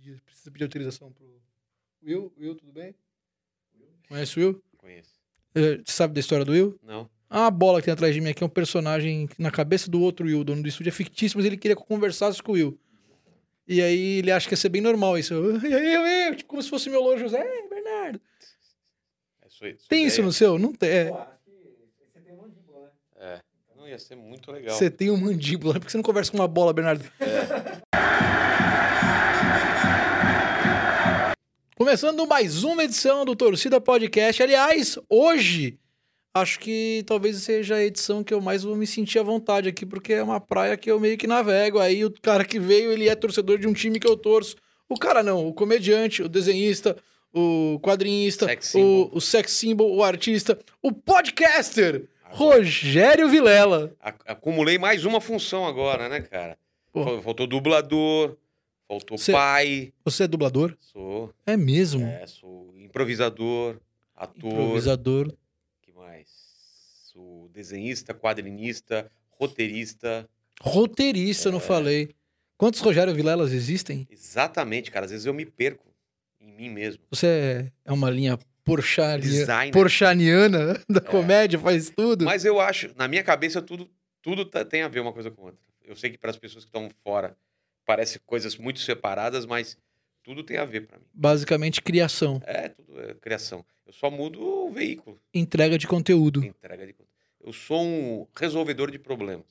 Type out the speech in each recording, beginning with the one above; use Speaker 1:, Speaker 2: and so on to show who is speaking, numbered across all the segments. Speaker 1: que precisa pedir autorização pro Will. Will, tudo bem? Conhece o Will?
Speaker 2: Conheço.
Speaker 1: Eh, sabe da história do Will?
Speaker 2: Não.
Speaker 1: A bola que tem atrás de mim aqui é um personagem que na cabeça do outro Will, dono do estúdio, é fictício, mas ele queria que eu conversasse com o Will. E aí ele acha que ia ser bem normal isso. Eu, eu, eu, tipo, como se fosse meu Lolo José. Ei, Bernardo.
Speaker 2: É sua, sua
Speaker 1: Tem
Speaker 2: ideia?
Speaker 1: isso no seu? Não tem. É,
Speaker 3: Pô, acho que você tem um monte de bola,
Speaker 2: É.
Speaker 3: né?
Speaker 2: Não, ia ser muito legal. É.
Speaker 1: você tem um mandíbula. Por que você não conversa com uma bola, Bernardo? Começando mais uma edição do Torcida Podcast. Aliás, hoje, acho que talvez seja a edição que eu mais vou me sentir à vontade aqui, porque é uma praia que eu meio que navego. Aí o cara que veio, ele é torcedor de um time que eu torço. O cara não, o comediante, o desenhista, o quadrinista,
Speaker 2: Sex symbol.
Speaker 1: o, o sex symbol, o artista, o podcaster, Rogério Vilela.
Speaker 2: A- Acumulei mais uma função agora, né, cara?
Speaker 1: Pô.
Speaker 2: Fal- Faltou dublador, faltou
Speaker 1: Cê-
Speaker 2: pai,
Speaker 1: Você é dublador?
Speaker 2: sou,
Speaker 1: É mesmo.
Speaker 2: é, sou improvisador, ator,
Speaker 1: Improvisador.
Speaker 2: que mais? Sou desenhista, quadrinista, roteirista.
Speaker 1: Roteirista,
Speaker 2: É.
Speaker 1: eu não falei. Quantos Rogério Vilelas existem?
Speaker 2: Exatamente, cara. Às vezes eu me perco em mim mesmo.
Speaker 1: Você é- é uma linha porchaliana,
Speaker 2: Designer.
Speaker 1: porchaniana né? da comédia, faz tudo.
Speaker 2: É. Mas eu acho, na minha cabeça, tudo, tudo tá- tem a ver uma coisa com outra. Eu sei que para as pessoas que estão fora parece coisas muito separadas, mas tudo tem a ver para mim.
Speaker 1: Basicamente, criação,
Speaker 2: É, tudo é criação. Eu só mudo o veículo,
Speaker 1: entrega de conteúdo.
Speaker 2: entrega de conta. Eu sou um resolvedor de problemas.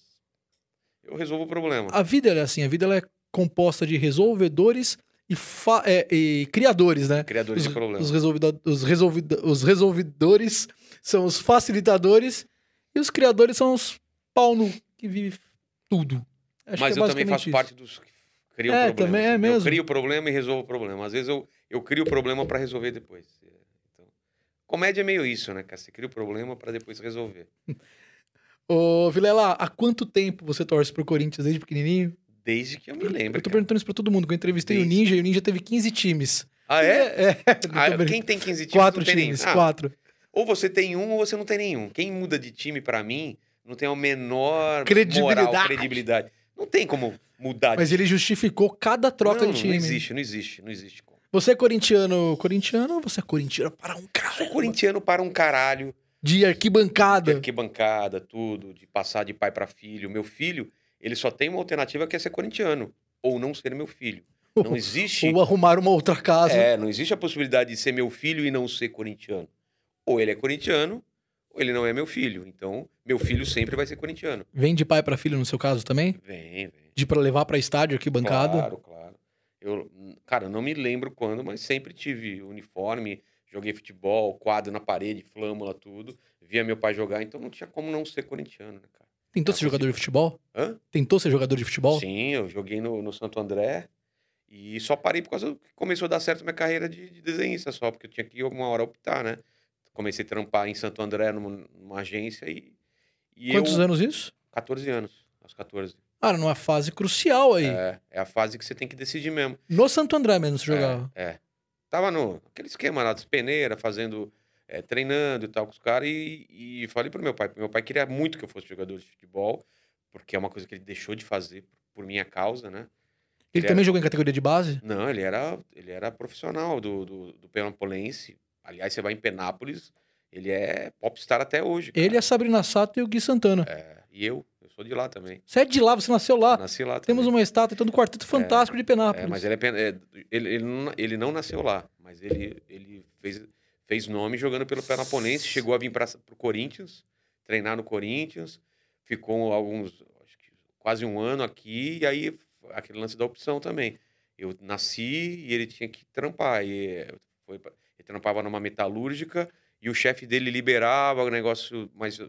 Speaker 2: Eu resolvo o problema.
Speaker 1: A vida ela é assim, a vida ela é composta de resolvedores e, fa- é, e criadores, né?
Speaker 2: Criadores
Speaker 1: Os,
Speaker 2: de problemas.
Speaker 1: os, resolvida- os, resolvida- os resolvidores são os facilitadores e os criadores são os pau no que vive tudo. Acho que
Speaker 2: Mas
Speaker 1: é
Speaker 2: eu também
Speaker 1: basicamente
Speaker 2: faço
Speaker 1: isso.
Speaker 2: parte dos que criam
Speaker 1: É,
Speaker 2: problemas.
Speaker 1: também é
Speaker 2: Eu
Speaker 1: mesmo.
Speaker 2: crio o problema e resolvo o problema. Às vezes eu, eu crio o problema para resolver depois. Então, comédia é meio isso, né, cara? Você cria o problema para depois resolver.
Speaker 1: Ô, Vilela, há quanto tempo você torce pro Corinthians desde pequenininho?
Speaker 2: Desde que eu me lembro.
Speaker 1: Eu tô perguntando isso pra todo mundo, que eu entrevistei o
Speaker 2: Desde-
Speaker 1: Ninja e o Ninja teve 15 times.
Speaker 2: Ah, é?
Speaker 1: É, eu tô
Speaker 2: Ah,
Speaker 1: brincando.
Speaker 2: quem tem 15 times
Speaker 1: quatro
Speaker 2: não tem
Speaker 1: times,
Speaker 2: nenhum. Ah,
Speaker 1: quatro.
Speaker 2: Ou você tem um ou você não tem nenhum. Quem muda de time pra mim não tem a menor moral,
Speaker 1: Credibilidade.
Speaker 2: credibilidade. Não tem como mudar
Speaker 1: Mas
Speaker 2: de
Speaker 1: ele justificou cada troca
Speaker 2: não,
Speaker 1: de time.
Speaker 2: Não existe, não existe, não existe. como.
Speaker 1: Você é corintiano, corintiano ou você é corintiano para um
Speaker 2: Sou
Speaker 1: cara?
Speaker 2: corintiano para um caralho.
Speaker 1: De
Speaker 2: De
Speaker 1: arquibancada.
Speaker 2: arquibancada, tudo, de passar de pai pra filho. Meu filho, ele só tem uma alternativa que é ser corintiano. Ou não ser meu filho. Não existe.
Speaker 1: Ou arrumar uma outra casa.
Speaker 2: É, não existe a possibilidade de ser meu filho e não ser corintiano. Ou ele é corintiano, ou ele não é meu filho. Então, meu filho sempre vai ser corintiano.
Speaker 1: Vem de pai pra filho no seu caso também?
Speaker 2: Vem, vem.
Speaker 1: De pra levar pra estádio, arquibancada?
Speaker 2: Claro, claro. Eu, cara, eu não me lembro quando, mas sempre tive uniforme, joguei futebol, quadro na parede, flâmula, tudo. Via meu pai jogar, então não tinha como não ser corintiano, né, cara?
Speaker 1: Tentou
Speaker 2: É
Speaker 1: ser jogador de futebol?
Speaker 2: Hã?
Speaker 1: Tentou ser jogador de futebol?
Speaker 2: Sim, eu joguei no, no Santo André e só parei por causa que começou a dar certo minha carreira de, de desenhista só, porque eu tinha que alguma hora optar, né? Comecei a trampar em Santo André numa, numa agência e. e
Speaker 1: Quantos
Speaker 2: eu,
Speaker 1: anos isso?
Speaker 2: 14 anos, aos 14.
Speaker 1: Cara, numa fase crucial aí.
Speaker 2: É, é a fase que você tem que decidir mesmo.
Speaker 1: No Santo André mesmo você jogava.
Speaker 2: É, é. Tava no aquele esquema lá dos peneira, fazendo, é, treinando e tal com os caras. E, e falei pro meu pai. Meu pai queria muito que eu fosse jogador de futebol, porque é uma coisa que ele deixou de fazer por minha causa, né?
Speaker 1: Ele
Speaker 2: Ele
Speaker 1: também jogou em categoria de base?
Speaker 2: Não, ele era, ele era profissional do, do, do Penapolense. Aliás, você vai em Penápolis, ele é popstar até hoje. cara.
Speaker 1: Ele, é a Sabrina Sato e o Gui Santana.
Speaker 2: É, E eu, eu sou de lá também.
Speaker 1: Você é de lá, você nasceu lá.
Speaker 2: Nasci lá
Speaker 1: Temos
Speaker 2: também.
Speaker 1: uma estátua então, do Quarteto Fantástico de Penápolis.
Speaker 2: É, mas ele, é pen- é, ele, ele, não, ele não nasceu lá, mas ele, ele fez, fez nome jogando pelo Penaponense, chegou a vir para o Corinthians, treinar no Corinthians, ficou alguns, acho que quase um ano aqui, e aí aquele lance da opção também. Eu nasci e ele tinha que trampar, e é, foi pra- ele trampava numa metalúrgica, e o chefe dele liberava o negócio, mas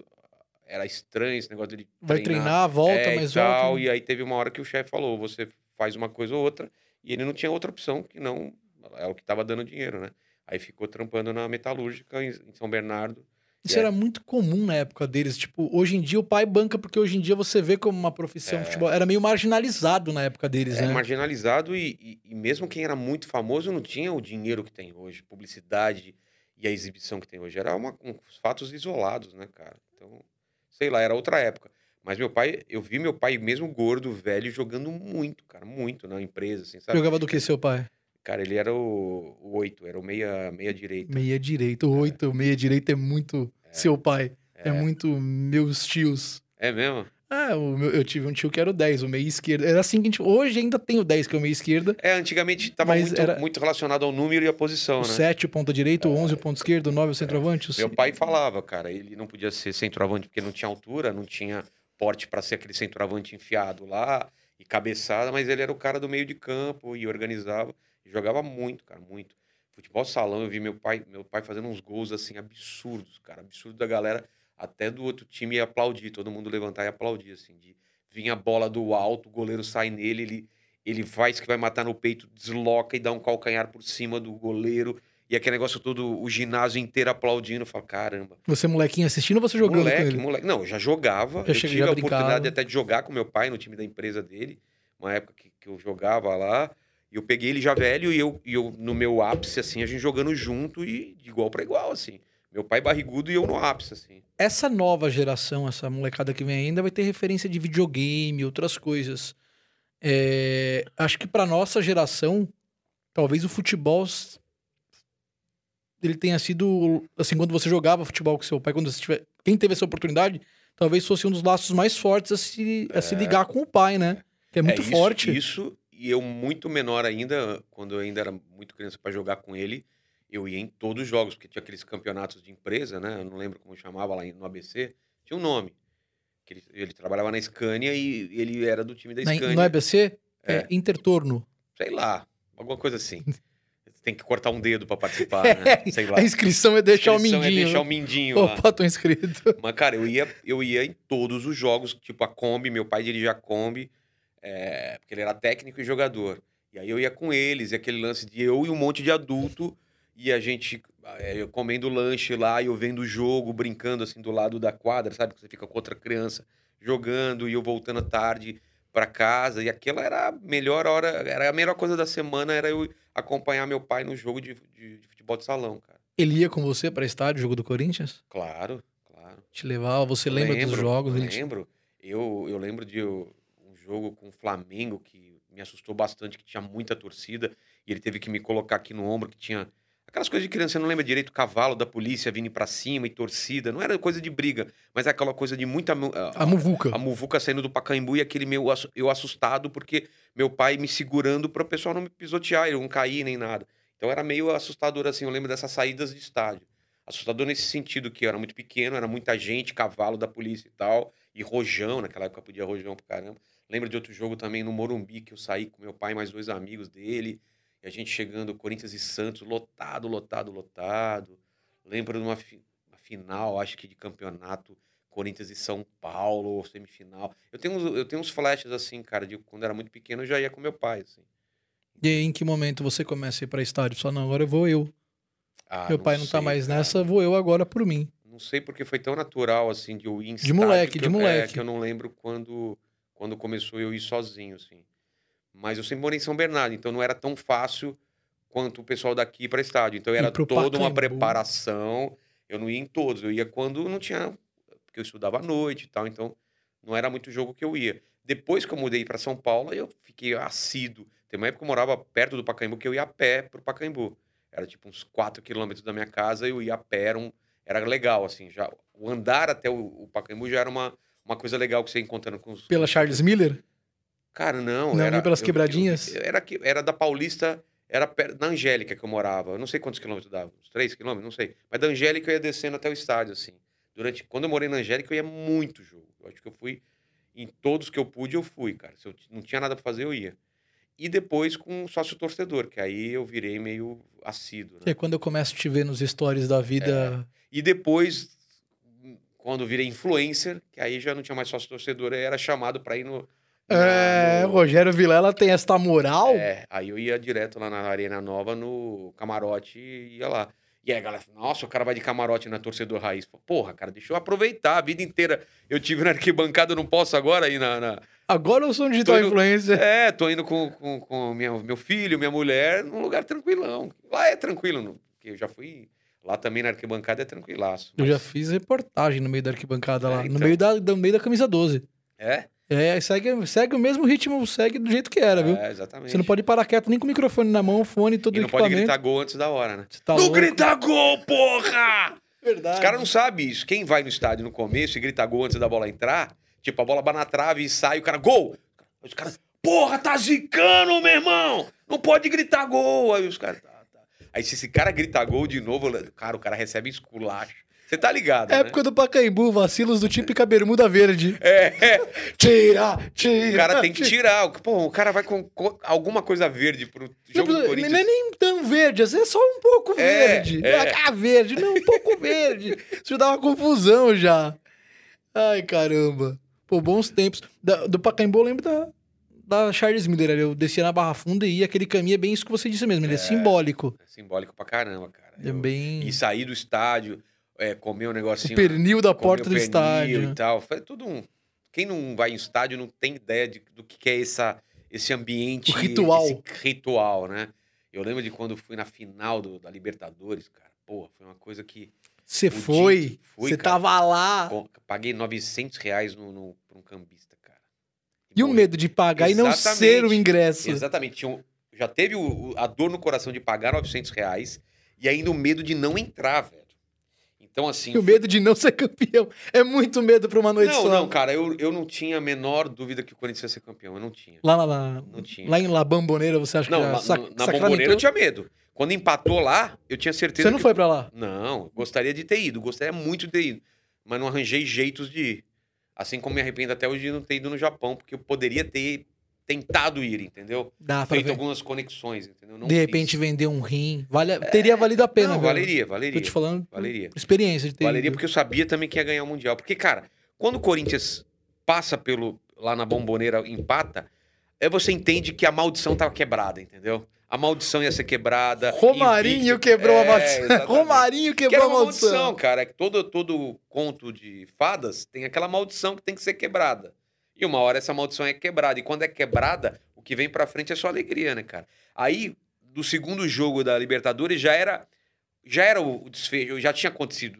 Speaker 2: era estranho esse negócio dele
Speaker 1: Vai treinar, volta,
Speaker 2: é,
Speaker 1: mas
Speaker 2: e tal,
Speaker 1: volta. né?
Speaker 2: E aí teve uma hora que o chefe falou: você faz uma coisa ou outra, e ele não tinha outra opção que não. É o que tava dando dinheiro, né? Aí ficou trampando na metalúrgica em em São Bernardo.
Speaker 1: Isso era muito comum na época deles. Tipo, hoje em dia o pai banca, porque hoje em dia você vê como uma profissão futebol. Era meio marginalizado na época deles,
Speaker 2: É
Speaker 1: né?
Speaker 2: marginalizado e, e- e mesmo quem era muito famoso não tinha o dinheiro que tem hoje, publicidade e a exibição que tem hoje. Era uma, uns fatos isolados, né, cara? Então, sei lá, era outra época. Mas meu pai, eu vi meu pai, mesmo gordo, velho, jogando muito, cara, muito na empresa, assim, sabe?
Speaker 1: Jogava do que seu pai?
Speaker 2: Cara, ele era o, o 8, era o meia, meia direita.
Speaker 1: Meia direita. O oito, meia direita é muito seu pai. É. muito meus tios.
Speaker 2: É mesmo?
Speaker 1: Ah, o meu- eu tive um tio que era o 10, o meia esquerda. Era assim que a gente. Hoje ainda tem o 10, que é o meia esquerda.
Speaker 2: É, antigamente tava
Speaker 1: Mas
Speaker 2: muito,
Speaker 1: era-
Speaker 2: muito relacionado ao número e à posição,
Speaker 1: O
Speaker 2: né?
Speaker 1: 7, o ponta direita, o 11, o ponto esquerdo, o 9, o centroavante. o
Speaker 2: Meu
Speaker 1: ci-
Speaker 2: pai falava, cara, ele não podia ser centroavante porque não tinha altura, não tinha porte para ser aquele centroavante enfiado lá e cabeçada, mas ele era o cara do meio de campo e organizava e jogava muito, cara, muito. Futebol salão, eu vi meu pai, meu pai fazendo uns gols assim absurdos, cara, absurdo da galera até do outro time ia aplaudir, todo mundo levantar e aplaudir assim, de vinha a bola do alto, o goleiro sai nele, ele ele faz que vai matar no peito, desloca e dá um calcanhar por cima do goleiro. E aquele negócio todo, o ginásio inteiro aplaudindo. Fala, caramba.
Speaker 1: Você, molequinho, assistindo ou você jogando com
Speaker 2: moleque,
Speaker 1: ele?
Speaker 2: moleque. Não, eu já jogava.
Speaker 1: Já
Speaker 2: eu
Speaker 1: chega-
Speaker 2: tive
Speaker 1: já
Speaker 2: a
Speaker 1: brincava.
Speaker 2: oportunidade até de jogar com meu pai no time da empresa dele. Uma época que, que eu jogava lá. E eu peguei ele já velho e eu, e eu, no meu ápice, assim, a gente jogando junto e de igual para igual, assim. Meu pai barrigudo e eu no ápice, assim.
Speaker 1: Essa nova geração, essa molecada que vem ainda, vai ter referência de videogame, outras coisas. É, Acho que pra nossa geração, talvez o futebol s- ele tenha sido assim quando você jogava futebol com seu pai, quando você tiver, quem teve essa oportunidade, talvez fosse um dos laços mais fortes a se, a se ligar com o pai, né? Que é muito
Speaker 2: É. isso-
Speaker 1: forte.
Speaker 2: Isso, e eu muito menor ainda, quando eu ainda era muito criança para jogar com ele, eu ia em todos os jogos, porque tinha aqueles campeonatos de empresa, né? Eu não lembro como chamava lá em- no ABC, tinha um nome. Que ele, ele trabalhava na Scania e ele era do time da
Speaker 1: Na-
Speaker 2: Scania.
Speaker 1: no EBC é,
Speaker 2: É.
Speaker 1: intertorno.
Speaker 2: Sei lá, alguma coisa assim. Você tem que cortar um dedo para participar, né? Sei lá.
Speaker 1: A inscrição é deixar
Speaker 2: A inscrição
Speaker 1: o mindinho.
Speaker 2: É deixar o
Speaker 1: né?
Speaker 2: mindinho lá.
Speaker 1: Opa, tô inscrito.
Speaker 2: Mas, cara, eu ia, eu ia em todos os jogos, tipo a Kombi, meu pai dirigia a Kombi, é, porque ele era técnico e jogador. E aí eu ia com eles, e aquele lance de eu e um monte de adulto, e a gente é, eu comendo lanche lá, e eu vendo o jogo, brincando assim do lado da quadra, sabe? Que você fica com outra criança jogando, e eu voltando tarde pra casa. E aquela era a melhor hora, era a melhor coisa da semana, era eu acompanhar meu pai no jogo de, de- de futebol de salão, cara.
Speaker 1: Ele ia com você pra estádio, jogo do Corinthians?
Speaker 2: Claro, claro.
Speaker 1: Te levava, você
Speaker 2: Eu
Speaker 1: lembra dos
Speaker 2: lembro,
Speaker 1: jogos?
Speaker 2: Eu
Speaker 1: ele te-
Speaker 2: lembro. Eu, eu lembro de um um jogo com o Flamengo que me assustou bastante, que tinha muita torcida, e ele teve que me colocar aqui no ombro, que tinha. Aquelas coisas de criança, você não lembra direito, cavalo da polícia vindo pra cima e torcida. Não era coisa de briga, mas é aquela coisa de muita. ah, mu-
Speaker 1: A muvuca.
Speaker 2: a muvuca saindo do Pacaembu e aquele meu assu- eu assustado porque meu pai me segurando para o pessoal não me pisotear, eu não cair nem nada. Então era meio assustador assim, eu lembro dessas saídas de estádio. Assustador nesse sentido que eu era muito pequeno, era muita gente, cavalo da polícia e tal, e rojão, naquela época podia rojão pra caramba. Lembro de outro jogo também no Morumbi que eu saí com meu pai e mais dois amigos dele, e a gente chegando Corinthians e Santos, lotado, lotado, lotado. Lembro de uma fi- uma final, acho que de campeonato Corinthians e São Paulo, semifinal. Eu tenho uns, eu tenho uns flashes assim, cara, de quando era muito pequeno eu já ia com meu pai, assim.
Speaker 1: E aí, em que momento você começa a ir pra estádio? Só não, agora eu vou eu.
Speaker 2: Ah,
Speaker 1: Meu pai não tá
Speaker 2: sei,
Speaker 1: mais
Speaker 2: cara.
Speaker 1: nessa, vou eu agora por mim.
Speaker 2: Não sei porque foi tão natural, assim, de eu ir em estádio
Speaker 1: moleque,
Speaker 2: que
Speaker 1: de
Speaker 2: eu, é,
Speaker 1: moleque.
Speaker 2: que eu não lembro quando, quando começou eu ir sozinho, assim. Mas eu sempre morei em São Bernardo, então não era tão fácil quanto o pessoal daqui para estádio. Então era
Speaker 1: Ir pro
Speaker 2: toda
Speaker 1: Pacaembu.
Speaker 2: uma preparação. Eu não ia em todos, eu ia quando não tinha. Porque eu estudava à noite e tal, então não era muito jogo que eu ia. Depois que eu mudei para São Paulo, aí eu fiquei assíduo. Tem uma época que eu morava perto do Pacaembu que eu ia a pé pro Pacaembu. Era tipo uns 4 quilômetros da minha casa, eu ia a pé, era, um- era legal, assim. já O andar até o, o Pacaembu já era uma, uma coisa legal que você ia encontrando com os.
Speaker 1: Pela Charles Miller?
Speaker 2: Cara, não.
Speaker 1: Não,
Speaker 2: era,
Speaker 1: ia pelas
Speaker 2: eu- eu-
Speaker 1: quebradinhas?
Speaker 2: eu- era, aqui- era da Paulista, era per- na Angélica que eu morava. Eu não sei quantos quilômetros dava, uns 3 quilômetros, não sei. Mas da Angélica eu ia descendo até o estádio, assim. Durante, quando eu morei na Angélica, eu ia muito jogo. Eu acho que eu fui em todos que eu pude, eu fui, cara. Se eu t- não tinha nada pra fazer, eu ia. E depois com sócio torcedor, que aí eu virei meio assíduo. Né?
Speaker 1: É quando eu começo a te ver nos stories da vida.
Speaker 2: E depois, quando eu virei influencer, que aí já não tinha mais sócio torcedor, aí era chamado pra ir no. na-
Speaker 1: É, o
Speaker 2: no-
Speaker 1: Rogério Vilela tem esta moral.
Speaker 2: É, aí eu ia direto lá na Arena Nova, no camarote, e ia lá. E aí a galera, nossa, o cara vai de camarote na torcedor raiz. Falei, Porra, cara, deixa eu aproveitar a vida inteira. Eu tive na arquibancada, eu não posso agora ir na. na-
Speaker 1: Agora eu sou um digital
Speaker 2: Tô indo-
Speaker 1: influencer.
Speaker 2: É, tô indo com, com, com minha- meu filho, minha mulher, num lugar tranquilão. Lá é tranquilo, não- porque eu já fui. Lá também na arquibancada é tranquilaço.
Speaker 1: Eu já
Speaker 2: mas-
Speaker 1: fiz reportagem no meio da arquibancada lá,
Speaker 2: É,
Speaker 1: no,
Speaker 2: então.
Speaker 1: meio da, no meio da camisa 12.
Speaker 2: É?
Speaker 1: É, segue, segue o mesmo ritmo, segue do jeito que era, viu?
Speaker 2: É, exatamente.
Speaker 1: Você não pode parar quieto nem com o microfone na mão, o fone, todo
Speaker 2: e
Speaker 1: o
Speaker 2: não pode
Speaker 1: equipamento.
Speaker 2: gritar gol antes da hora, né?
Speaker 1: Você tá
Speaker 2: não
Speaker 1: louco.
Speaker 2: grita gol, porra!
Speaker 1: Verdade.
Speaker 2: Os caras não sabem isso. Quem vai no estádio no começo e grita gol antes da bola entrar, tipo, a bola vai na trave e sai, o cara, gol! Os caras, porra, tá zicando, meu irmão! Não pode gritar gol! Aí os caras, tá, tá. Aí se esse cara gritar gol de novo, cara, o cara recebe esculacho. Você tá ligado, né?
Speaker 1: É Época do Pacaembu, vacilos do típica bermuda verde.
Speaker 2: É, é.
Speaker 1: Tira, tira.
Speaker 2: o cara tem que tirar. O- Pô, o cara vai com co- alguma coisa verde pro
Speaker 1: Não,
Speaker 2: jogo do
Speaker 1: precisa-
Speaker 2: Corinthians.
Speaker 1: não é nem tão verde, às vezes é só um pouco
Speaker 2: É,
Speaker 1: verde.
Speaker 2: é.
Speaker 1: Ah, verde, não, um pouco verde. Isso dá uma confusão já. Ai, caramba. Pô, bons tempos. Da- do Pacaembu eu lembro da, da Charles Miller. ali. Eu descia na Barra Funda e ia. Aquele caminho é bem isso que você disse mesmo, ele é, simbólico. É
Speaker 2: É simbólico pra caramba, cara. Eu-
Speaker 1: Também
Speaker 2: E sair do estádio, é, comer um
Speaker 1: o
Speaker 2: negocinho.
Speaker 1: pernil da
Speaker 2: comer
Speaker 1: porta
Speaker 2: o
Speaker 1: do
Speaker 2: pernil
Speaker 1: estádio. né?
Speaker 2: E tal. Foi tudo um... Quem não vai em estádio não tem ideia de- do que que é essa, esse ambiente.
Speaker 1: O ritual.
Speaker 2: Esse ritual, né? Eu lembro de quando fui na final do- da Libertadores, cara. Porra, foi uma coisa que.
Speaker 1: Você
Speaker 2: O dia
Speaker 1: foi,
Speaker 2: que fui,
Speaker 1: você
Speaker 2: cara.
Speaker 1: tava lá.
Speaker 2: com- Paguei 900 reais no, no- pra um cambista, cara.
Speaker 1: E o
Speaker 2: Morri
Speaker 1: medo de pagar e não
Speaker 2: Exatamente.
Speaker 1: ser o ingresso.
Speaker 2: Exatamente. Tinha um- já teve o- o- a dor no coração de pagar 900 reais e ainda o medo de não entrar, velho. Então, assim.
Speaker 1: E o medo de não ser campeão. É muito medo pra uma noite
Speaker 2: Não,
Speaker 1: só.
Speaker 2: não, cara. Eu, eu não tinha a menor dúvida que o Corinthians ia ser campeão. Eu não tinha.
Speaker 1: Lá, lá, lá.
Speaker 2: Não tinha.
Speaker 1: Lá em La Bamboneira, você acha
Speaker 2: não,
Speaker 1: que já
Speaker 2: na,
Speaker 1: sac-
Speaker 2: na- na
Speaker 1: sacramentou?
Speaker 2: bomboneira eu tinha medo. Quando empatou lá, eu tinha certeza.
Speaker 1: Você não
Speaker 2: que-
Speaker 1: foi pra lá?
Speaker 2: Não, gostaria de ter ido. Gostaria muito de ter ido. Mas não arranjei jeitos de ir. Assim como me arrependo até hoje de não ter ido no Japão, porque eu poderia ter tentado ir, entendeu?
Speaker 1: Dá pra
Speaker 2: Feito
Speaker 1: ver.
Speaker 2: algumas conexões, entendeu? Não
Speaker 1: Ah, tá De
Speaker 2: fiz.
Speaker 1: repente vender um rim. Vale... Teria valido a pena,
Speaker 2: É. Não,
Speaker 1: viu?
Speaker 2: valeria, valeria.
Speaker 1: Tô te falando por
Speaker 2: Valeria.
Speaker 1: experiência de ter
Speaker 2: Valeria
Speaker 1: ido.
Speaker 2: porque eu sabia também que ia ganhar o Mundial. Porque, cara, quando o Corinthians passa pelo lá na bomboneira, empata, aí você entende que a maldição tava quebrada, entendeu? A maldição ia ser quebrada.
Speaker 1: Romarinho
Speaker 2: invicto.
Speaker 1: quebrou a
Speaker 2: É,
Speaker 1: maldição.
Speaker 2: exatamente.
Speaker 1: Romarinho
Speaker 2: Que era
Speaker 1: quebrou a
Speaker 2: uma maldição,
Speaker 1: maldição.
Speaker 2: cara. É Que todo, todo conto de fadas tem aquela maldição que tem que ser quebrada. E uma hora essa maldição é quebrada. E quando é quebrada, o que vem pra frente é só alegria, né, cara? Aí, do segundo jogo da Libertadores, já era, já era o o desfecho, já tinha acontecido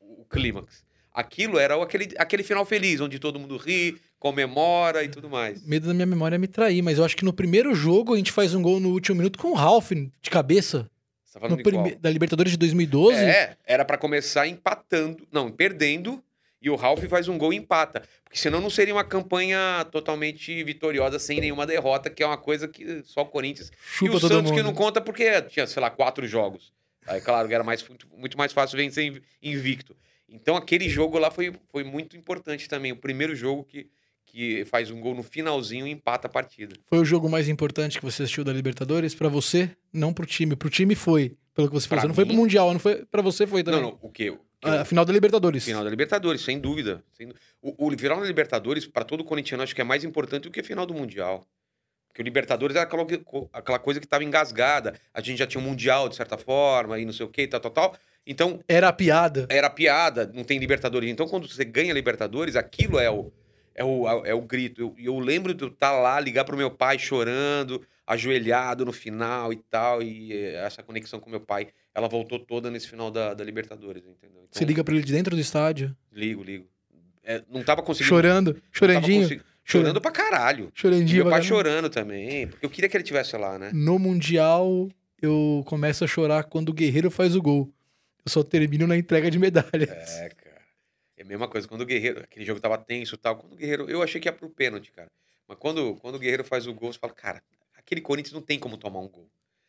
Speaker 2: o o clímax. Aquilo era o- aquele, aquele final feliz, onde todo mundo ri, comemora e tudo mais.
Speaker 1: Medo da minha memória é me trair, mas eu acho que no primeiro jogo a gente faz um gol no último minuto com o Ralph de cabeça.
Speaker 2: Você tá falando
Speaker 1: no
Speaker 2: de qual?
Speaker 1: prime- Da Libertadores de 2012.
Speaker 2: É, era pra começar empatando, não, perdendo, e o Ralf faz um gol e empata. Porque senão não seria uma campanha totalmente vitoriosa sem nenhuma derrota, que é uma coisa que só o Corinthians.
Speaker 1: Chupa
Speaker 2: e o
Speaker 1: todo
Speaker 2: Santos
Speaker 1: mundo.
Speaker 2: que não conta porque tinha, sei lá, quatro jogos. Aí, claro, que era mais, muito mais fácil vencer inv- invicto. Então aquele jogo lá foi, foi muito importante também. O primeiro jogo que, que faz um gol no finalzinho e empata a partida.
Speaker 1: Foi o jogo mais importante que você assistiu da Libertadores? Pra você, não pro time. Pro time foi, pelo que você falou.
Speaker 2: Pra
Speaker 1: Você Não foi
Speaker 2: mim?
Speaker 1: pro Mundial, não foi? Pra você foi também.
Speaker 2: Não, não, o quê? O quê?
Speaker 1: Ah, A final da Libertadores.
Speaker 2: Final da Libertadores, sem dúvida. Sem dú- O, o final da Libertadores, para todo corintiano, acho que é mais importante do que a final do Mundial. Porque o Libertadores era aquela, que- co- aquela coisa que estava engasgada. A gente já tinha um Mundial, de certa forma, e não sei o quê, tal, tal, tal. Então,
Speaker 1: Era a piada.
Speaker 2: era piada, não tem Libertadores. Então, quando você ganha Libertadores, aquilo é o, é o, é o grito. Eu, eu lembro de eu estar lá, ligar pro meu pai chorando, ajoelhado no final e tal. E eh, essa conexão com meu pai, ela voltou toda nesse final da, da Libertadores, entendeu? Então,
Speaker 1: Você liga pra ele de dentro do estádio,
Speaker 2: Ligo, ligo. É, não tava conseguindo.
Speaker 1: chorando,
Speaker 2: não tava
Speaker 1: chorandinho,
Speaker 2: consegui- Chorando pra caralho. E
Speaker 1: chorandinho.
Speaker 2: meu pai
Speaker 1: bacana.
Speaker 2: chorando também, porque eu queria que ele estivesse lá, né?
Speaker 1: No Mundial, eu começo a chorar quando o Guerreiro faz o gol. Eu só termino na entrega de medalhas.
Speaker 2: É, cara. É a mesma coisa. Quando o Guerreiro. Aquele jogo tava tenso e tal. Quando o Guerreiro. Eu achei que ia pro pênalti, cara. Mas quando, quando o Guerreiro faz o gol, você fala, cara, aquele Corinthians não tem como tomar um gol.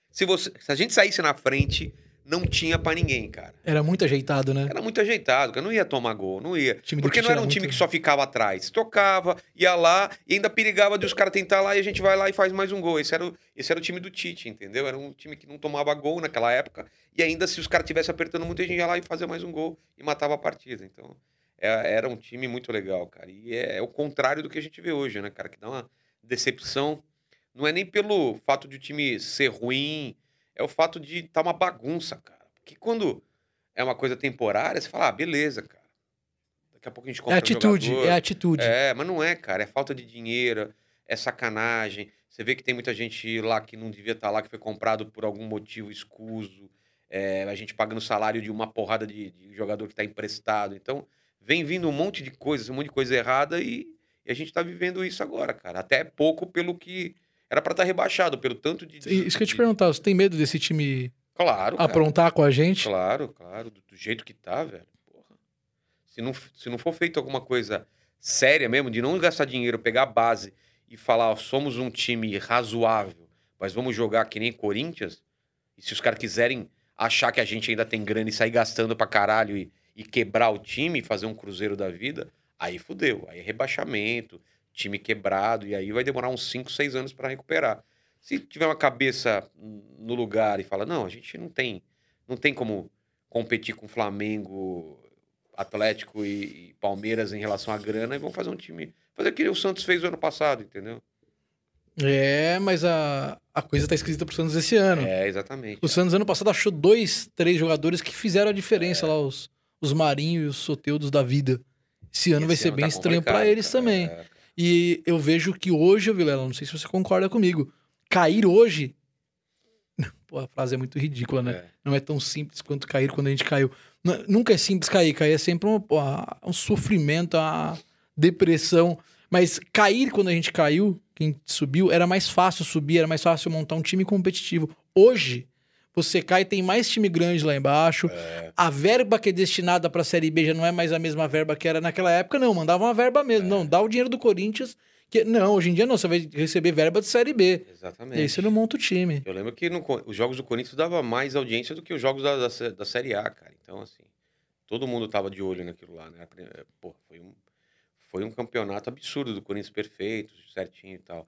Speaker 2: Se, você, se a gente saísse na frente, não tinha pra ninguém, cara.
Speaker 1: Era muito ajeitado, né?
Speaker 2: Era muito ajeitado, cara. Não ia tomar gol, não ia.
Speaker 1: O time do
Speaker 2: Porque não
Speaker 1: Cristiano
Speaker 2: era um time
Speaker 1: muito- né?
Speaker 2: que só ficava atrás. Tocava, ia lá e ainda perigava de os caras tentar lá e a gente vai lá e faz mais um gol. Esse era, o, esse era o time do Tite, entendeu? Era um time que não tomava gol naquela época. E ainda se os caras estivessem apertando muito, a gente ia lá e fazia mais um gol e matava a partida. Então, é- era um time muito legal, cara. E é, é o contrário do que a gente vê hoje, né, cara? Que dá uma decepção. Não é nem pelo fato de o time ser ruim, é o fato de estar uma bagunça, cara. Porque quando é uma coisa temporária, você fala, ah, beleza, cara. Daqui a pouco a gente
Speaker 1: É
Speaker 2: compra um
Speaker 1: atitude,
Speaker 2: jogador.
Speaker 1: é atitude.
Speaker 2: É, mas não é, cara. É falta de dinheiro, é sacanagem. Você vê que tem muita gente lá que não devia estar lá, que foi comprado por algum motivo escuso. É, a gente pagando salário de tá uma porrada de, de jogador que está emprestado. Então, vem vindo um monte de coisa, um monte de coisa errada e, E a gente tá vivendo isso agora, cara. Até pouco pelo que. Era pra estar rebaixado, pelo tanto de.
Speaker 1: Isso que eu te
Speaker 2: de-
Speaker 1: perguntar, Ah, você tem medo desse time
Speaker 2: Claro. cara.
Speaker 1: aprontar com a gente?
Speaker 2: Claro, claro. Do, do jeito que tá, velho. Porra. Se, não, f- se não for feito alguma coisa séria mesmo, de não gastar dinheiro, pegar a base e falar, ó, somos um time razoável, mas vamos jogar que nem Corinthians, e se os caras quiserem achar que a gente ainda tem grana e sair gastando pra caralho e, e quebrar o time, fazer um cruzeiro da vida, aí fudeu. Aí é rebaixamento, time quebrado, e aí vai demorar uns 5, 6 anos pra recuperar. Se tiver uma cabeça no lugar e fala, não, a gente não tem não tem como competir com Flamengo, Atlético e, e Palmeiras em relação à grana e vão fazer um time. Fazer aquilo que o Santos fez o ano passado, entendeu?
Speaker 1: É, mas a, a coisa tá esquisita pro Santos esse ano.
Speaker 2: É, exatamente.
Speaker 1: O Santos ano passado achou dois, três jogadores que fizeram a
Speaker 2: É.
Speaker 1: diferença lá, os, os Marinho e os Soteudos da vida. Esse ano vai
Speaker 2: Esse
Speaker 1: ser
Speaker 2: ano
Speaker 1: bem
Speaker 2: tá
Speaker 1: estranho pra
Speaker 2: complicado,
Speaker 1: eles
Speaker 2: cara.
Speaker 1: também.
Speaker 2: É,
Speaker 1: E eu vejo que hoje, Vilela, não sei se você concorda comigo, cair hoje. Pô, a frase é muito ridícula, né?
Speaker 2: é.
Speaker 1: Não é tão simples quanto cair quando a gente caiu. N- Nunca é simples cair. Cair é sempre um, pô, um sofrimento, uma depressão. Mas cair quando a gente caiu, quem subiu, era mais fácil subir, era mais fácil montar um time competitivo. Hoje, você cai, tem mais time grande lá embaixo. A verba que é destinada para a Série B já não é mais a mesma verba que era naquela época, não. Mandava uma verba mesmo. Não, dá o dinheiro do Corinthians. Que... Não, hoje em dia não. Você vai receber verba de Série B. E
Speaker 2: é, Exatamente.
Speaker 1: aí você não monta o time.
Speaker 2: Eu lembro que no Co- os jogos do Corinthians dava mais audiência do que os jogos da, da, Sé- da Série A, cara. Então, assim, todo mundo tava de olho naquilo lá, né? A prim- eh, Pô, foi um, foi um campeonato absurdo do Corinthians perfeito, certinho e tal.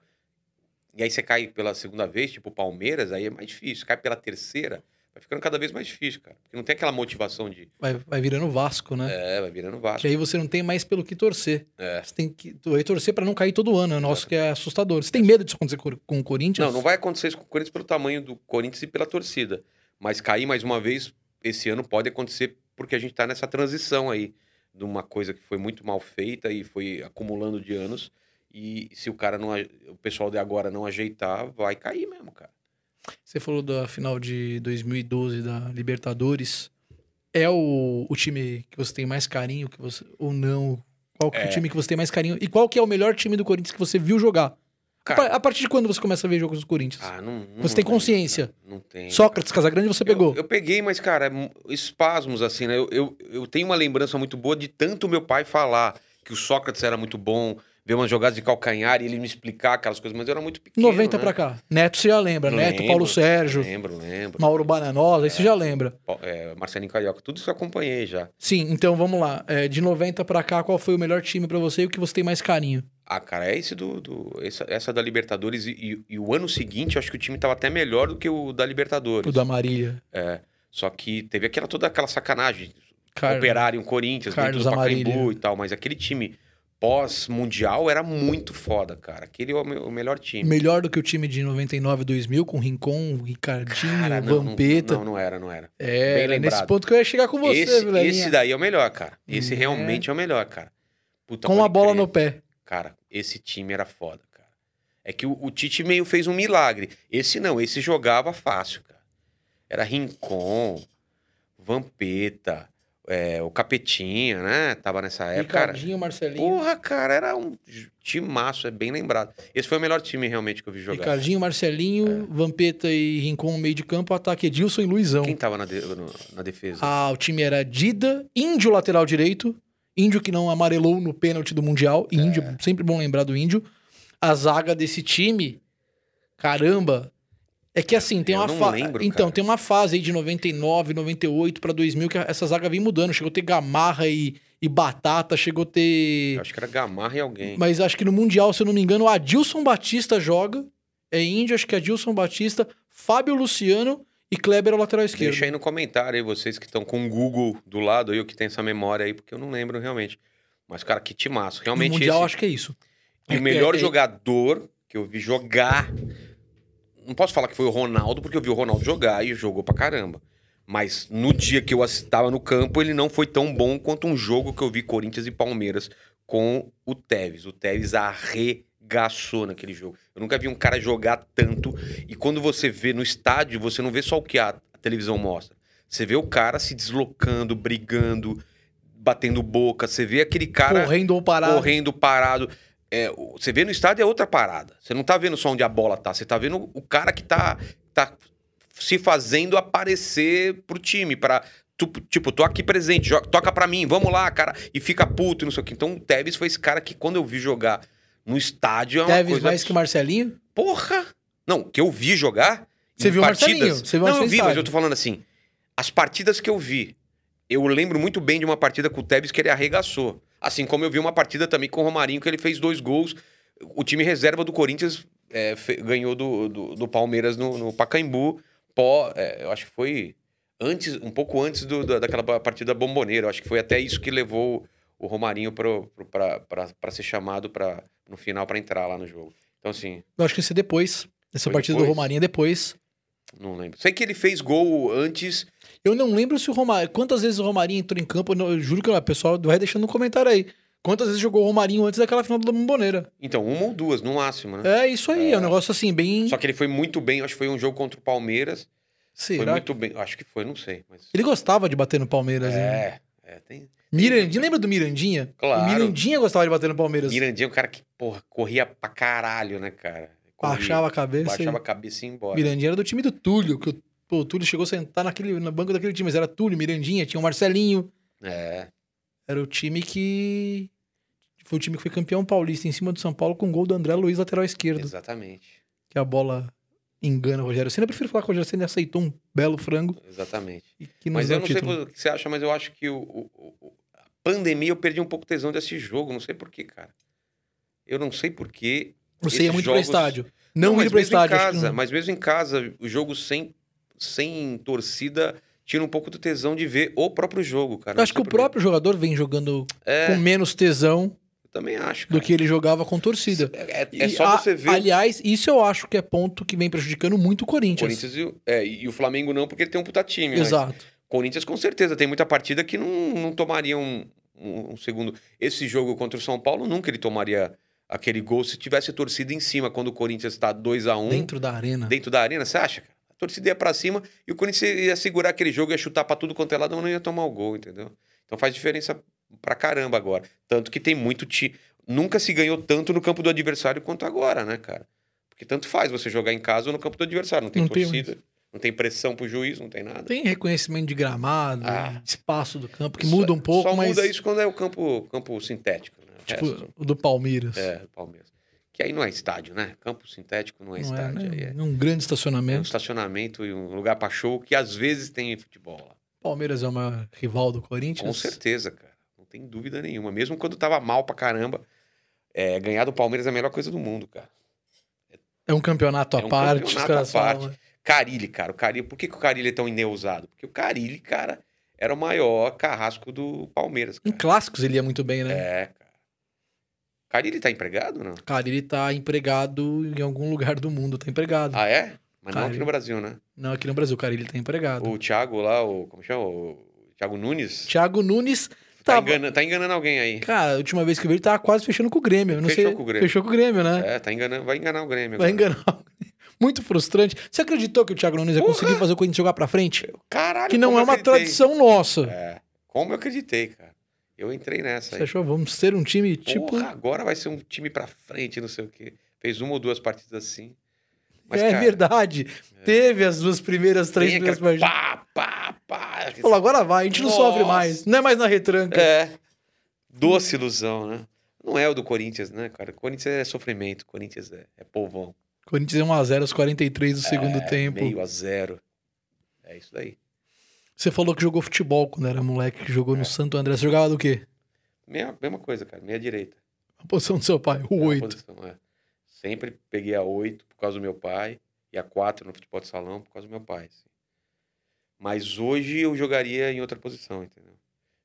Speaker 2: E aí você cai pela segunda vez, tipo o Palmeiras, aí é mais difícil. Cai pela terceira, vai ficando cada vez mais difícil, cara. Porque não tem aquela motivação de,
Speaker 1: Vai, vai virando Vasco, né?
Speaker 2: é, vai virando
Speaker 1: Que
Speaker 2: Vasco.
Speaker 1: aí você não tem mais pelo que torcer.
Speaker 2: É.
Speaker 1: Você tem que tu vai torcer pra não cair todo ano. É o nosso que é assustador. Você tem medo disso acontecer cor- com o Corinthians?
Speaker 2: Não, não vai acontecer isso com o Corinthians pelo tamanho do Corinthians e pela torcida. Mas cair mais uma vez esse ano pode acontecer porque a gente está nessa transição aí de uma coisa que foi muito mal feita e foi acumulando de anos. E se o cara não, a- o pessoal de agora não ajeitar, vai cair mesmo, cara.
Speaker 1: Você falou da final de 2012 da Libertadores. É o, o time que você tem mais carinho que você ou não? Qual que é o
Speaker 2: É.
Speaker 1: time que você tem mais carinho? E qual que é o melhor time do Corinthians que você viu jogar? A par-
Speaker 2: Cara-
Speaker 1: a partir de quando você começa a ver jogos do Corinthians?
Speaker 2: Ah, não, não-
Speaker 1: Você tem
Speaker 2: não-
Speaker 1: consciência?
Speaker 2: Não, não tem.
Speaker 1: Sócrates, Casagrande, você pegou.
Speaker 2: Eu, eu peguei, mas, cara, é mu- espasmos, assim, né? Eu, eu, eu tenho uma lembrança muito boa de tanto meu pai falar que o Sócrates era muito bom, ver umas jogadas de calcanhar e ele me explicar aquelas coisas, mas eu era muito pequeno.
Speaker 1: 90
Speaker 2: né?
Speaker 1: pra cá. Neto você já lembra. Neto,
Speaker 2: Lembro,
Speaker 1: Paulo Sérgio,
Speaker 2: Lembro, lembro.
Speaker 1: Mauro Bananosa, aí você já lembra.
Speaker 2: Pa- é, Marcelinho Carioca, tudo isso eu acompanhei já.
Speaker 1: Sim, então vamos lá. É, de 90 pra cá, qual foi o melhor time pra você e o que você tem mais carinho?
Speaker 2: Ah, cara, é esse do. do- essa, essa da Libertadores e, e- e o ano seguinte, eu acho que o time tava até melhor do que o da Libertadores.
Speaker 1: O da Marília.
Speaker 2: Só que teve aquela, toda aquela sacanagem.
Speaker 1: Cara,
Speaker 2: Operário, Corinthians,
Speaker 1: Carlos
Speaker 2: dentro do Pacaembu
Speaker 1: Amarília.
Speaker 2: e tal, mas aquele time pós-mundial era muito foda, cara. Aquele é o, me- o melhor time.
Speaker 1: melhor do que o time de 99 2000, com Rincon, Ricardinho,
Speaker 2: Cara, não, não,
Speaker 1: Vampeta.
Speaker 2: não, não era, não era.
Speaker 1: é,
Speaker 2: bem
Speaker 1: era
Speaker 2: lembrado.
Speaker 1: nesse ponto que eu ia chegar com você,
Speaker 2: esse,
Speaker 1: Vilelinha.
Speaker 2: esse daí é o melhor, cara. Esse
Speaker 1: É.
Speaker 2: realmente é o melhor, cara. Puta,
Speaker 1: Com
Speaker 2: pode
Speaker 1: a bola
Speaker 2: crer.
Speaker 1: no pé.
Speaker 2: Cara, esse time era foda, cara. É que o, o Tite meio fez um milagre. Esse não, esse jogava fácil, cara. Era Rincon, Vampeta, é, o Capetinha, né? Tava nessa época. Cara,
Speaker 1: Ricardinho, Marcelinho.
Speaker 2: porra, cara, era um timaço, é bem lembrado. Esse foi o melhor time realmente que eu vi jogar.
Speaker 1: Ricardinho,
Speaker 2: É.
Speaker 1: Marcelinho, Vampeta e Rincon no meio de campo, ataque Edilson e Luizão.
Speaker 2: Quem tava na, de- no- na defesa?
Speaker 1: Ah, o time era Dida, índio lateral direito, índio que não amarelou no pênalti do Mundial,
Speaker 2: É.
Speaker 1: índio, sempre bom lembrar do índio. A zaga desse time, caramba, é que assim, tem
Speaker 2: Eu
Speaker 1: uma
Speaker 2: não
Speaker 1: fase.
Speaker 2: lembro,
Speaker 1: Então,
Speaker 2: cara.
Speaker 1: tem uma fase aí de 99, 98 pra 2000 que essa zaga vem mudando. Chegou a ter Gamarra e, e Batata, chegou a ter.
Speaker 2: Eu Acho que era Gamarra e alguém.
Speaker 1: Mas acho que no Mundial, se eu não me engano, o Adilson Batista joga. É índio, acho que é Adilson Batista, Fábio Luciano e Kleber é o lateral esquerdo.
Speaker 2: Deixa aí no comentário aí, vocês que estão com o Google do lado aí, o que tem essa memória aí, porque eu não lembro realmente. Mas, cara, que timaço. Realmente
Speaker 1: no Mundial,
Speaker 2: esse-
Speaker 1: acho que é isso.
Speaker 2: E
Speaker 1: É,
Speaker 2: o melhor
Speaker 1: é, é.
Speaker 2: jogador que eu vi jogar. Não posso falar que foi o Ronaldo, porque eu vi o Ronaldo jogar e jogou pra caramba. Mas no dia que eu estava no campo, ele não foi tão bom quanto um jogo que eu vi Corinthians e Palmeiras com o Tevez. O Tevez arregaçou naquele jogo. Eu nunca vi um cara jogar tanto. E quando você vê no estádio, você não vê só o que a televisão mostra. Você vê o cara se deslocando, brigando, batendo boca. Você vê aquele cara
Speaker 1: Correndo ou parado.
Speaker 2: correndo parado. é, o- você vê no estádio é outra parada. Você não tá vendo só onde a bola tá, você tá vendo o cara que tá, tá se fazendo aparecer pro time, para tipo, tô aqui presente, jo- toca pra mim, vamos lá, cara, e fica puto e não sei o que. Então o Tevez foi esse cara que quando eu vi jogar no estádio é uma
Speaker 1: Tevez
Speaker 2: coisa
Speaker 1: mais que Marcelinho?
Speaker 2: Porra! Não, que eu vi jogar.
Speaker 1: Você
Speaker 2: em
Speaker 1: viu o Marcelinho, você viu o
Speaker 2: não, eu
Speaker 1: Marcelinho
Speaker 2: vi,
Speaker 1: Stalin.
Speaker 2: mas eu tô falando assim. As partidas que eu vi, eu lembro muito bem de uma partida com o Tevez que ele arregaçou. Assim como eu vi uma partida também com o Romarinho, que ele fez dois gols. O time reserva do Corinthians é, fe- ganhou do, do, do Palmeiras no, no Pacaembu. Pó, é, eu acho que foi antes, um pouco antes do- da- daquela ba- partida bomboneira. Eu acho que foi até isso que levou o Romarinho para ser chamado pra, no final para entrar lá no jogo. Então, assim,
Speaker 1: Eu acho que isso é depois. Essa
Speaker 2: Foi
Speaker 1: partida do
Speaker 2: depois?
Speaker 1: Romarinho é depois.
Speaker 2: Não lembro. Sei que ele fez gol antes.
Speaker 1: Eu não lembro se o Romarinho. Quantas vezes o Romarinho entrou em campo? Eu, não- eu juro que o pessoal vai deixando no comentário aí. Quantas vezes jogou o Romarinho antes daquela final da Bomboneira?
Speaker 2: Então, uma ou duas, no máximo, né?
Speaker 1: É isso aí, é, um negócio assim, bem.
Speaker 2: Só que ele foi muito bem. Acho que foi um jogo contra o Palmeiras. Foi
Speaker 1: Será?
Speaker 2: muito bem. Acho que foi, não sei. Mas...
Speaker 1: Ele gostava de bater no Palmeiras, né?
Speaker 2: É, é, tem.
Speaker 1: Mirandinha, lembra do Mirandinha?
Speaker 2: Claro.
Speaker 1: O Mirandinha gostava de bater no Palmeiras.
Speaker 2: Mirandinha é um cara que, porra, corria pra caralho, né, cara? Corria,
Speaker 1: Baixava a cabeça.
Speaker 2: baixava a
Speaker 1: Baixava
Speaker 2: cabeça e ia embora.
Speaker 1: Mirandinha era do time do Túlio, que o, pô, o Túlio chegou a sentar naquele, no banco daquele time, mas era Túlio, Mirandinha, tinha o Marcelinho.
Speaker 2: É.
Speaker 1: Era o time que. Foi o time que foi campeão paulista em cima do São Paulo com o gol do André Luiz, lateral esquerdo.
Speaker 2: Exatamente.
Speaker 1: que a bola engana o Rogério Senna. Eu prefiro falar que o Rogério Senna aceitou um belo frango
Speaker 2: Exatamente.
Speaker 1: e que nos
Speaker 2: Mas
Speaker 1: deu é o
Speaker 2: eu não sei
Speaker 1: título.
Speaker 2: o que você acha, mas eu acho que o, o- o- a pandemia eu perdi um pouco o tesão desse jogo. Não sei porquê, cara. Eu não sei porquê.
Speaker 1: Você ia
Speaker 2: esses
Speaker 1: é muito pro
Speaker 2: jogos-
Speaker 1: estádio. Não,
Speaker 2: mas
Speaker 1: ir pro
Speaker 2: mesmo
Speaker 1: estádio.
Speaker 2: Em
Speaker 1: acho que
Speaker 2: casa,
Speaker 1: não.
Speaker 2: Mas mesmo em casa, o jogo sem, sem torcida tira um pouco do tesão de ver o próprio jogo, cara.
Speaker 1: Eu acho que
Speaker 2: Não
Speaker 1: o
Speaker 2: sei por quê.
Speaker 1: próprio jogador vem jogando
Speaker 2: É,
Speaker 1: com menos tesão
Speaker 2: eu também acho.
Speaker 1: do
Speaker 2: Cara.
Speaker 1: que ele jogava com torcida.
Speaker 2: É, é- é
Speaker 1: E
Speaker 2: só
Speaker 1: a-
Speaker 2: você ver
Speaker 1: Aliás, isso eu acho que é ponto que vem prejudicando muito o
Speaker 2: o
Speaker 1: Corinthians.
Speaker 2: Corinthians e o, é, e o Flamengo não, porque ele tem um puta time. mas
Speaker 1: Exato.
Speaker 2: o Corinthians com certeza tem muita partida que não, não tomaria um, um- um segundo. Esse jogo contra o São Paulo, nunca ele tomaria aquele gol se tivesse torcida em cima, quando o Corinthians tá 2 a 1
Speaker 1: Dentro da arena.
Speaker 2: dentro da arena, você acha, cara? A torcida ia pra cima e o Corinthians ia segurar aquele jogo, ia chutar pra tudo quanto é lado, mas não ia tomar o gol, entendeu? Então faz diferença pra caramba agora. Tanto que tem muito time. Nunca se ganhou tanto no campo do adversário quanto agora, né, cara? Porque tanto faz você jogar em casa ou no campo do adversário. Não tem
Speaker 1: Não tem
Speaker 2: torcida, não tem pressão pro juiz, não tem nada.
Speaker 1: Tem reconhecimento de gramado,
Speaker 2: Ah.
Speaker 1: espaço do campo, que muda um
Speaker 2: Só-
Speaker 1: pouco,
Speaker 2: Só
Speaker 1: mas.
Speaker 2: muda isso quando é o campo, campo sintético, né? O
Speaker 1: Tipo,
Speaker 2: resto,
Speaker 1: o do Palmeiras.
Speaker 2: é, do Palmeiras. Que aí não é estádio, né? Campo sintético não é
Speaker 1: não é,
Speaker 2: estádio. aí
Speaker 1: né?
Speaker 2: é-
Speaker 1: Um grande
Speaker 2: é um
Speaker 1: estacionamento.
Speaker 2: estacionamento e um lugar pra show que às vezes tem futebol lá.
Speaker 1: Palmeiras é uma rival do Corinthians.
Speaker 2: Com certeza, cara. Não tem dúvida nenhuma. Mesmo quando tava mal pra caramba, é, ganhar do Palmeiras é a melhor coisa do mundo, cara.
Speaker 1: É um campeonato à
Speaker 2: É um
Speaker 1: parte, os
Speaker 2: campeonato
Speaker 1: caras
Speaker 2: à parte.
Speaker 1: falam. né?
Speaker 2: Carilli, cara. O Carilli, por que, que o Carilli é tão endeusado? Porque o Carilli, cara, era o maior carrasco do Palmeiras,
Speaker 1: Em
Speaker 2: cara.
Speaker 1: clássicos ele ia muito bem, né?
Speaker 2: É, cara. Carilli tá empregado ou não?
Speaker 1: Cara, ele tá empregado em algum lugar do mundo, tá empregado.
Speaker 2: Ah, é? Mas não aqui
Speaker 1: Carilli.
Speaker 2: no Brasil, né?
Speaker 1: Não, aqui no Brasil, cara, ele tá empregado.
Speaker 2: O Thiago lá, o. Como chama? O Thiago Nunes.
Speaker 1: Thiago Nunes
Speaker 2: Tá,
Speaker 1: tava.
Speaker 2: engana- tá enganando alguém aí.
Speaker 1: Cara, a última vez que eu vi ele tava quase fechando com o Grêmio. eu Não
Speaker 2: Fechou
Speaker 1: sei...
Speaker 2: com o Grêmio.
Speaker 1: Fechou com o Grêmio, né?
Speaker 2: É, tá enganando. Vai enganar o Grêmio
Speaker 1: Vai
Speaker 2: agora.
Speaker 1: enganar. Muito frustrante. Você acreditou que o Thiago Nunes ia
Speaker 2: Porra!
Speaker 1: conseguir fazer o Corinthians jogar pra frente?
Speaker 2: Caralho,
Speaker 1: Que não
Speaker 2: como
Speaker 1: é
Speaker 2: eu
Speaker 1: uma
Speaker 2: acreditei.
Speaker 1: tradição nossa.
Speaker 2: É. Como eu acreditei, cara. Eu entrei nessa aí.
Speaker 1: Você achou? Vamos ser um time tipo.
Speaker 2: Porra, agora vai ser um time pra frente, não sei o quê. Fez uma ou duas partidas assim. Mas,
Speaker 1: é
Speaker 2: cara, é.
Speaker 1: verdade. Teve as duas primeiras, três
Speaker 2: tem aquela-
Speaker 1: primeiras partidas.
Speaker 2: Pá, pá, pá.
Speaker 1: Falou, agora vai, a gente não
Speaker 2: Nossa.
Speaker 1: sofre mais. Não é mais na retranca.
Speaker 2: É. Doce ilusão, né? Não é o do Corinthians, né, cara? O Corinthians é sofrimento. O Corinthians é, é povão.
Speaker 1: Corinthians é 1x0 aos 43 do segundo tempo.
Speaker 2: É, Meio a zero. É isso daí.
Speaker 1: Você falou que jogou futebol quando era moleque, que
Speaker 2: É.
Speaker 1: jogou no Santo André. Você jogava do quê?
Speaker 2: Mesma, mesma coisa, cara. Meia direita.
Speaker 1: A posição do seu pai, o
Speaker 2: Era a
Speaker 1: 8.
Speaker 2: posição, é. Sempre peguei a 8 por causa do meu pai e a 4 no futebol de salão por causa do meu pai. assim. Mas hoje eu jogaria em outra posição, entendeu?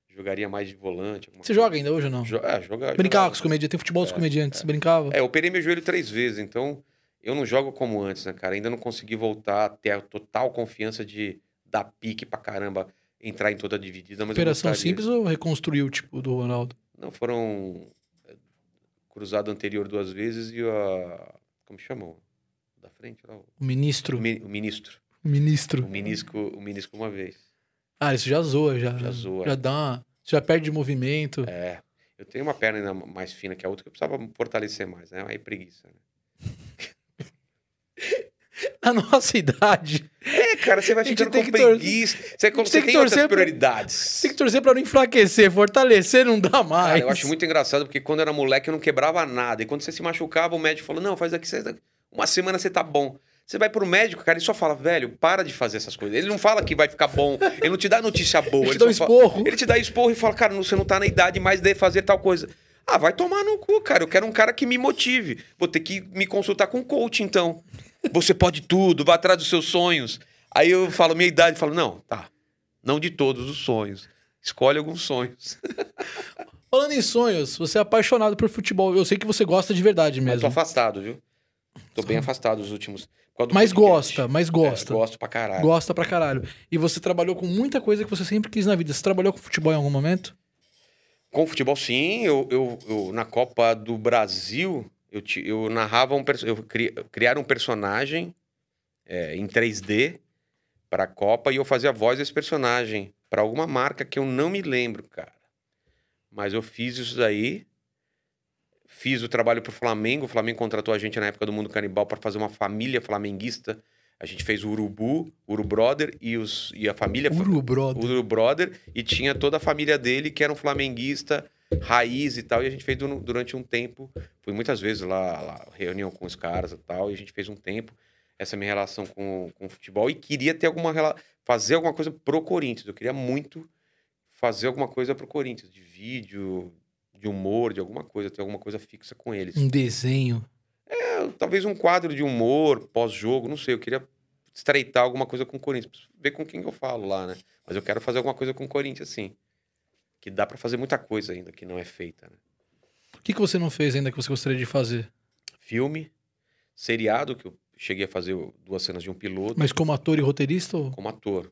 Speaker 2: Jogaria mais de volante. alguma
Speaker 1: Você
Speaker 2: coisa.
Speaker 1: joga ainda hoje ou não?
Speaker 2: Jo é, joga,
Speaker 1: Brincava
Speaker 2: jogava.
Speaker 1: com os comediantes, tem futebol dos
Speaker 2: É,
Speaker 1: comediantes, você brincava.
Speaker 2: É, eu operei meu joelho três vezes, então eu não jogo como antes, né, cara? Ainda não consegui voltar a ter a total confiança de dar pique pra caramba, entrar em toda a dividida. Mas eu
Speaker 1: Operação
Speaker 2: gostaria.
Speaker 1: simples ou reconstruiu, tipo, do Ronaldo?
Speaker 2: Não, foram é, cruzado anterior duas vezes e a. Como chamam? Da frente lá? o-
Speaker 1: O
Speaker 2: O,
Speaker 1: ministro.
Speaker 2: mi- o ministro.
Speaker 1: O
Speaker 2: O
Speaker 1: ministro.
Speaker 2: menisco, o menisco uma vez.
Speaker 1: Ah, isso já zoa, já.
Speaker 2: Já zoa.
Speaker 1: Já dá uma... Você já perde movimento.
Speaker 2: É. Eu Eu tenho uma perna ainda mais fina que a outra que eu precisava fortalecer mais, né? Aí preguiça, né?
Speaker 1: Na nossa idade,
Speaker 2: É, cara, você vai
Speaker 1: A gente
Speaker 2: ficando
Speaker 1: tem
Speaker 2: com
Speaker 1: que torcer-
Speaker 2: preguiça. Você, é
Speaker 1: gente
Speaker 2: você
Speaker 1: tem que
Speaker 2: tem outras
Speaker 1: torcer pra-
Speaker 2: prioridades.
Speaker 1: tem que torcer pra não enfraquecer, fortalecer não dá mais.
Speaker 2: Cara, eu acho muito engraçado, porque quando eu era moleque eu não quebrava nada. E quando você se machucava, o médico falou: não, faz daqui, seis- uma semana você tá bom. Você vai pro médico, cara, ele só fala, velho, para de fazer essas coisas. Ele não fala que vai ficar bom, ele não te dá notícia boa.
Speaker 1: Ele te dá um
Speaker 2: só fala-
Speaker 1: esporro.
Speaker 2: Ele te dá esporro e fala, cara, não- você não tá na idade mais de fazer tal coisa. Ah, vai tomar no cu, cara. Eu quero um cara que me motive. Vou ter que me consultar com um coach, então. Você pode tudo, vá atrás dos seus sonhos. Aí eu falo, minha idade, falo, não, tá. Não de todos os sonhos. Escolhe alguns sonhos.
Speaker 1: Falando em sonhos, você é apaixonado por futebol. Eu sei que você gosta de verdade
Speaker 2: Mas tô
Speaker 1: mesmo.
Speaker 2: afastado, viu? Tô bem afastado os últimos. por causa do
Speaker 1: Mas
Speaker 2: podcast.
Speaker 1: gosta, mas
Speaker 2: É,
Speaker 1: gosta.
Speaker 2: gosto pra caralho.
Speaker 1: Gosta pra caralho. E você trabalhou com muita coisa que você sempre quis na vida. Você trabalhou com futebol em algum momento?
Speaker 2: Com futebol, sim. Eu, eu, eu- na Copa do Brasil, eu, ti- eu narrava um... perso- Eu cri, criaram um personagem é, em 3D pra Copa e eu fazia a voz desse personagem pra alguma marca que eu não me lembro, cara. Mas eu fiz isso daí. Fiz o trabalho pro Flamengo. O Flamengo contratou a gente na época do Mundo Canibal pra fazer uma família flamenguista. A gente fez o Urubu, Uru Brother e, os, e a família...
Speaker 1: Uru, brother.
Speaker 2: o brother e tinha toda a família dele que era um flamenguista raiz e tal e a gente fez du- durante um tempo fui muitas vezes lá, lá, reunião com os caras e tal e a gente fez um tempo essa minha relação com, com o futebol e queria ter alguma rela- fazer alguma coisa pro Corinthians eu queria muito fazer alguma coisa pro Corinthians de vídeo de humor de alguma coisa ter alguma coisa fixa com eles
Speaker 1: Um desenho.
Speaker 2: é, talvez um quadro de humor, pós-jogo, não sei. Eu queria estreitar alguma coisa com o Corinthians. Preciso ver com quem que eu falo lá, né? Mas eu quero fazer alguma coisa com o Corinthians, sim. Que dá pra fazer muita coisa ainda que não é feita, né?
Speaker 1: O que, que você não fez ainda que você gostaria de fazer?
Speaker 2: Filme, seriado, que eu cheguei a fazer duas cenas de um piloto,
Speaker 1: Mas como ator e roteirista? ou-
Speaker 2: como ator.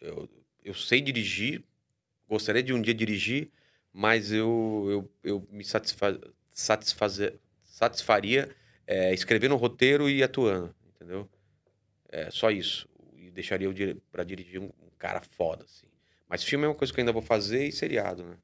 Speaker 2: Eu, eu sei dirigir, gostaria de um dia dirigir, mas eu, eu, eu me satisfa satisfazer, satisfaria é, escrevendo um roteiro e atuando, entendeu? É só isso. E deixaria eu dire- pra dirigir um, um cara foda, assim. Mas filme é uma coisa que eu ainda vou fazer e seriado, né?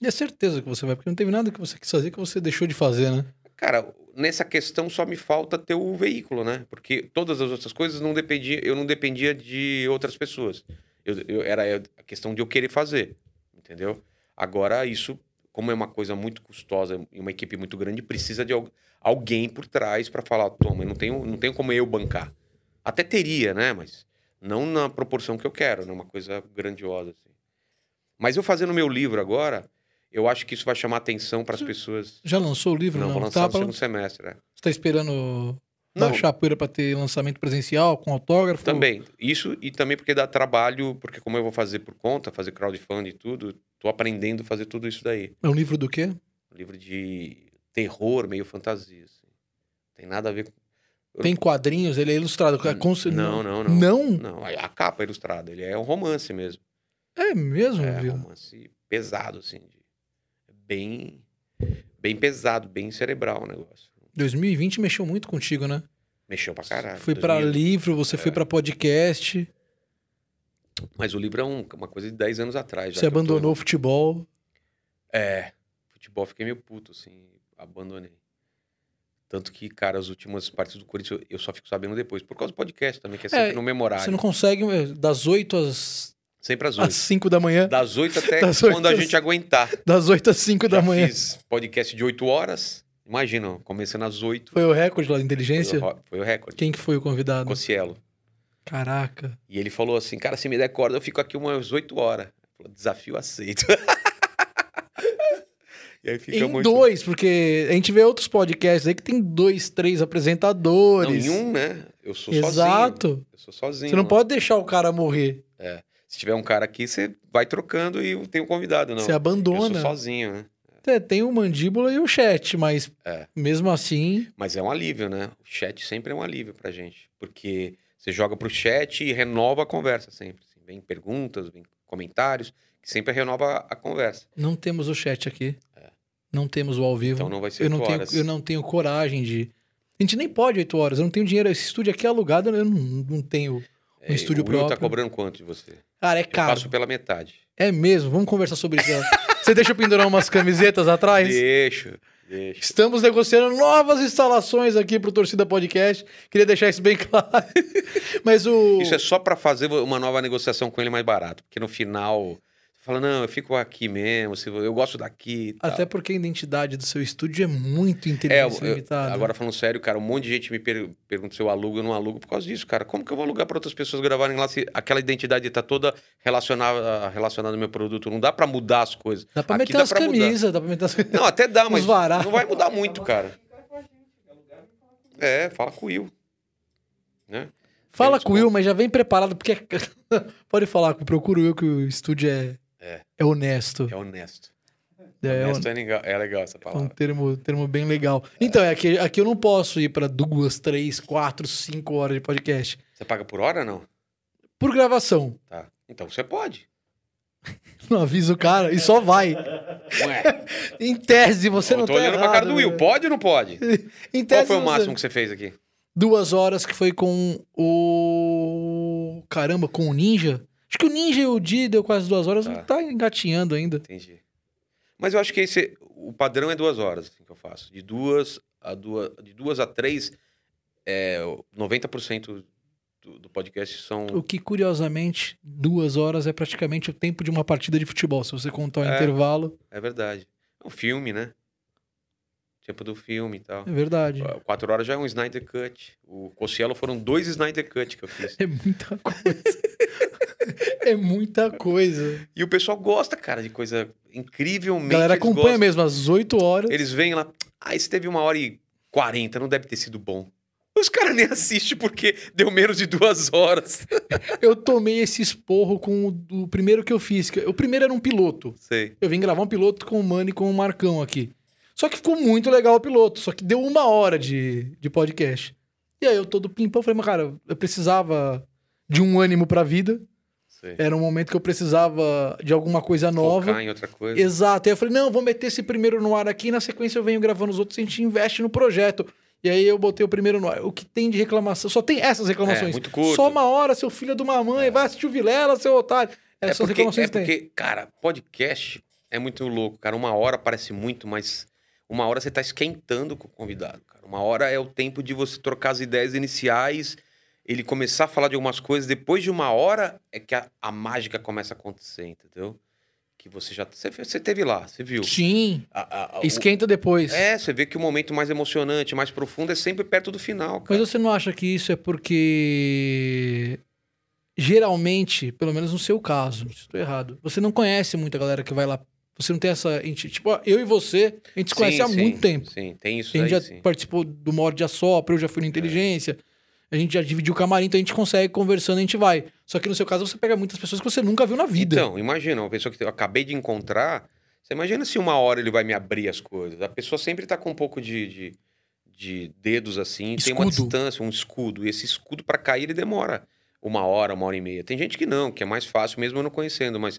Speaker 1: E é certeza que você vai, porque não teve nada que você quis fazer que você deixou de fazer, né?
Speaker 2: Cara, nessa questão só me falta ter o veículo, né? Porque todas as outras coisas não dependia, eu não dependia de outras pessoas. Eu, eu- era a questão de eu querer fazer, entendeu? Agora, isso, como é uma coisa muito custosa e uma equipe muito grande, precisa de al- alguém por trás para falar: toma, eu não tenho, não tenho como eu bancar. Até teria, né? Mas não na proporção que eu quero, né? Uma coisa grandiosa. Assim. Mas eu fazendo meu livro agora, eu acho que isso vai chamar atenção para as pessoas.
Speaker 1: Já lançou o livro?
Speaker 2: Não,
Speaker 1: Não,
Speaker 2: vou lançar
Speaker 1: tá,
Speaker 2: no
Speaker 1: pra-
Speaker 2: segundo semestre. né?
Speaker 1: Você tá esperando
Speaker 2: Não,
Speaker 1: baixar a poeira pra ter lançamento presencial, com autógrafo?
Speaker 2: também. Isso e também porque dá trabalho, porque como eu vou fazer por conta, fazer crowdfunding e tudo, tô aprendendo a fazer tudo isso daí.
Speaker 1: É um livro do quê?
Speaker 2: Um livro de terror, meio fantasia. assim. Tem nada a ver com...
Speaker 1: Tem quadrinhos, ele é ilustrado. é com-
Speaker 2: Não, não, não.
Speaker 1: Não?
Speaker 2: Não, a capa é ilustrada. Ele é um romance mesmo.
Speaker 1: É mesmo,
Speaker 2: É
Speaker 1: viu?
Speaker 2: um romance pesado, assim. de- Bem... Bem pesado, bem cerebral o negócio.
Speaker 1: 2020 mexeu muito contigo, né?
Speaker 2: Mexeu pra caralho.
Speaker 1: foi pra
Speaker 2: 2000.
Speaker 1: livro, você
Speaker 2: É.
Speaker 1: foi pra podcast,
Speaker 2: Mas o livro é um- uma coisa de 10 anos atrás.
Speaker 1: você
Speaker 2: já que eu tô-
Speaker 1: abandonou o futebol.
Speaker 2: É, futebol eu fiquei meio puto, assim, abandonei. Tanto que, cara, as últimas partes do Corinthians eu- eu só fico sabendo depois. Por causa do podcast também, que é sempre
Speaker 1: É,
Speaker 2: no memorário.
Speaker 1: Você não consegue é, das 8 às,
Speaker 2: Sempre às
Speaker 1: às
Speaker 2: oito.
Speaker 1: 5 da manhã.
Speaker 2: Das oito até
Speaker 1: Das
Speaker 2: quando a
Speaker 1: oito às-
Speaker 2: gente aguentar.
Speaker 1: Das 8 às 5 da
Speaker 2: Já
Speaker 1: manhã.
Speaker 2: fiz podcast de oito horas. Imagina, ó, começando às oito.
Speaker 1: Foi o recorde lá da
Speaker 2: Foi,
Speaker 1: inteligência?
Speaker 2: o ro- foi o recorde.
Speaker 1: Quem que foi o convidado?
Speaker 2: Cossielo.
Speaker 1: Caraca.
Speaker 2: E ele falou assim, cara, se me der corda, eu fico aqui umas oito horas. Ele falou, Desafio aceito. e aí
Speaker 1: Em
Speaker 2: ficamos...
Speaker 1: dois, porque a gente vê outros podcasts aí que tem dois, três
Speaker 2: Não,
Speaker 1: apresentadores.
Speaker 2: em um, né? Eu sou sozinho.
Speaker 1: Exato.
Speaker 2: Eu sou sozinho.
Speaker 1: Você não
Speaker 2: né?
Speaker 1: pode deixar o cara morrer.
Speaker 2: Se tiver um cara aqui, você vai trocando e tem um convidado, não.
Speaker 1: Você
Speaker 2: Eu sou
Speaker 1: abandona.
Speaker 2: sozinho, né?
Speaker 1: É, tem o mandíbula e o chat, mas
Speaker 2: É.
Speaker 1: mesmo assim.
Speaker 2: Mas é um alívio, né? O chat sempre é um alívio pra gente. Porque você joga pro chat e renova a conversa sempre. assim. Vem perguntas, vem comentários, que sempre renova a conversa.
Speaker 1: Não temos o chat aqui. Não temos o ao vivo.
Speaker 2: É. Então não vai ser
Speaker 1: eu, não
Speaker 2: oito
Speaker 1: tenho,
Speaker 2: horas.
Speaker 1: eu não tenho coragem de. A gente nem pode oito horas. Eu não tenho dinheiro. Esse estúdio aqui é alugado, eu não, não tenho.
Speaker 2: É,
Speaker 1: um estúdio
Speaker 2: o Will tá
Speaker 1: próprio.
Speaker 2: cobrando quanto de você?
Speaker 1: Cara, é
Speaker 2: Eu
Speaker 1: caro.
Speaker 2: faço pela metade.
Speaker 1: É mesmo. Vamos conversar sobre isso. Você deixa eu pendurar umas camisetas atrás?
Speaker 2: Deixa, deixa.
Speaker 1: Estamos negociando novas instalações aqui pro Torcida Podcast. Queria deixar isso bem claro. Mas o.
Speaker 2: Isso é só pra fazer uma nova negociação com ele mais barato. Porque no final, você fala, não, eu fico aqui mesmo, se- eu gosto daqui e tal.
Speaker 1: Até porque a identidade do seu estúdio é muito
Speaker 2: É, eu-
Speaker 1: inteligência
Speaker 2: eu-
Speaker 1: limitada.
Speaker 2: agora falando sério, cara, um monte de gente me per- pergunta se eu alugo ou não alugo por causa disso, cara. Como que eu vou alugar para outras pessoas gravarem lá se aquela identidade tá toda relacionada, relacionada ao meu produto? Não dá para mudar as coisas.
Speaker 1: Dá pra
Speaker 2: aqui
Speaker 1: meter
Speaker 2: dá
Speaker 1: as
Speaker 2: pra mudar.
Speaker 1: camisas, dá pra meter as
Speaker 2: Não, até dá, mas
Speaker 1: Os varal.
Speaker 2: não vai mudar muito, cara. É, fala com o Will. Né?
Speaker 1: Fala
Speaker 2: Eles
Speaker 1: com o Will, mas já vem preparado, porque. Pode falar, procura o Will que o estúdio é,
Speaker 2: É.
Speaker 1: é honesto.
Speaker 2: É honesto.
Speaker 1: É,
Speaker 2: honesto é legal, é legal essa
Speaker 1: é um
Speaker 2: palavra.
Speaker 1: termo, termo bem legal. Então, é aqui, aqui eu não posso ir pra duas, três, quatro, cinco horas de podcast.
Speaker 2: Você paga por hora ou não?
Speaker 1: Por gravação.
Speaker 2: Tá. Então você pode.
Speaker 1: Não avisa o cara e só vai.
Speaker 2: Ué,
Speaker 1: Em tese, você
Speaker 2: é? eu
Speaker 1: não
Speaker 2: tô
Speaker 1: tá
Speaker 2: olhando pra cara
Speaker 1: errado,
Speaker 2: do Will.
Speaker 1: né?
Speaker 2: Pode ou não pode?
Speaker 1: Em tese,
Speaker 2: Qual foi o
Speaker 1: você-
Speaker 2: máximo que você fez aqui?
Speaker 1: Duas horas que foi com o. Caramba, com o Ninja. Acho que o Ninja e o Di deu quase duas horas.
Speaker 2: Tá.
Speaker 1: Tá engatinhando ainda.
Speaker 2: Entendi. Mas eu acho que esse, o padrão é duas horas assim, que eu faço. De duas a duas, de duas a três, é, 90% do, do podcast são.
Speaker 1: O que, curiosamente, duas horas é praticamente o tempo de uma partida de futebol. Se você contar o
Speaker 2: É.
Speaker 1: intervalo,
Speaker 2: É verdade. É um filme, né? Tempo do filme e tal.
Speaker 1: é verdade.
Speaker 2: Qu- Quatro horas já é um Snyder Cut. O Cossielo foram dois Snyder Cut que eu fiz.
Speaker 1: É muita coisa. é muita coisa.
Speaker 2: E o pessoal gosta, cara, de coisa incrivelmente.
Speaker 1: galera
Speaker 2: eles
Speaker 1: acompanha
Speaker 2: gostam.
Speaker 1: mesmo, né? às oito horas.
Speaker 2: Eles vêm lá. Ah, esse teve uma hora e quarenta, não deve ter sido bom. Os caras nem assistem porque deu menos de duas horas.
Speaker 1: Eu tomei esse esporro com o, o primeiro que eu fiz. que- O primeiro era um piloto.
Speaker 2: Sei.
Speaker 1: Eu vim gravar um piloto com o Mano e com o Marcão aqui. Só que ficou muito legal o piloto, só que deu uma hora de, de podcast. E aí eu todo pimpão, falei, mas cara, eu precisava de um ânimo pra vida.
Speaker 2: sei.
Speaker 1: Era um momento que eu precisava de alguma coisa nova.
Speaker 2: Focar em outra coisa.
Speaker 1: Exato. Aí eu falei, não, vou meter esse primeiro no ar aqui, na sequência eu venho gravando os outros e a gente investe no projeto. E aí eu botei o primeiro no ar. O que tem de reclamação? Só tem essas reclamações.
Speaker 2: É, muito curto.
Speaker 1: Só uma hora, seu filho de uma mãe, vai assistir o Vilela, seu otário.
Speaker 2: é
Speaker 1: Essas
Speaker 2: porque,
Speaker 1: reclamações
Speaker 2: é
Speaker 1: tem.
Speaker 2: porque, cara, podcast é muito louco, cara. Uma hora parece muito, mas uma hora você tá esquentando com o convidado, cara. Uma hora é o tempo de você trocar as ideias iniciais, ele começar a falar de algumas coisas. Depois de uma hora é que a, a mágica começa a acontecer, entendeu? Que você já. Você, você teve lá, você viu.
Speaker 1: Sim.
Speaker 2: A- a- a- o-
Speaker 1: Esquenta depois.
Speaker 2: É, você vê que o momento mais emocionante, mais profundo é sempre perto do final,
Speaker 1: Mas
Speaker 2: cara.
Speaker 1: você não acha que isso é porque. Geralmente, pelo menos no seu caso, se estou errado, você não conhece muita galera que vai lá. Você não tem essa. a gente- Tipo, ó, eu e você, a gente se conhece
Speaker 2: Sim,
Speaker 1: há
Speaker 2: sim,
Speaker 1: muito tempo.
Speaker 2: Sim, tem isso
Speaker 1: A gente
Speaker 2: aí,
Speaker 1: já
Speaker 2: sim. É.
Speaker 1: participou do Morde a Sopra, eu já fui no Inteligência. A gente já dividiu o camarim, então a gente consegue conversando, a gente vai. Só que no seu caso você pega muitas pessoas que você nunca viu na vida.
Speaker 2: Então, imagina, uma pessoa que eu acabei de encontrar, você imagina se uma hora ele vai me abrir as coisas. A pessoa sempre tá com um pouco de, de, de dedos assim, tem uma
Speaker 1: Escudo.
Speaker 2: distância, um escudo. E esse escudo para cair ele demora uma hora, uma hora e meia. Tem gente que não, que é mais fácil mesmo eu não conhecendo, mas.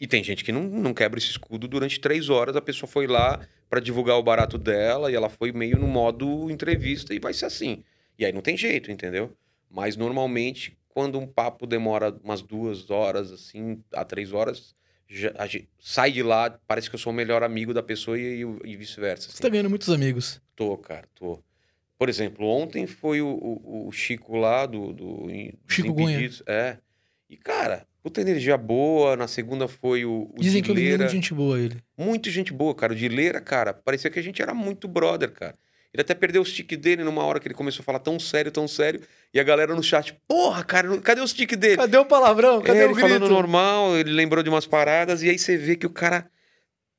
Speaker 2: E tem gente que não, não quebra esse escudo durante três horas. A pessoa foi lá para divulgar o barato dela e ela foi meio no modo entrevista e vai ser assim. E aí não tem jeito, entendeu? Mas normalmente, quando um papo demora umas duas horas, assim, a três horas, já- a gente sai de lá, parece que eu sou o melhor amigo da pessoa e, e o- e vice-versa.
Speaker 1: Você
Speaker 2: assim.
Speaker 1: tá ganhando muitos amigos.
Speaker 2: Tô, cara, tô. Por exemplo, ontem foi o, o- o Chico lá do, do em- dos
Speaker 1: Chico Gunha.
Speaker 2: Impedidos, É. E, cara, puta energia boa. Na segunda foi o, o
Speaker 1: Dizem que eu um menino
Speaker 2: Dileira.
Speaker 1: de gente boa ele.
Speaker 2: Muito gente boa, cara. O Dileira, cara, parecia que a gente era muito brother, cara. Ele até perdeu o stick dele numa hora que ele começou a falar tão sério, tão sério. E a galera no chat, porra, cara, não- cadê o stick dele?
Speaker 1: Cadê o palavrão? Cadê
Speaker 2: É,
Speaker 1: o
Speaker 2: ele
Speaker 1: grito?
Speaker 2: falando normal, ele lembrou de umas paradas. E aí você vê que o cara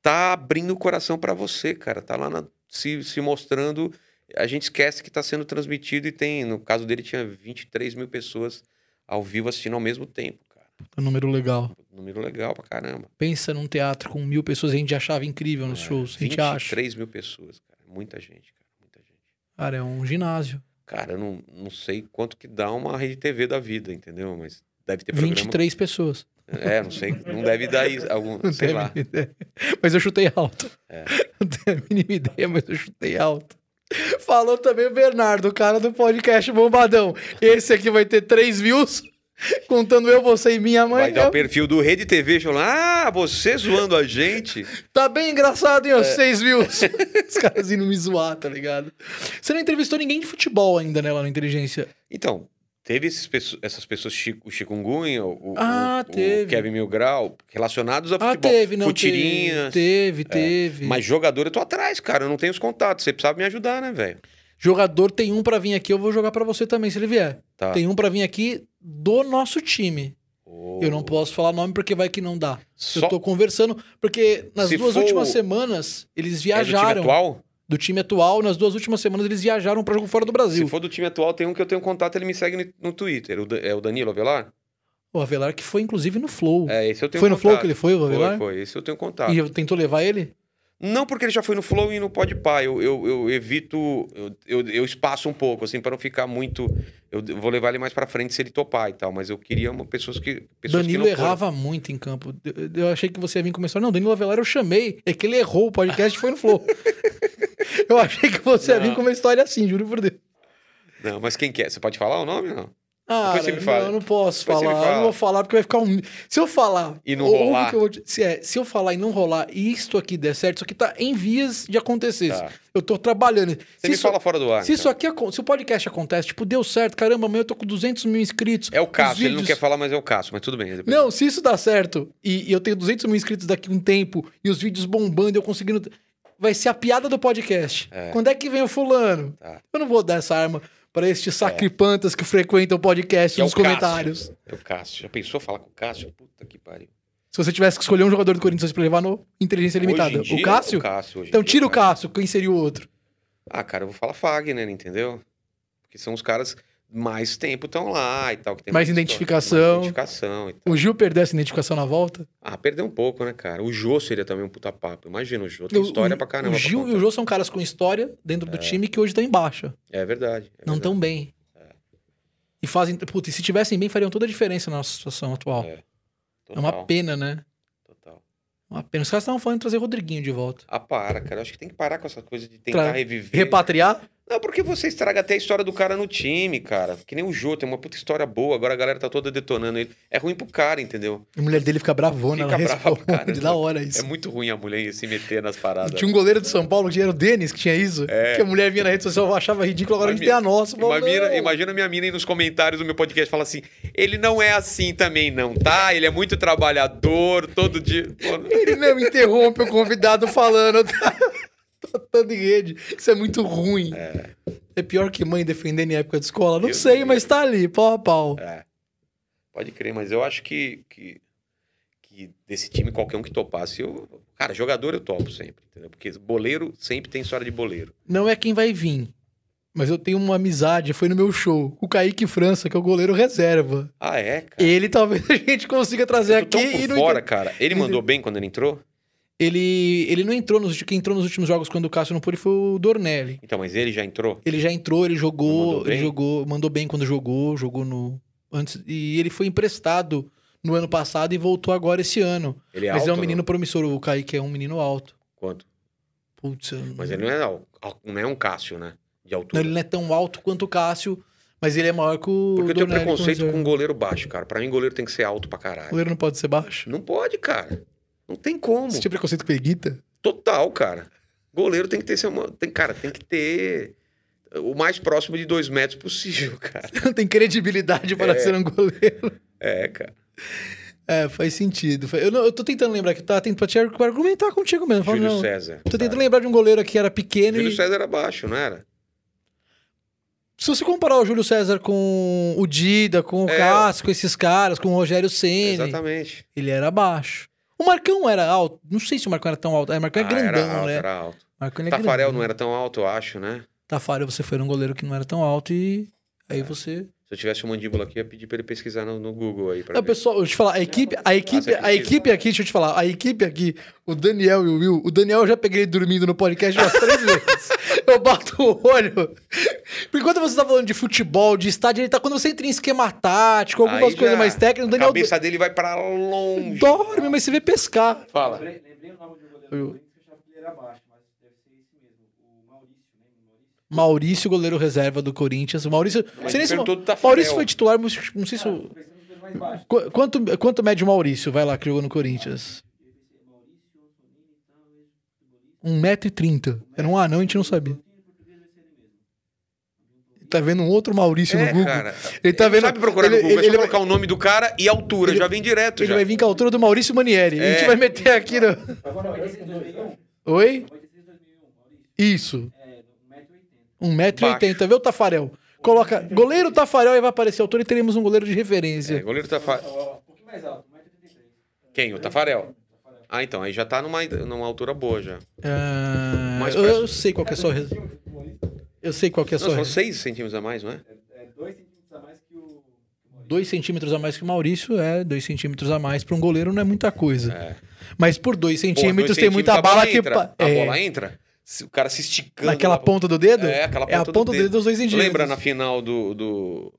Speaker 2: tá abrindo o coração pra você, cara. Tá lá na- se, se mostrando. A gente esquece que tá sendo transmitido e tem, no caso dele, tinha 23 mil pessoas ao vivo assistindo ao mesmo tempo, cara.
Speaker 1: Um número legal.
Speaker 2: Número legal pra caramba.
Speaker 1: Pensa num teatro com mil pessoas, a gente achava incrível nos
Speaker 2: É,
Speaker 1: shows. A gente acha.
Speaker 2: 23 mil pessoas, cara. Muita gente, cara. Muita gente.
Speaker 1: Cara, é um ginásio.
Speaker 2: Cara, eu não, não sei quanto que dá uma rede TV da vida, entendeu? Mas deve ter programa.
Speaker 1: 23 pessoas.
Speaker 2: É, não sei. Não deve dar isso. Algum,
Speaker 1: Não
Speaker 2: sei
Speaker 1: tenho a
Speaker 2: lá.
Speaker 1: mínima ideia. Mas eu chutei alto.
Speaker 2: É.
Speaker 1: Não tenho a mínima ideia, mas eu chutei alto. Falou também o Bernardo, o cara do podcast Bombadão. Esse aqui vai ter 3 views. Contando eu, você e minha
Speaker 2: Vai
Speaker 1: mãe.
Speaker 2: dar o
Speaker 1: né?
Speaker 2: perfil do Rede TV falando: Ah, você zoando a gente.
Speaker 1: Tá bem engraçado,
Speaker 2: É.
Speaker 1: hein? ó, Vocês viu? Os caras indo me zoar, tá ligado? Você não entrevistou ninguém de futebol ainda, né, lá na Inteligência.
Speaker 2: Então, teve esses pesso- essas pessoas, chi- o Chikungunya, o, o-
Speaker 1: Ah,
Speaker 2: o-
Speaker 1: teve.
Speaker 2: o Kevin Milgrau, relacionados a
Speaker 1: Ah,
Speaker 2: futebol.
Speaker 1: teve, não.
Speaker 2: Futirinhas. É.
Speaker 1: Teve, teve. teve.
Speaker 2: Mas jogador eu tô atrás, cara. Eu não tenho os contatos. Você precisava me ajudar, né, velho?
Speaker 1: Jogador tem um pra vir aqui, eu vou jogar pra você também, se ele vier.
Speaker 2: Tá.
Speaker 1: Tem um pra vir aqui do nosso time.
Speaker 2: Ô,
Speaker 1: Eu não posso falar nome porque vai que não dá.
Speaker 2: Só é
Speaker 1: Eu tô conversando, porque nas
Speaker 2: Se
Speaker 1: duas
Speaker 2: for-
Speaker 1: últimas semanas eles
Speaker 2: é do time
Speaker 1: viajaram.
Speaker 2: atual?
Speaker 1: do time atual, nas duas últimas semanas eles viajaram pra jogo fora do Brasil.
Speaker 2: Se for do time atual, tem um que eu tenho contato, ele me segue no, no Twitter. O Da- é o Danilo Avelar?
Speaker 1: O Avelar que foi inclusive no Flow.
Speaker 2: É, esse eu tenho
Speaker 1: foi no
Speaker 2: contato.
Speaker 1: Flow que ele foi, o Avelar?
Speaker 2: Foi, tá. foi. Esse eu tenho contato.
Speaker 1: E eu- tentou levar ele?
Speaker 2: Não porque ele já foi no Flow e no Podpah. Eu, eu, eu evito... Eu, eu, eu espaço um pouco, assim, pra não ficar muito... Eu d- vou levar ele mais pra frente se ele topar e tal. Mas eu queria uma, pessoas que... Pessoas que
Speaker 1: Danilo
Speaker 2: não foram.
Speaker 1: errava muito em campo. Eu- Eu achei que você ia vir começar. Não, Danilo Avelar eu chamei. É que ele errou o podcast e foi no Flow. eu achei que você ia vir
Speaker 2: Não.
Speaker 1: com uma história assim, juro por Deus.
Speaker 2: Não, mas quem que é? Você pode falar o nome ou não?
Speaker 1: Ah,
Speaker 2: Depois você me fala.
Speaker 1: não, eu não posso
Speaker 2: Depois você me
Speaker 1: falar. Eu
Speaker 2: fala.
Speaker 1: não vou falar porque vai ficar um. Se eu falar.
Speaker 2: E não
Speaker 1: ouve o
Speaker 2: rolar.
Speaker 1: que eu vou te- se, é, se eu falar e não rolar e isto aqui der certo, isso aqui tá em vias de acontecer.
Speaker 2: Tá.
Speaker 1: Eu tô trabalhando.
Speaker 2: Você
Speaker 1: se
Speaker 2: me
Speaker 1: isso-
Speaker 2: fala fora do ar.
Speaker 1: Se
Speaker 2: então.
Speaker 1: isso aqui, acon- se o podcast acontece, tipo, deu certo, caramba, amanhã eu tô com 200 mil inscritos.
Speaker 2: É o
Speaker 1: os
Speaker 2: Cássio, ele não
Speaker 1: vídeos-
Speaker 2: quer falar, mas é o Cássio, mas tudo bem. depois-
Speaker 1: Não, se isso dá certo e, e eu tenho 200 mil inscritos daqui a um tempo e os vídeos bombando, eu conseguindo... Vai ser a piada do podcast.
Speaker 2: É.
Speaker 1: Quando é que vem o fulano?
Speaker 2: Tá.
Speaker 1: Eu não vou dar essa arma pra estes sacripantas que frequentam o podcast
Speaker 2: Que é o
Speaker 1: nos comentários.
Speaker 2: Cássio. É o Cássio. Já pensou falar com o Cássio? Puta que pariu.
Speaker 1: Se você tivesse que escolher um jogador do Corinthians pra levar no Inteligência
Speaker 2: Hoje em
Speaker 1: Limitada,
Speaker 2: dia,
Speaker 1: o Cássio?
Speaker 2: O Cássio hoje em
Speaker 1: Então
Speaker 2: dia, é
Speaker 1: tira o Cássio, quem seria o outro?
Speaker 2: Ah, cara, eu vou falar Fagner, né, entendeu? Porque são os caras mais tempo estão lá e tal. Que tem
Speaker 1: Mais
Speaker 2: história,
Speaker 1: identificação.
Speaker 2: Mais identificação. E tal.
Speaker 1: O Gil perdeu essa identificação na volta?
Speaker 2: Ah, perdeu um pouco, né, cara? O Jô seria também um puta papo. Imagina o Jô. Tem
Speaker 1: O-
Speaker 2: história
Speaker 1: o-
Speaker 2: pra caramba.
Speaker 1: O
Speaker 2: pra
Speaker 1: Gil e o
Speaker 2: contar.
Speaker 1: Jô são caras com história dentro do time que hoje estão em baixa.
Speaker 2: É verdade. é
Speaker 1: não
Speaker 2: verdade.
Speaker 1: tão bem. E fazem. Puta, e se tivessem bem, fariam toda a diferença na nossa situação atual. É, uma
Speaker 2: Total,
Speaker 1: pena, né?
Speaker 2: Total.
Speaker 1: Uma pena. Os caras estavam falando de trazer Rodriguinho de volta.
Speaker 2: Ah, para, cara. Eu acho que tem que parar com essa coisa de tentar
Speaker 1: Tra-
Speaker 2: reviver.
Speaker 1: Repatriar?
Speaker 2: Não, porque você estraga até a história do cara no time, cara. Que nem o Jô, tem uma puta história boa, agora a galera tá toda detonando ele. É ruim pro cara, entendeu?
Speaker 1: A mulher dele fica bravona,
Speaker 2: Fica
Speaker 1: ela
Speaker 2: brava
Speaker 1: responde.
Speaker 2: pra caralho.
Speaker 1: da hora
Speaker 2: É
Speaker 1: isso.
Speaker 2: muito ruim a mulher se meter nas paradas.
Speaker 1: Tinha um goleiro do São Paulo que era o Denis, que tinha isso. Que a mulher vinha na rede social, eu achava ridículo, agora a gente tem a nossa. eu falava,
Speaker 2: É. Imagina,
Speaker 1: "Não".
Speaker 2: imagina minha mina aí nos comentários do meu podcast fala assim: ele não é assim também, não, tá? Ele é muito trabalhador, todo dia. Pô, não-
Speaker 1: Ele não interrompe o convidado falando. Tá, tá, tá de rede. Isso é muito ruim. É. pior que mãe defendendo em época de escola? Não
Speaker 2: Meu
Speaker 1: sei,
Speaker 2: Deus.
Speaker 1: mas tá ali, pau a pau.
Speaker 2: Pode crer, mas eu acho que, que, que desse time, qualquer um que topasse, eu. Cara, jogador eu topo sempre, entendeu? Porque boleiro sempre tem história de boleiro.
Speaker 1: Não é quem vai vir. Mas eu tenho uma amizade, foi no meu show, com o Kaique França, que é o goleiro reserva.
Speaker 2: Ah, é, cara.
Speaker 1: Ele talvez a gente consiga trazer
Speaker 2: Eu tô
Speaker 1: aqui
Speaker 2: tão
Speaker 1: e
Speaker 2: por
Speaker 1: não
Speaker 2: fora,
Speaker 1: entendo.
Speaker 2: cara. Ele mandou bem quando ele entrou?
Speaker 1: Ele, ele não entrou nos. Quem entrou nos últimos jogos quando o Cássio não pôde foi o Dornelli.
Speaker 2: Então, mas ele já entrou?
Speaker 1: Ele já entrou, ele
Speaker 2: Mandou
Speaker 1: jogou, ele
Speaker 2: bem?
Speaker 1: jogou, mandou bem quando jogou, jogou no antes e ele foi emprestado no ano passado e voltou agora esse ano.
Speaker 2: Ele é
Speaker 1: Mas
Speaker 2: alto
Speaker 1: é
Speaker 2: ou
Speaker 1: um
Speaker 2: não?
Speaker 1: menino promissor, o Kaique é um menino alto.
Speaker 2: Quanto?
Speaker 1: Putz, eu não-
Speaker 2: Mas ele não é, al- al- não é um Cássio, né? De
Speaker 1: não,
Speaker 2: altura.
Speaker 1: ele não é tão alto quanto o Cássio, mas ele é maior que o
Speaker 2: Porque eu tenho
Speaker 1: Dornelli como
Speaker 2: preconceito
Speaker 1: reserva.
Speaker 2: com goleiro baixo, cara. Pra mim, goleiro tem que ser alto pra
Speaker 1: O
Speaker 2: caralho.
Speaker 1: goleiro não pode ser baixo?
Speaker 2: Não pode, cara. Não tem como.
Speaker 1: Você tinha preconceito com o Eguita?
Speaker 2: Total, cara. Goleiro tem que ter... seu mo- Tem, cara, tem que ter... O mais próximo de dois metros possível, cara.
Speaker 1: Não tem credibilidade para
Speaker 2: É.
Speaker 1: ser um goleiro.
Speaker 2: É, cara.
Speaker 1: É, faz sentido. Eu, não- eu tô tentando lembrar que tá tentando pra te argumentar contigo mesmo. Fala,
Speaker 2: Júlio
Speaker 1: não,
Speaker 2: César.
Speaker 1: tô tentando
Speaker 2: cara.
Speaker 1: lembrar de um goleiro que era pequeno
Speaker 2: Júlio
Speaker 1: e...
Speaker 2: César era baixo, não era?
Speaker 1: Se você comparar o Júlio César com o Dida, com o
Speaker 2: É.
Speaker 1: Cássio, com esses caras, com o Rogério Ceni,
Speaker 2: Exatamente.
Speaker 1: ele era baixo. O Marcão era alto. Não sei se o Marcão era tão alto. É, o Marcão é
Speaker 2: Ah,
Speaker 1: grandão,
Speaker 2: era alto,
Speaker 1: né?
Speaker 2: era alto.
Speaker 1: Marcão, ele é
Speaker 2: Tafarel
Speaker 1: grandão.
Speaker 2: não era tão alto, eu acho, né?
Speaker 1: Tafarel, você foi um goleiro que não era tão alto e
Speaker 2: É.
Speaker 1: aí você...
Speaker 2: Se eu tivesse o mandíbula aqui, eu ia pedir pra ele pesquisar no, no Google aí. Pra
Speaker 1: Não,
Speaker 2: ver.
Speaker 1: pessoal, deixa eu te falar, a equipe, a equipe,
Speaker 2: você
Speaker 1: a equipe aqui, deixa eu te falar, a equipe aqui, o Daniel e o Will, o Daniel eu já peguei ele dormindo no podcast umas três vezes. Eu bato o olho. Porque quando você tá falando de futebol, de estádio, ele tá. Quando você entra em esquema tático, algumas
Speaker 2: Aí
Speaker 1: coisas
Speaker 2: já-
Speaker 1: mais técnicas, o
Speaker 2: A
Speaker 1: Daniel
Speaker 2: cabeça dele vai pra longe.
Speaker 1: dorme, mas você vê pescar.
Speaker 2: Fala.
Speaker 3: Lembrei, lembrei o nome do goleiro
Speaker 1: Eu-
Speaker 3: do Corinthians que eu achava que ele era baixo, mas deve ser esse mesmo. O Maurício, né? O Maurício.
Speaker 1: Maurício, goleiro reserva do Corinthians. O Maurício.
Speaker 2: Mas
Speaker 1: seria esse-
Speaker 2: perguntou do Tafarel.
Speaker 1: Maurício foi titular, mas não sei se.
Speaker 3: Cara,
Speaker 1: o-
Speaker 3: eu tô pensando no mais baixo.
Speaker 1: Qu- Quanto, quanto mede o Maurício? Vai lá que jogou no Corinthians.
Speaker 3: Eu pensei, Maurício, Antonini, tal, ex-futebolista.
Speaker 1: 1,30m. Era um anão, a gente não sabia.
Speaker 3: Argentino, português, vai ser ele mesmo.
Speaker 1: Tá vendo um outro Maurício no
Speaker 2: É,
Speaker 1: Google?
Speaker 2: cara.
Speaker 1: Ele tá vendo-
Speaker 2: Sabe procurar
Speaker 1: ele-
Speaker 2: no Google, é só
Speaker 1: ele-
Speaker 2: colocar o nome do cara e a altura, já vem direto.
Speaker 1: Ele
Speaker 2: já.
Speaker 1: vai vir com a altura do Maurício Manieri. A gente
Speaker 2: É.
Speaker 1: vai meter aqui no.
Speaker 3: Agora, é 86, 2001.
Speaker 1: Oi?
Speaker 3: 86, 2001, Maurício.
Speaker 1: Isso.
Speaker 3: É, 1,80m.
Speaker 1: 1,80m. Vê o Tafarel. Coloca goleiro Tafarel e vai aparecer a altura e teremos um goleiro de
Speaker 2: É,
Speaker 1: referência.
Speaker 2: goleiro Tafarel.
Speaker 3: Um pouquinho mais alto, 1,83m.
Speaker 2: Quem? O Tafarel? Ah, então, aí já tá numa, numa altura boa já.
Speaker 1: Ah,
Speaker 2: É. Mais
Speaker 1: eu,
Speaker 2: perto.
Speaker 1: eu sei qual que é a sua. res-
Speaker 3: um
Speaker 1: Eu sei qual que é a
Speaker 2: Não,
Speaker 1: sua.
Speaker 2: são 6 centímetros a mais, não é?
Speaker 3: É 2 centímetros a mais que o.
Speaker 1: 2 centímetros a mais que o Maurício é, 2 centímetros a mais para um goleiro não é muita coisa.
Speaker 2: É.
Speaker 1: Mas por 2
Speaker 2: Pô,
Speaker 1: centímetros
Speaker 2: dois
Speaker 1: tem muita
Speaker 2: a
Speaker 1: bala
Speaker 2: bola
Speaker 1: que.
Speaker 2: entra.
Speaker 1: pa-
Speaker 2: A
Speaker 1: é,
Speaker 2: bola entra, se- o cara se esticando.
Speaker 1: naquela
Speaker 2: lá-
Speaker 1: ponta do dedo?
Speaker 2: É, aquela
Speaker 1: É a ponta do dedo dos dois centímetros.
Speaker 2: Lembra na final do, do,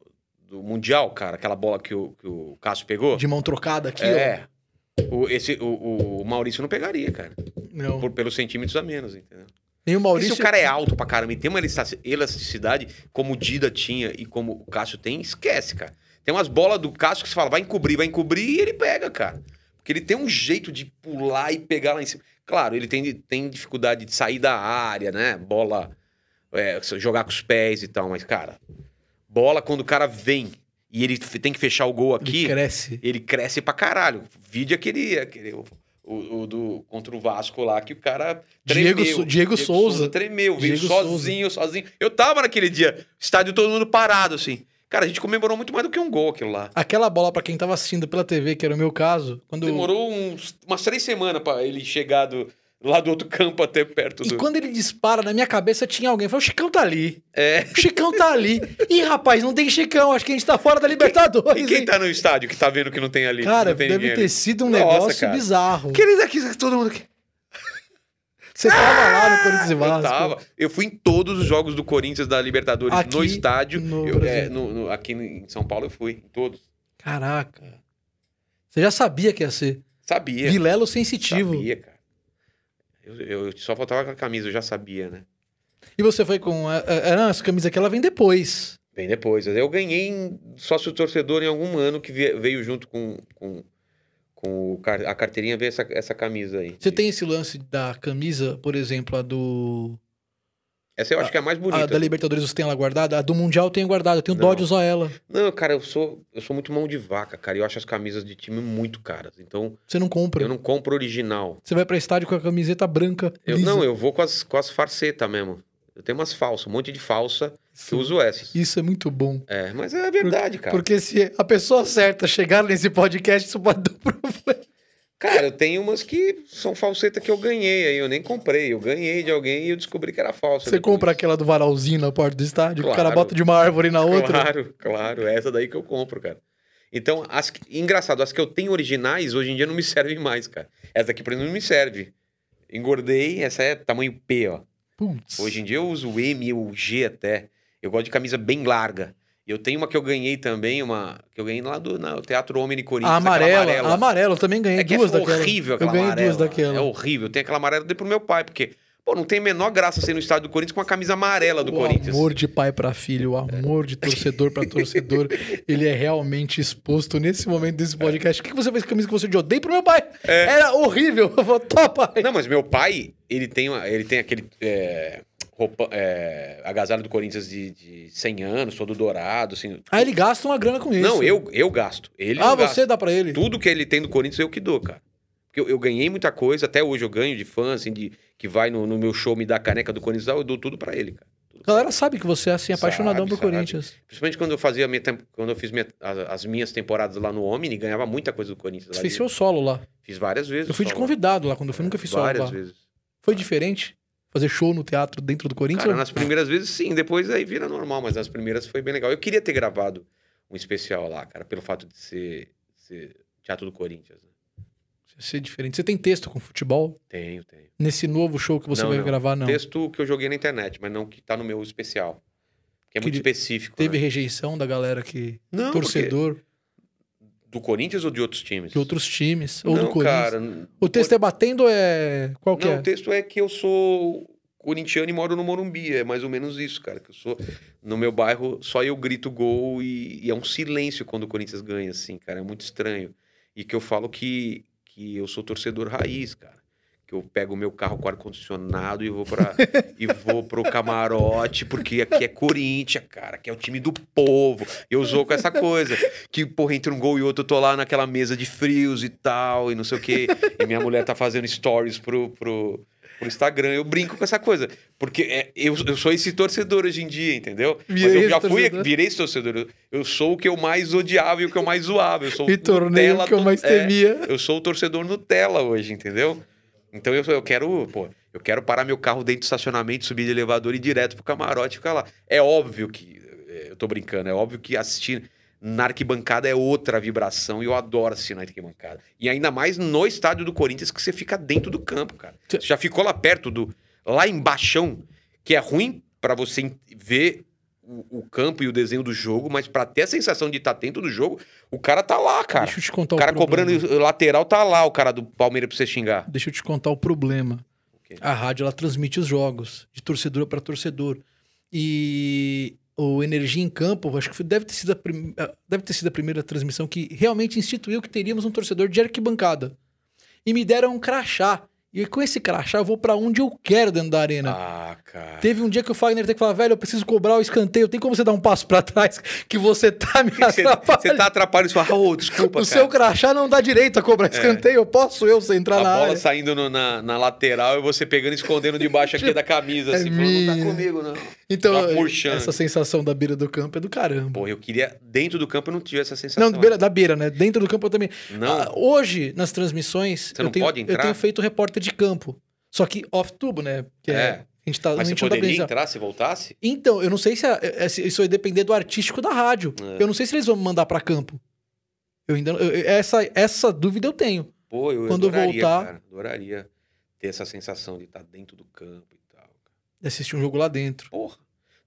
Speaker 2: do Mundial, cara? Aquela bola que o, que o Cássio pegou?
Speaker 1: De mão trocada aqui, ó.
Speaker 2: é. O, esse, o, o Maurício não pegaria, cara.
Speaker 1: Então. Não.
Speaker 2: Por, pelos centímetros a menos, entendeu?
Speaker 1: Nem o
Speaker 2: Porque
Speaker 1: Maurício.
Speaker 2: se o cara é alto pra caramba e tem uma elasta- elasticidade, como o Dida tinha e como o Cássio tem, esquece, cara. Tem umas bolas do Cássio que você fala, vai encobrir, vai encobrir, e ele pega, cara. Porque ele tem um jeito de pular e pegar lá em cima. Claro, ele tem, tem dificuldade de sair da área, né? Bola, é, jogar com os pés e tal, mas, cara, bola quando o cara vem e ele f- tem que fechar o
Speaker 1: Ele
Speaker 2: gol aqui,
Speaker 1: cresce.
Speaker 2: ele cresce pra caralho. Vide aquele. aquele o, o- o do, contra o Vasco lá, que o cara tremeu.
Speaker 1: Diego Sou- Diego Souza.
Speaker 2: Tremeu, veio
Speaker 1: Diego
Speaker 2: sozinho, sozinho. Eu tava naquele dia, estádio todo mundo parado, assim. Cara, a gente comemorou muito mais do que um gol aquilo lá.
Speaker 1: Aquela bola, pra quem tava assistindo pela TV, que era o meu caso, quando.
Speaker 2: Demorou uns, umas três semanas pra ele chegar do, lá do outro campo até perto
Speaker 1: E
Speaker 2: do.
Speaker 1: quando ele dispara, na minha cabeça tinha alguém. Falou, o Chicão tá ali.
Speaker 2: É.
Speaker 1: O Chicão tá ali. Ih, rapaz, não tem Chicão. Acho que a gente tá fora da Libertadores.
Speaker 2: E quem
Speaker 1: hein?
Speaker 2: tá no estádio que tá vendo que não tem ali?
Speaker 1: Cara,
Speaker 2: não tem
Speaker 1: deve
Speaker 2: ninguém
Speaker 1: ter
Speaker 2: ali?
Speaker 1: sido um
Speaker 2: Nossa,
Speaker 1: negócio
Speaker 2: cara.
Speaker 1: bizarro.
Speaker 2: Aquele daqui, todo mundo aqui.
Speaker 1: Você tava lá no Corinthians e Vasco.
Speaker 2: Eu Ah, tava. Eu fui em todos os jogos do Corinthians da Libertadores
Speaker 1: Aqui
Speaker 2: no estádio.
Speaker 1: no
Speaker 2: Eu,
Speaker 1: Brasil.
Speaker 2: é, no- no- aqui em São Paulo eu fui, em todos.
Speaker 1: Caraca. Você já sabia que ia ser.
Speaker 2: Sabia.
Speaker 1: Vilelo sensitivo.
Speaker 2: Sabia, cara. Eu, eu só faltava com a camisa, eu já sabia, né?
Speaker 1: E você foi com. a- a- a- Não, essa camisa aqui ela vem depois.
Speaker 2: Bem depois. Eu ganhei em sócio torcedor em algum ano que vie- veio junto com, com, com o car- a carteirinha, veio essa, essa camisa aí.
Speaker 1: Você tem esse lance da camisa, por exemplo, a do.
Speaker 2: Essa eu acho que é a mais bonita.
Speaker 1: A da Libertadores você tem ela guardada? A do Mundial eu tenho guardada. Eu tenho
Speaker 2: Não.
Speaker 1: dó de usar ela.
Speaker 2: Não, cara, eu sou, eu sou muito mão de vaca, cara. e Eu acho as camisas de time muito caras. Então,
Speaker 1: Você não compra.
Speaker 2: eu não compro original.
Speaker 1: Você vai pra estádio com a camiseta branca.
Speaker 2: Eu,
Speaker 1: lisa.
Speaker 2: não, eu vou com as, com as farcetas mesmo. Eu tenho umas falsas, um monte de falsa que eu uso essas.
Speaker 1: Isso é muito bom.
Speaker 2: É, mas é a verdade, cara.
Speaker 1: Porque se a pessoa certa chegar nesse podcast, isso pode dar problema.
Speaker 2: Cara, eu tenho umas que são falseta que eu ganhei aí, eu nem comprei. Eu ganhei de alguém e eu descobri que era falsa.
Speaker 1: Você
Speaker 2: depois.
Speaker 1: compra aquela do varalzinho na porta do estádio, que o cara
Speaker 2: Claro.
Speaker 1: bota de uma árvore na outra.
Speaker 2: Claro, claro. É essa daí que eu compro, cara. Então, as que- engraçado, as que eu tenho originais hoje em dia não me servem mais, cara. Essa daqui, por exemplo, não me serve. Engordei, essa é tamanho P, ó.
Speaker 1: Putz.
Speaker 2: Hoje em dia eu uso o M ou o G até. Eu gosto de camisa bem larga. Eu tenho uma que eu ganhei também, uma que eu ganhei lá do na- no Teatro Homem de Corinthians.
Speaker 1: a
Speaker 2: aquela
Speaker 1: amarela, a amarela, eu também ganhei
Speaker 2: É que
Speaker 1: duas
Speaker 2: é
Speaker 1: daquela.
Speaker 2: horrível
Speaker 1: eu
Speaker 2: aquela
Speaker 1: ganhei
Speaker 2: amarela.
Speaker 1: duas daquela.
Speaker 2: É horrível. Tem aquela amarela, eu dei pro meu pai, porque, pô, não tem a menor graça ser no estádio do Corinthians com a camisa amarela do
Speaker 1: o
Speaker 2: Corinthians.
Speaker 1: amor de pai pra filho, o amor de torcedor pra torcedor, ele é realmente exposto nesse momento desse podcast. O que que você fez com a camisa que você odeia pro meu pai?
Speaker 2: É.
Speaker 1: Era horrível. Eu vou, tá, pai.
Speaker 2: Não, mas meu pai, ele tem, uma- ele tem aquele é, roupa, é, agasalho do Corinthians de, de 100 anos, todo dourado, assim.
Speaker 1: Aí Ah, ele gasta uma grana com isso.
Speaker 2: Não, eu, eu gasto. Ele
Speaker 1: Ah,
Speaker 2: não
Speaker 1: você
Speaker 2: gasta.
Speaker 1: dá pra ele?
Speaker 2: Tudo que ele tem do Corinthians eu que dou, cara. Porque eu, eu ganhei muita coisa, até hoje eu ganho de fã, assim, de, que vai no, no meu show me dá a caneca do Corinthians, eu dou tudo pra ele, cara. Tudo
Speaker 1: A galera sabe que você é assim, apaixonadão
Speaker 2: Sabe,
Speaker 1: pro
Speaker 2: sabe.
Speaker 1: Corinthians.
Speaker 2: Principalmente quando eu fazia a minha temp- quando eu fiz minha- as, as minhas temporadas lá no Omni, ganhava muita coisa do Corinthians.
Speaker 1: Você
Speaker 2: lá
Speaker 1: fez
Speaker 2: de-
Speaker 1: seu solo lá.
Speaker 2: Fiz várias vezes.
Speaker 1: Eu fui
Speaker 2: só
Speaker 1: de
Speaker 2: lá.
Speaker 1: convidado lá quando eu fui, nunca fiz solo
Speaker 2: Várias
Speaker 1: lá.
Speaker 2: vezes.
Speaker 1: Foi diferente? Fazer show no teatro dentro do Corinthians?
Speaker 2: Cara, nas primeiras vezes sim, depois aí vira normal, mas nas primeiras foi bem legal. Eu queria ter gravado um especial lá, cara, pelo fato de ser, ser Teatro do Corinthians. né?
Speaker 1: Ser diferente. Você tem texto com futebol?
Speaker 2: Tenho, tenho.
Speaker 1: Nesse novo show que você
Speaker 2: Não,
Speaker 1: vai
Speaker 2: não.
Speaker 1: gravar, não.
Speaker 2: Texto que eu joguei na internet, mas não que tá no meu especial. Que é muito
Speaker 1: Queria-
Speaker 2: específico.
Speaker 1: Teve
Speaker 2: né?
Speaker 1: rejeição da galera que.
Speaker 2: Não, porque-
Speaker 1: torcedor,
Speaker 2: Do Corinthians ou de outros times?
Speaker 1: de outros times, ou
Speaker 2: não,
Speaker 1: do Corinthians.
Speaker 2: cara. n-
Speaker 1: O texto é batendo ou é. Qual que
Speaker 2: não,
Speaker 1: é?
Speaker 2: o texto é que eu sou corintiano e moro no Morumbi. É mais ou menos isso, cara. Que eu sou. No meu bairro, só eu grito gol e, e é um silêncio quando o Corinthians ganha, assim, cara. É muito estranho. E que eu falo que, que eu sou torcedor raiz, cara. Que eu pego o meu carro com ar-condicionado e vou para e vou pro camarote, porque aqui é Corinthians, cara, que é o time do povo. Eu sou com essa coisa. Que, porra, entre um gol e outro, eu tô lá naquela mesa de frios e tal, e não sei o quê. E minha mulher tá fazendo stories pro, pro, pro Instagram. Eu brinco com essa coisa. Porque é- eu, eu sou esse torcedor hoje em dia, entendeu? Mas
Speaker 1: Virei
Speaker 2: eu já
Speaker 1: esse
Speaker 2: fui,
Speaker 1: torcedor.
Speaker 2: virei esse torcedor. Eu- Eu sou o que eu mais odiava e o que eu mais zoava. Eu sou
Speaker 1: Me tornei o
Speaker 2: Nutella
Speaker 1: que eu
Speaker 2: do-
Speaker 1: mais
Speaker 2: é,
Speaker 1: temia.
Speaker 2: eu sou o torcedor Nutella hoje, entendeu? Então eu, eu quero, pô, eu quero parar meu carro dentro do estacionamento, subir de elevador e ir direto pro camarote e ficar lá. É óbvio que. é, Eu tô brincando, é óbvio que assistir na arquibancada é outra vibração e eu adoro assistir na arquibancada. E ainda mais no estádio do Corinthians, que você fica dentro do campo, cara. Você já ficou lá perto do. lá embaixão, que é ruim pra você en- ver. O, o campo e o desenho do jogo, mas pra ter a sensação de estar dentro do jogo, o cara tá lá, cara.
Speaker 1: Deixa eu te contar
Speaker 2: O cara
Speaker 1: problema.
Speaker 2: cobrando o lateral tá lá, o cara do Palmeiras pra você xingar.
Speaker 1: Deixa eu te contar o problema.
Speaker 2: quê?
Speaker 1: A rádio ela transmite os jogos de torcedor para torcedor. E o Energia em Campo, acho que foi- deve ter, sido a prim- ah, deve ter sido a primeira transmissão que realmente instituiu que teríamos um torcedor de arquibancada. E me deram um crachá. E com esse crachá eu vou para onde eu quero dentro da arena.
Speaker 2: Ah, cara.
Speaker 1: Teve um dia que o Fagner Né? tem que falar, velho, eu preciso cobrar o escanteio. Tem como você dar um passo pra trás que você tá me
Speaker 2: Você você
Speaker 1: atrapalhando?
Speaker 2: tá atrapalhando e fala, ô, desculpa,
Speaker 1: o
Speaker 2: cara. É.
Speaker 1: seu crachá não dá direito a cobrar escanteio. Eu posso eu você entrar
Speaker 2: a
Speaker 1: na
Speaker 2: bola
Speaker 1: área?
Speaker 2: saindo no- na, na lateral e você pegando e escondendo debaixo aqui da camisa,
Speaker 1: É
Speaker 2: assim, falando, não tá
Speaker 1: minha.
Speaker 2: comigo, não.
Speaker 1: Então,
Speaker 2: Tá murchando.
Speaker 1: essa sensação da beira do campo é do caramba.
Speaker 2: Porra, eu queria. Dentro do campo eu não tive essa sensação. é.
Speaker 1: Não, da beira, da beira, né? Dentro do campo eu também.
Speaker 2: Não.
Speaker 1: Ah, hoje, nas transmissões,
Speaker 2: Você
Speaker 1: eu
Speaker 2: não
Speaker 1: tenho,
Speaker 2: pode
Speaker 1: eu
Speaker 2: entrar?
Speaker 1: tenho feito repórter de campo. Só que off-tubo, né? Que é.
Speaker 2: É.
Speaker 1: A gente tá, a
Speaker 2: Mas você
Speaker 1: gente não tá
Speaker 2: poderia
Speaker 1: organizado.
Speaker 2: entrar se voltasse?
Speaker 1: Então, eu não sei se, a- é- se isso vai depender do artístico da rádio.
Speaker 2: É.
Speaker 1: Eu não sei se eles vão me mandar pra campo. Eu ainda eu- eu- essa essa dúvida eu tenho.
Speaker 2: Pô, eu
Speaker 1: Quando
Speaker 2: adoraria,
Speaker 1: voltar-
Speaker 2: cara. Adoraria ter essa sensação de estar dentro do campo e tal.
Speaker 1: de Assistir um jogo lá dentro.
Speaker 2: Porra.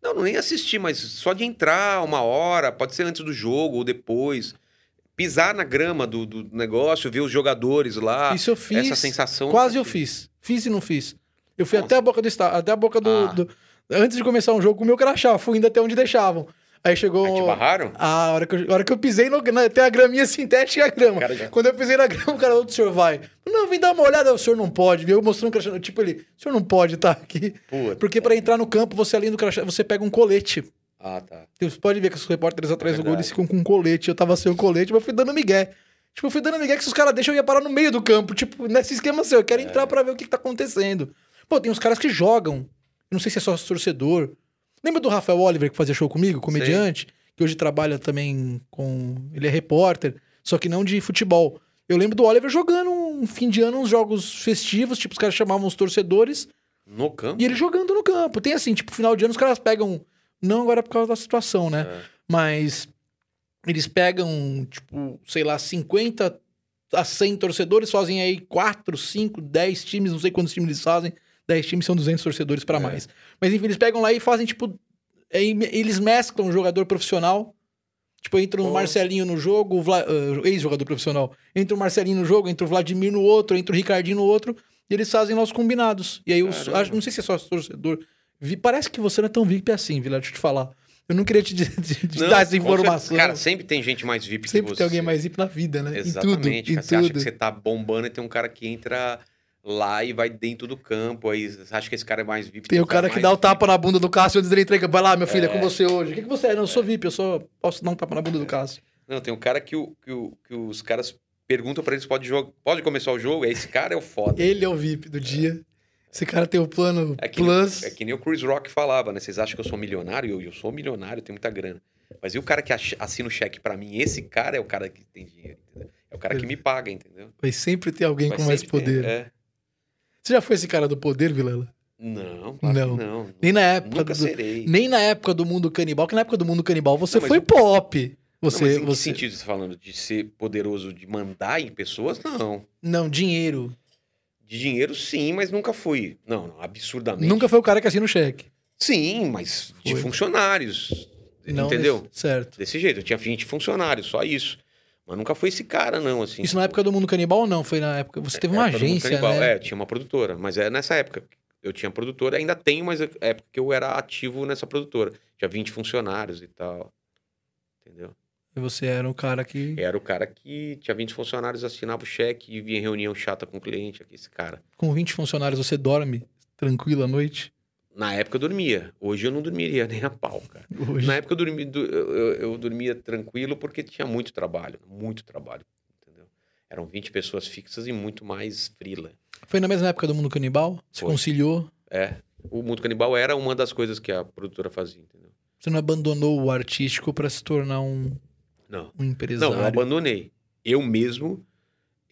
Speaker 2: Não, não nem assistir, mas só de entrar uma hora, pode ser antes do jogo ou depois. Pisar na grama do, do negócio, ver os jogadores lá.
Speaker 1: isso eu fiz.
Speaker 2: Ah, Essa sensação.
Speaker 1: Quase eu fiz. Fiz e não fiz. Eu fui
Speaker 2: Nossa.
Speaker 1: até a boca do estádio, até a boca do,
Speaker 2: Ah.
Speaker 1: do- Antes de começar um jogo com o meu crachá, fui indo até onde deixavam. Aí chegou.
Speaker 2: Aí Ah, te barraram?
Speaker 1: a hora que eu, a hora que eu pisei no, na, tem a graminha sintética e a grama.
Speaker 2: Cara, já-
Speaker 1: Quando eu pisei na grama, o cara, outro senhor vai. Não, vim dar uma olhada, o senhor não pode. Eu mostrando um crachá. Tipo, ele, o senhor não pode estar aqui.
Speaker 2: Puta.
Speaker 1: Porque pra entrar no campo, você além do crachá, você pega um colete.
Speaker 2: Ah, tá.
Speaker 1: Você pode ver que os repórteres atrás do gol
Speaker 2: Verdade.
Speaker 1: eles ficam com um colete. Eu tava sem o colete, mas eu fui dando migué. Tipo, eu fui dando migué que se os caras deixam, eu ia parar no meio do campo. Tipo, nesse esquema seu, eu quero entrar pra ver o que, que tá acontecendo. Pô, tem uns caras que jogam. Eu não sei se é só torcedor. Lembra do Rafael Oliver que fazia show comigo, comediante? Que hoje trabalha também com. Ele é repórter, só que não de futebol. Eu lembro do Oliver jogando um fim de ano uns jogos festivos, tipo, os caras chamavam os torcedores
Speaker 2: No campo?
Speaker 1: e ele jogando no campo. Tem assim, tipo, final de ano os caras pegam. Não agora por causa da situação, né?
Speaker 2: É.
Speaker 1: Mas eles pegam, tipo, sei lá, 50 a 100 torcedores, fazem aí 4, 5, 10 times, não sei quantos times eles fazem. 10 times são 200 torcedores pra
Speaker 2: É.
Speaker 1: mais. Mas enfim, eles pegam lá e fazem, tipo. é, em- eles mesclam o jogador profissional. Tipo, entra o
Speaker 2: Pô.
Speaker 1: Marcelinho no jogo, o Vla- ah, ex-jogador profissional. Entra o Marcelinho no jogo, entra o Vladimir no outro, entra o Ricardinho no outro. E eles fazem lá os combinados. E aí, eu
Speaker 2: Caramba.
Speaker 1: acho, não sei se é só torcedor. Vi- parece que você não é tão VIP assim, Vila, deixa eu te falar. Eu não queria te, de- de- de
Speaker 2: Não,
Speaker 1: dar essa
Speaker 2: com
Speaker 1: informação.
Speaker 2: certeza. Cara, sempre tem gente mais VIP
Speaker 1: Sempre
Speaker 2: que você.
Speaker 1: tem alguém mais VIP na vida, né? em
Speaker 2: Exatamente.
Speaker 1: tudo,
Speaker 2: cara.
Speaker 1: em
Speaker 2: você acha
Speaker 1: tudo.
Speaker 2: que você tá bombando e tem um cara que entra lá e vai dentro do campo. Aí você acha que esse cara é mais VIP.
Speaker 1: Tem
Speaker 2: um
Speaker 1: o cara que
Speaker 2: mais
Speaker 1: dá o
Speaker 2: VIP.
Speaker 1: tapa na bunda do Cássio antes dele entregar. Vai lá, meu filho, é, com você hoje. O que, que você é? Não, eu sou VIP, eu só posso dar um tapa na bunda do Cássio.
Speaker 2: Não, tem um cara que, o- que o- que os caras perguntam pra eles se pode, jogar, pode começar o jogo. É esse cara é o foda.
Speaker 1: Ele é o VIP do dia. Esse cara tem o plano
Speaker 2: É que,
Speaker 1: Plus.
Speaker 2: Nem, é que nem o Chris Rock falava, né? Vocês acham que eu sou milionário? Eu, eu sou milionário, eu tenho muita grana. Mas e o cara que ach- assina o cheque pra mim? Esse cara é o cara que tem dinheiro, entendeu? É o cara que me paga, entendeu?
Speaker 1: Mas sempre tem alguém
Speaker 2: Mas
Speaker 1: com mais
Speaker 2: sempre tem-
Speaker 1: poder.
Speaker 2: é.
Speaker 1: Você já foi esse cara do poder, Vilela?
Speaker 2: Não, claro
Speaker 1: Não.
Speaker 2: não. Que não.
Speaker 1: Nem na época
Speaker 2: Nunca
Speaker 1: do,
Speaker 2: serei.
Speaker 1: Nem na época do mundo canibal, que na época do mundo canibal você
Speaker 2: Não, mas
Speaker 1: foi
Speaker 2: o-
Speaker 1: pop. Você,
Speaker 2: não, mas em que
Speaker 1: você...
Speaker 2: sentido você tá falando? De ser poderoso, de mandar em pessoas? Não.
Speaker 1: Não, dinheiro.
Speaker 2: De dinheiro, sim, mas nunca fui. Não, não absurdamente.
Speaker 1: Nunca foi o cara que assina o cheque.
Speaker 2: Sim, mas de
Speaker 1: Foi.
Speaker 2: funcionários.
Speaker 1: Não
Speaker 2: entendeu?
Speaker 1: nesse- Certo.
Speaker 2: Desse jeito, eu tinha 20 funcionários, só isso. Mas nunca foi esse cara, não, assim.
Speaker 1: Isso na época do mundo canibal ou não? Foi na época. Você teve uma
Speaker 2: É, Época do Mundo
Speaker 1: agência,
Speaker 2: Canibal.
Speaker 1: né?
Speaker 2: É, tinha uma produtora, mas é nessa época. eu tinha produtora, ainda tenho, mas é é porque eu era ativo nessa produtora. Tinha 20 funcionários e tal. Entendeu?
Speaker 1: E você era um cara que.
Speaker 2: Era o cara que tinha 20 funcionários, assinava o cheque e vinha em reunião chata com o cliente, aqui, esse cara.
Speaker 1: Com 20 funcionários, você dorme tranquilo à noite?
Speaker 2: Na época eu dormia. Hoje eu não dormiria nem a pau, cara.
Speaker 1: Hoje.
Speaker 2: Na época eu, dormi, du- eu, eu- eu dormia tranquilo porque tinha muito trabalho, muito trabalho, entendeu? Eram 20 pessoas fixas e muito mais frila.
Speaker 1: Foi na mesma época do Mundo Canibal? Você
Speaker 2: Foi.
Speaker 1: conciliou?
Speaker 2: O Mundo Canibal era uma das coisas que a produtora fazia, entendeu?
Speaker 1: Você não abandonou o artístico pra se tornar um,
Speaker 2: Não.
Speaker 1: um
Speaker 2: Não,
Speaker 1: empresário?
Speaker 2: eu abandonei. Eu mesmo,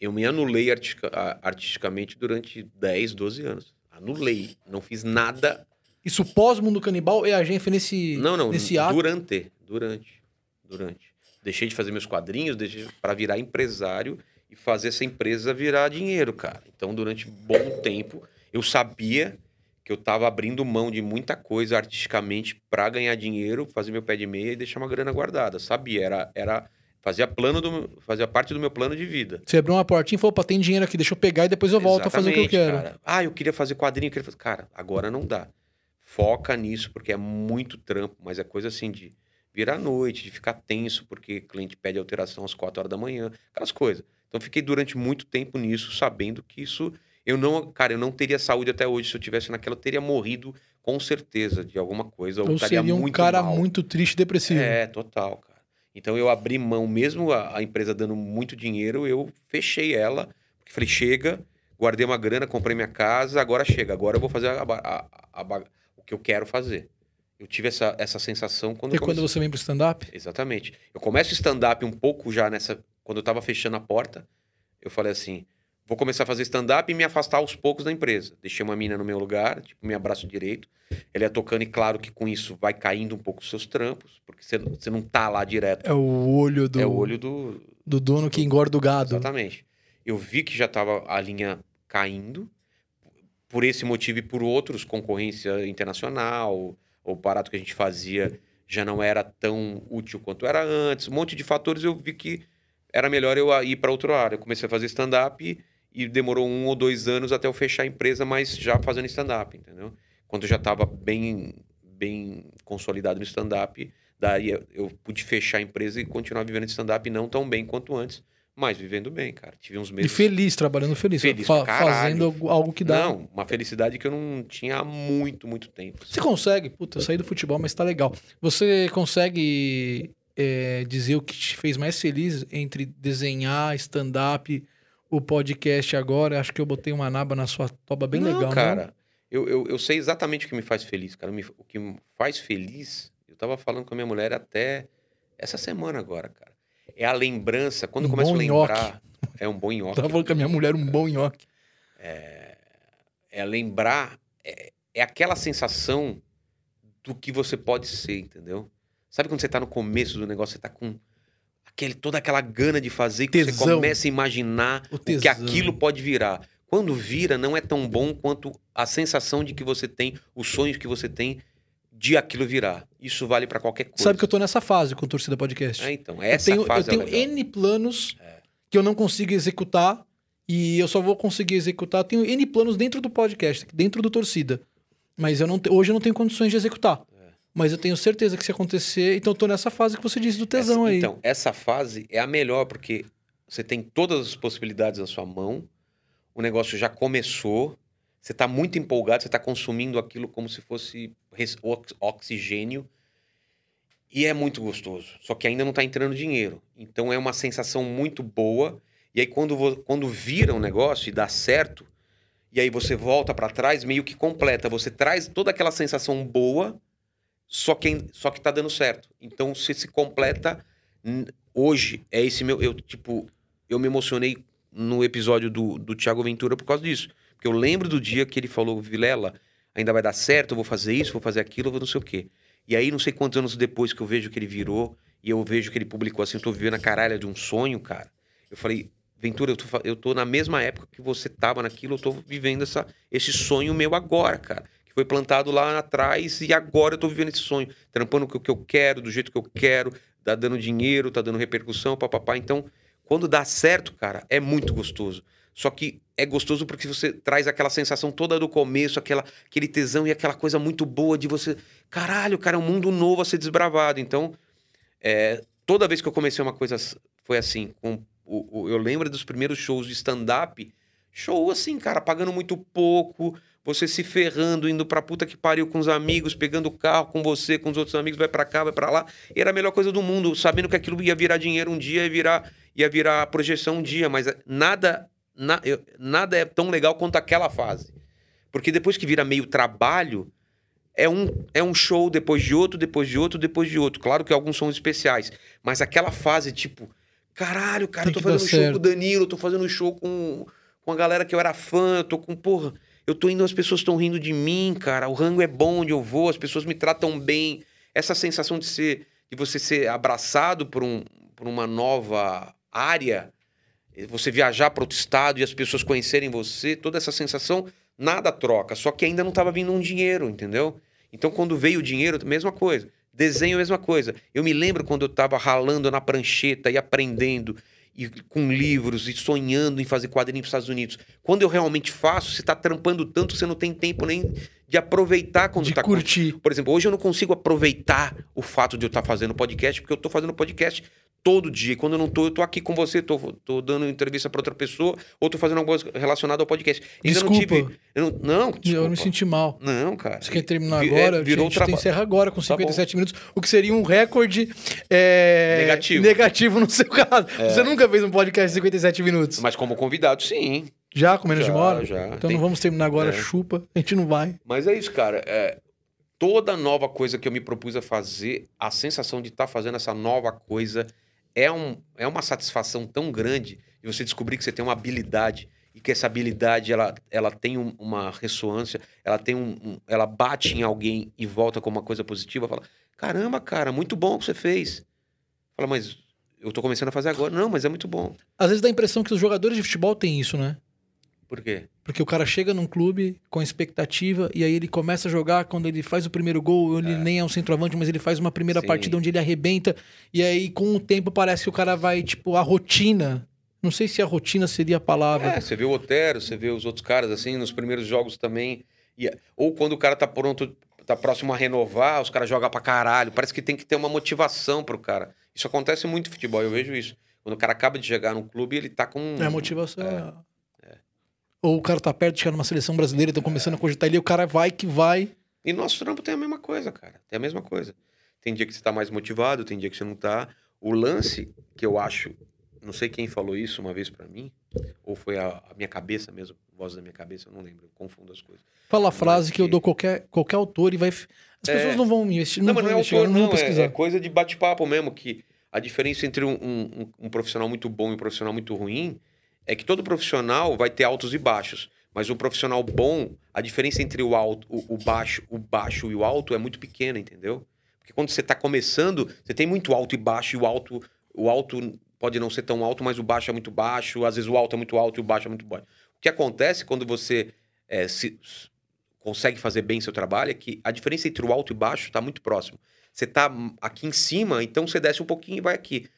Speaker 2: eu me anulei artistica- a- artisticamente durante 10, 12 anos. Anulei. Não fiz nada.
Speaker 1: Isso pós-Mundo Canibal? E a gente foi nesse,
Speaker 2: Não, não.
Speaker 1: nesse ato?
Speaker 2: Durante. Durante. Durante. Deixei de fazer meus quadrinhos, deixei para virar empresário e fazer essa empresa virar dinheiro, cara. Então, durante bom tempo, eu sabia que eu tava abrindo mão de muita coisa artisticamente para ganhar dinheiro, fazer meu pé de meia e deixar uma grana guardada. Sabia, era era fazia plano do meu- fazia parte do meu plano de vida.
Speaker 1: Você abriu uma portinha e falou, opa, tem dinheiro aqui, deixa eu pegar e depois eu volto a fazer o que eu
Speaker 2: Exatamente,
Speaker 1: quero.
Speaker 2: cara. Ah, eu queria fazer quadrinho, eu queria fazer... Cara, agora não dá. Foca nisso, porque é muito trampo, mas é coisa assim de virar à noite, de ficar tenso, porque cliente pede alteração às 4 horas da manhã, aquelas coisas. Então fiquei durante muito tempo nisso, sabendo que isso. Eu não, cara, eu não teria saúde até hoje se eu tivesse naquela, eu teria morrido com certeza de alguma coisa. Ou
Speaker 1: Eu
Speaker 2: estaria
Speaker 1: seria um
Speaker 2: Então, muito
Speaker 1: cara
Speaker 2: mal.
Speaker 1: muito triste e depressivo.
Speaker 2: É, total, cara. Então eu abri mão, mesmo a, a empresa dando muito dinheiro, eu fechei ela. Porque falei, chega, guardei uma grana, comprei minha casa, agora chega, agora eu vou fazer a ba- a- a ba- o que eu quero fazer. Eu tive essa, essa sensação quando
Speaker 1: e
Speaker 2: eu
Speaker 1: quando
Speaker 2: comecei.
Speaker 1: você vem pro stand-up?
Speaker 2: Exatamente. Eu começo o stand-up um pouco já nessa. Quando eu tava fechando a porta, eu falei assim: vou começar a fazer stand-up e me afastar aos poucos da empresa. Deixei uma mina no meu lugar, tipo, me abraço direito. Ela ia tocando, e claro que com isso vai caindo um pouco os seus trampos, porque você, não- você não tá lá direto.
Speaker 1: É o olho do,
Speaker 2: É o olho do.
Speaker 1: do dono que engorda o gado.
Speaker 2: Exatamente. Eu vi que já tava a linha caindo, por esse motivo e por outros, concorrência internacional, o barato que a gente fazia já não era tão útil quanto era antes. Um monte de fatores eu vi que era melhor eu ir para outra área. Eu comecei a fazer stand-up e, e demorou um ou dois anos até eu fechar a empresa, mas já fazendo stand-up, entendeu? Quando eu já estava bem, bem consolidado no stand-up, daí eu, eu pude fechar a empresa e continuar vivendo de stand-up, não tão bem quanto antes, mas vivendo bem, cara. Tive uns
Speaker 1: E
Speaker 2: meses.
Speaker 1: feliz, trabalhando feliz.
Speaker 2: Feliz
Speaker 1: fa-
Speaker 2: pra caralho.
Speaker 1: fazendo algo- algo que dá.
Speaker 2: Não, uma felicidade que eu não tinha há muito, muito tempo.
Speaker 1: Você consegue, puta, eu saí do futebol, mas tá legal. Você consegue é, dizer o que te fez mais feliz entre desenhar, stand-up, o podcast agora? Acho que eu botei uma naba na sua toba bem
Speaker 2: Não,
Speaker 1: legal, né?
Speaker 2: cara. Eu, eu, eu sei exatamente o que me faz feliz, cara. Me- o que me faz feliz, eu tava falando com a minha mulher até essa semana agora, cara. É a lembrança, quando
Speaker 1: Um
Speaker 2: eu começo a
Speaker 1: bom
Speaker 2: lembrar, é um bom
Speaker 1: Eu
Speaker 2: nhoque.
Speaker 1: tava falando com a minha mulher, um bom nhoque.
Speaker 2: É lembrar, é, é aquela sensação do que você pode ser, entendeu? Sabe quando você tá no começo do negócio, você tá com aquele, toda aquela gana de fazer, e que você
Speaker 1: Tesão.
Speaker 2: começa a imaginar
Speaker 1: O
Speaker 2: o que
Speaker 1: tesão.
Speaker 2: aquilo pode virar. Quando vira, não é tão bom quanto a sensação de que você tem, os sonhos que você tem de aquilo virar. Isso vale pra qualquer coisa.
Speaker 1: Sabe que eu tô nessa fase com o Torcida Podcast.
Speaker 2: É, então, essa
Speaker 1: eu tenho,
Speaker 2: fase é
Speaker 1: eu tenho
Speaker 2: legal. É.
Speaker 1: N planos que eu não consigo executar e eu só vou conseguir executar. Eu tenho N planos dentro do podcast, dentro do torcida. Mas eu não te- hoje eu não tenho condições de executar.
Speaker 2: É.
Speaker 1: Mas eu tenho certeza que se acontecer, então eu tô nessa fase que você disse do tesão
Speaker 2: Essa-
Speaker 1: aí.
Speaker 2: Então, essa fase é a melhor, porque você tem todas as possibilidades na sua mão, o negócio já começou, você está muito empolgado, você está consumindo aquilo como se fosse res- ox- oxigênio, e é muito gostoso. Só que ainda não está entrando dinheiro. Então, é uma sensação muito boa. E aí, quando, vo- quando vira um negócio e dá certo, e aí você volta para trás, meio que completa. Você traz toda aquela sensação boa, só que, só que tá dando certo. Então você se completa. N- Hoje é esse meu. Eu, tipo, eu me emocionei no episódio do, do Thiago Ventura por causa disso. Porque eu lembro do dia que ele falou, Vilela, ainda vai dar certo, eu vou fazer isso, vou fazer aquilo, eu vou não sei o quê. E aí, não sei quantos anos depois que eu vejo que ele virou e eu vejo que ele publicou assim, eu tô vivendo a caralha de um sonho, cara. Eu falei, Ventura, eu tô, fa- eu tô na mesma época que você tava naquilo, eu tô vivendo essa, esse sonho meu agora, cara. Que foi plantado lá atrás e agora eu tô vivendo esse sonho. Trampando com o que eu quero, do jeito que eu quero, tá dando dinheiro, tá dando repercussão, papapá. Então, quando dá certo, cara, é muito gostoso. Só que é gostoso porque você traz aquela sensação toda do começo, aquela, aquele tesão e aquela coisa muito boa de você. Caralho, cara, é um mundo novo a ser desbravado. Então, é, toda vez que eu comecei uma coisa, s- foi assim. com o- o- eu lembro dos primeiros shows de stand-up. Show assim, cara, pagando muito pouco, você se ferrando, indo pra puta que pariu com os amigos, pegando o carro com você, com os outros amigos, vai pra cá, vai pra lá. E era a melhor coisa do mundo, sabendo que aquilo ia virar dinheiro um dia, ia virar, ia virar projeção um dia, mas eh, nada na- eu- nada é tão legal quanto aquela fase. Porque depois que vira meio trabalho, é um, é um show depois de outro, depois de outro, depois de outro. Claro que alguns são especiais, mas aquela fase, tipo, caralho, cara,
Speaker 1: Tem
Speaker 2: eu tô
Speaker 1: que dar
Speaker 2: fazendo um show com
Speaker 1: certo.
Speaker 2: o Danilo, eu tô fazendo um show com, com a galera que eu era fã, eu tô com, porra, eu tô indo, as pessoas estão rindo de mim, cara, o rango é bom onde eu vou, as pessoas me tratam bem. Essa sensação de ser, de você ser abraçado por, um, por uma nova área você viajar para outro estado e as pessoas conhecerem você, toda essa sensação, nada troca. Só que ainda não estava vindo um dinheiro, entendeu? Então, quando veio o dinheiro, mesma coisa. Desenho, mesma coisa. Eu me lembro quando eu estava ralando na prancheta e aprendendo, e com livros, e sonhando em fazer quadrinho para os Estados Unidos. Quando eu realmente faço, você está trampando tanto que você não tem tempo nem de aproveitar quando tá
Speaker 1: de
Speaker 2: está
Speaker 1: curtir.
Speaker 2: por exemplo, hoje eu não consigo aproveitar o fato de eu estar fazendo podcast, porque eu estou fazendo podcast todo dia. E Quando eu não estou, eu estou aqui com você, estou dando entrevista para outra pessoa, ou estou fazendo alguma coisa relacionada ao podcast. Ainda
Speaker 1: Desculpa.
Speaker 2: não tive. Eu não, não,
Speaker 1: Eu me
Speaker 2: desculpa.
Speaker 1: senti mal.
Speaker 2: Não, cara.
Speaker 1: Você quer terminar
Speaker 2: Vi- é,
Speaker 1: agora? a
Speaker 2: virou
Speaker 1: gente tem
Speaker 2: traba-
Speaker 1: encerra agora com
Speaker 2: Tá bom.
Speaker 1: 57 minutos, o que seria um recorde é,
Speaker 2: Negativo. É.
Speaker 1: negativo no seu caso. Você nunca fez um podcast de 57 minutos.
Speaker 2: Mas como convidado, sim.
Speaker 1: Já com menos
Speaker 2: Já,
Speaker 1: de uma hora?
Speaker 2: já.
Speaker 1: Então
Speaker 2: Tem-
Speaker 1: não vamos terminar agora,
Speaker 2: É.
Speaker 1: chupa. A gente não vai.
Speaker 2: Mas é isso, cara. É, toda nova coisa que eu me propus a fazer, a sensação de estar fazendo essa nova coisa é, um, é uma satisfação tão grande de você descobrir que você tem uma habilidade e que essa habilidade ela, ela tem um- uma ressonância, ela tem um, um- ela bate em alguém e volta com uma coisa positiva, fala: "Caramba, cara, muito bom o que você fez". Fala: "Mas eu tô começando a fazer agora". Não, mas é muito bom.
Speaker 1: Às vezes dá a impressão que os jogadores de futebol têm isso, né?
Speaker 2: Por quê?
Speaker 1: Porque o cara chega num clube com expectativa e aí ele começa a jogar quando ele faz o primeiro gol, ele nem é um centroavante, mas ele faz uma primeira
Speaker 2: Sim.
Speaker 1: partida onde ele arrebenta e aí com o tempo parece que o cara vai tipo a rotina. Não sei se a rotina seria a palavra.
Speaker 2: É, você vê o Otero, você vê os outros caras assim, nos primeiros jogos também. E- ou quando o cara tá pronto, tá próximo a renovar, os caras jogam pra caralho. Parece que tem que ter uma motivação pro cara. Isso acontece muito no futebol, eu vejo isso. Quando o cara acaba de chegar num clube, ele tá com.
Speaker 1: É, a motivação. é- Ou o cara tá perto de chegar numa seleção brasileira, estão começando a cogitar ele, o cara vai que vai.
Speaker 2: E nosso trampo tem a mesma coisa, cara. Tem a mesma coisa. Tem dia que você tá mais motivado, tem dia que você não tá. O lance que eu acho, não sei quem falou isso uma vez pra mim, ou foi a, a minha cabeça mesmo, a voz da minha cabeça, eu não lembro, eu confundo as coisas.
Speaker 1: Fala a frase que eu
Speaker 2: é que-
Speaker 1: dou qualquer, qualquer autor e vai. f- As
Speaker 2: É.
Speaker 1: pessoas não vão investir, não,
Speaker 2: Não,
Speaker 1: vão
Speaker 2: mas não é
Speaker 1: investigar,
Speaker 2: autor,
Speaker 1: não vão
Speaker 2: não. É,
Speaker 1: pesquisar.
Speaker 2: é coisa de bate-papo mesmo, que a diferença entre um, um- um- um profissional muito bom e um profissional muito ruim é que todo profissional vai ter altos e baixos. Mas o profissional bom, a diferença entre o alto, o, o baixo, o baixo e o alto é muito pequena, entendeu? Porque quando você está começando, você tem muito alto e baixo, e o alto, o alto pode não ser tão alto, mas o baixo é muito baixo, às vezes o alto é muito alto e o baixo é muito baixo. O que acontece quando você é, se- s- consegue fazer bem seu trabalho é que a diferença entre o alto e baixo está muito próximo. Você está aqui em cima, então você desce um pouquinho e vai aqui.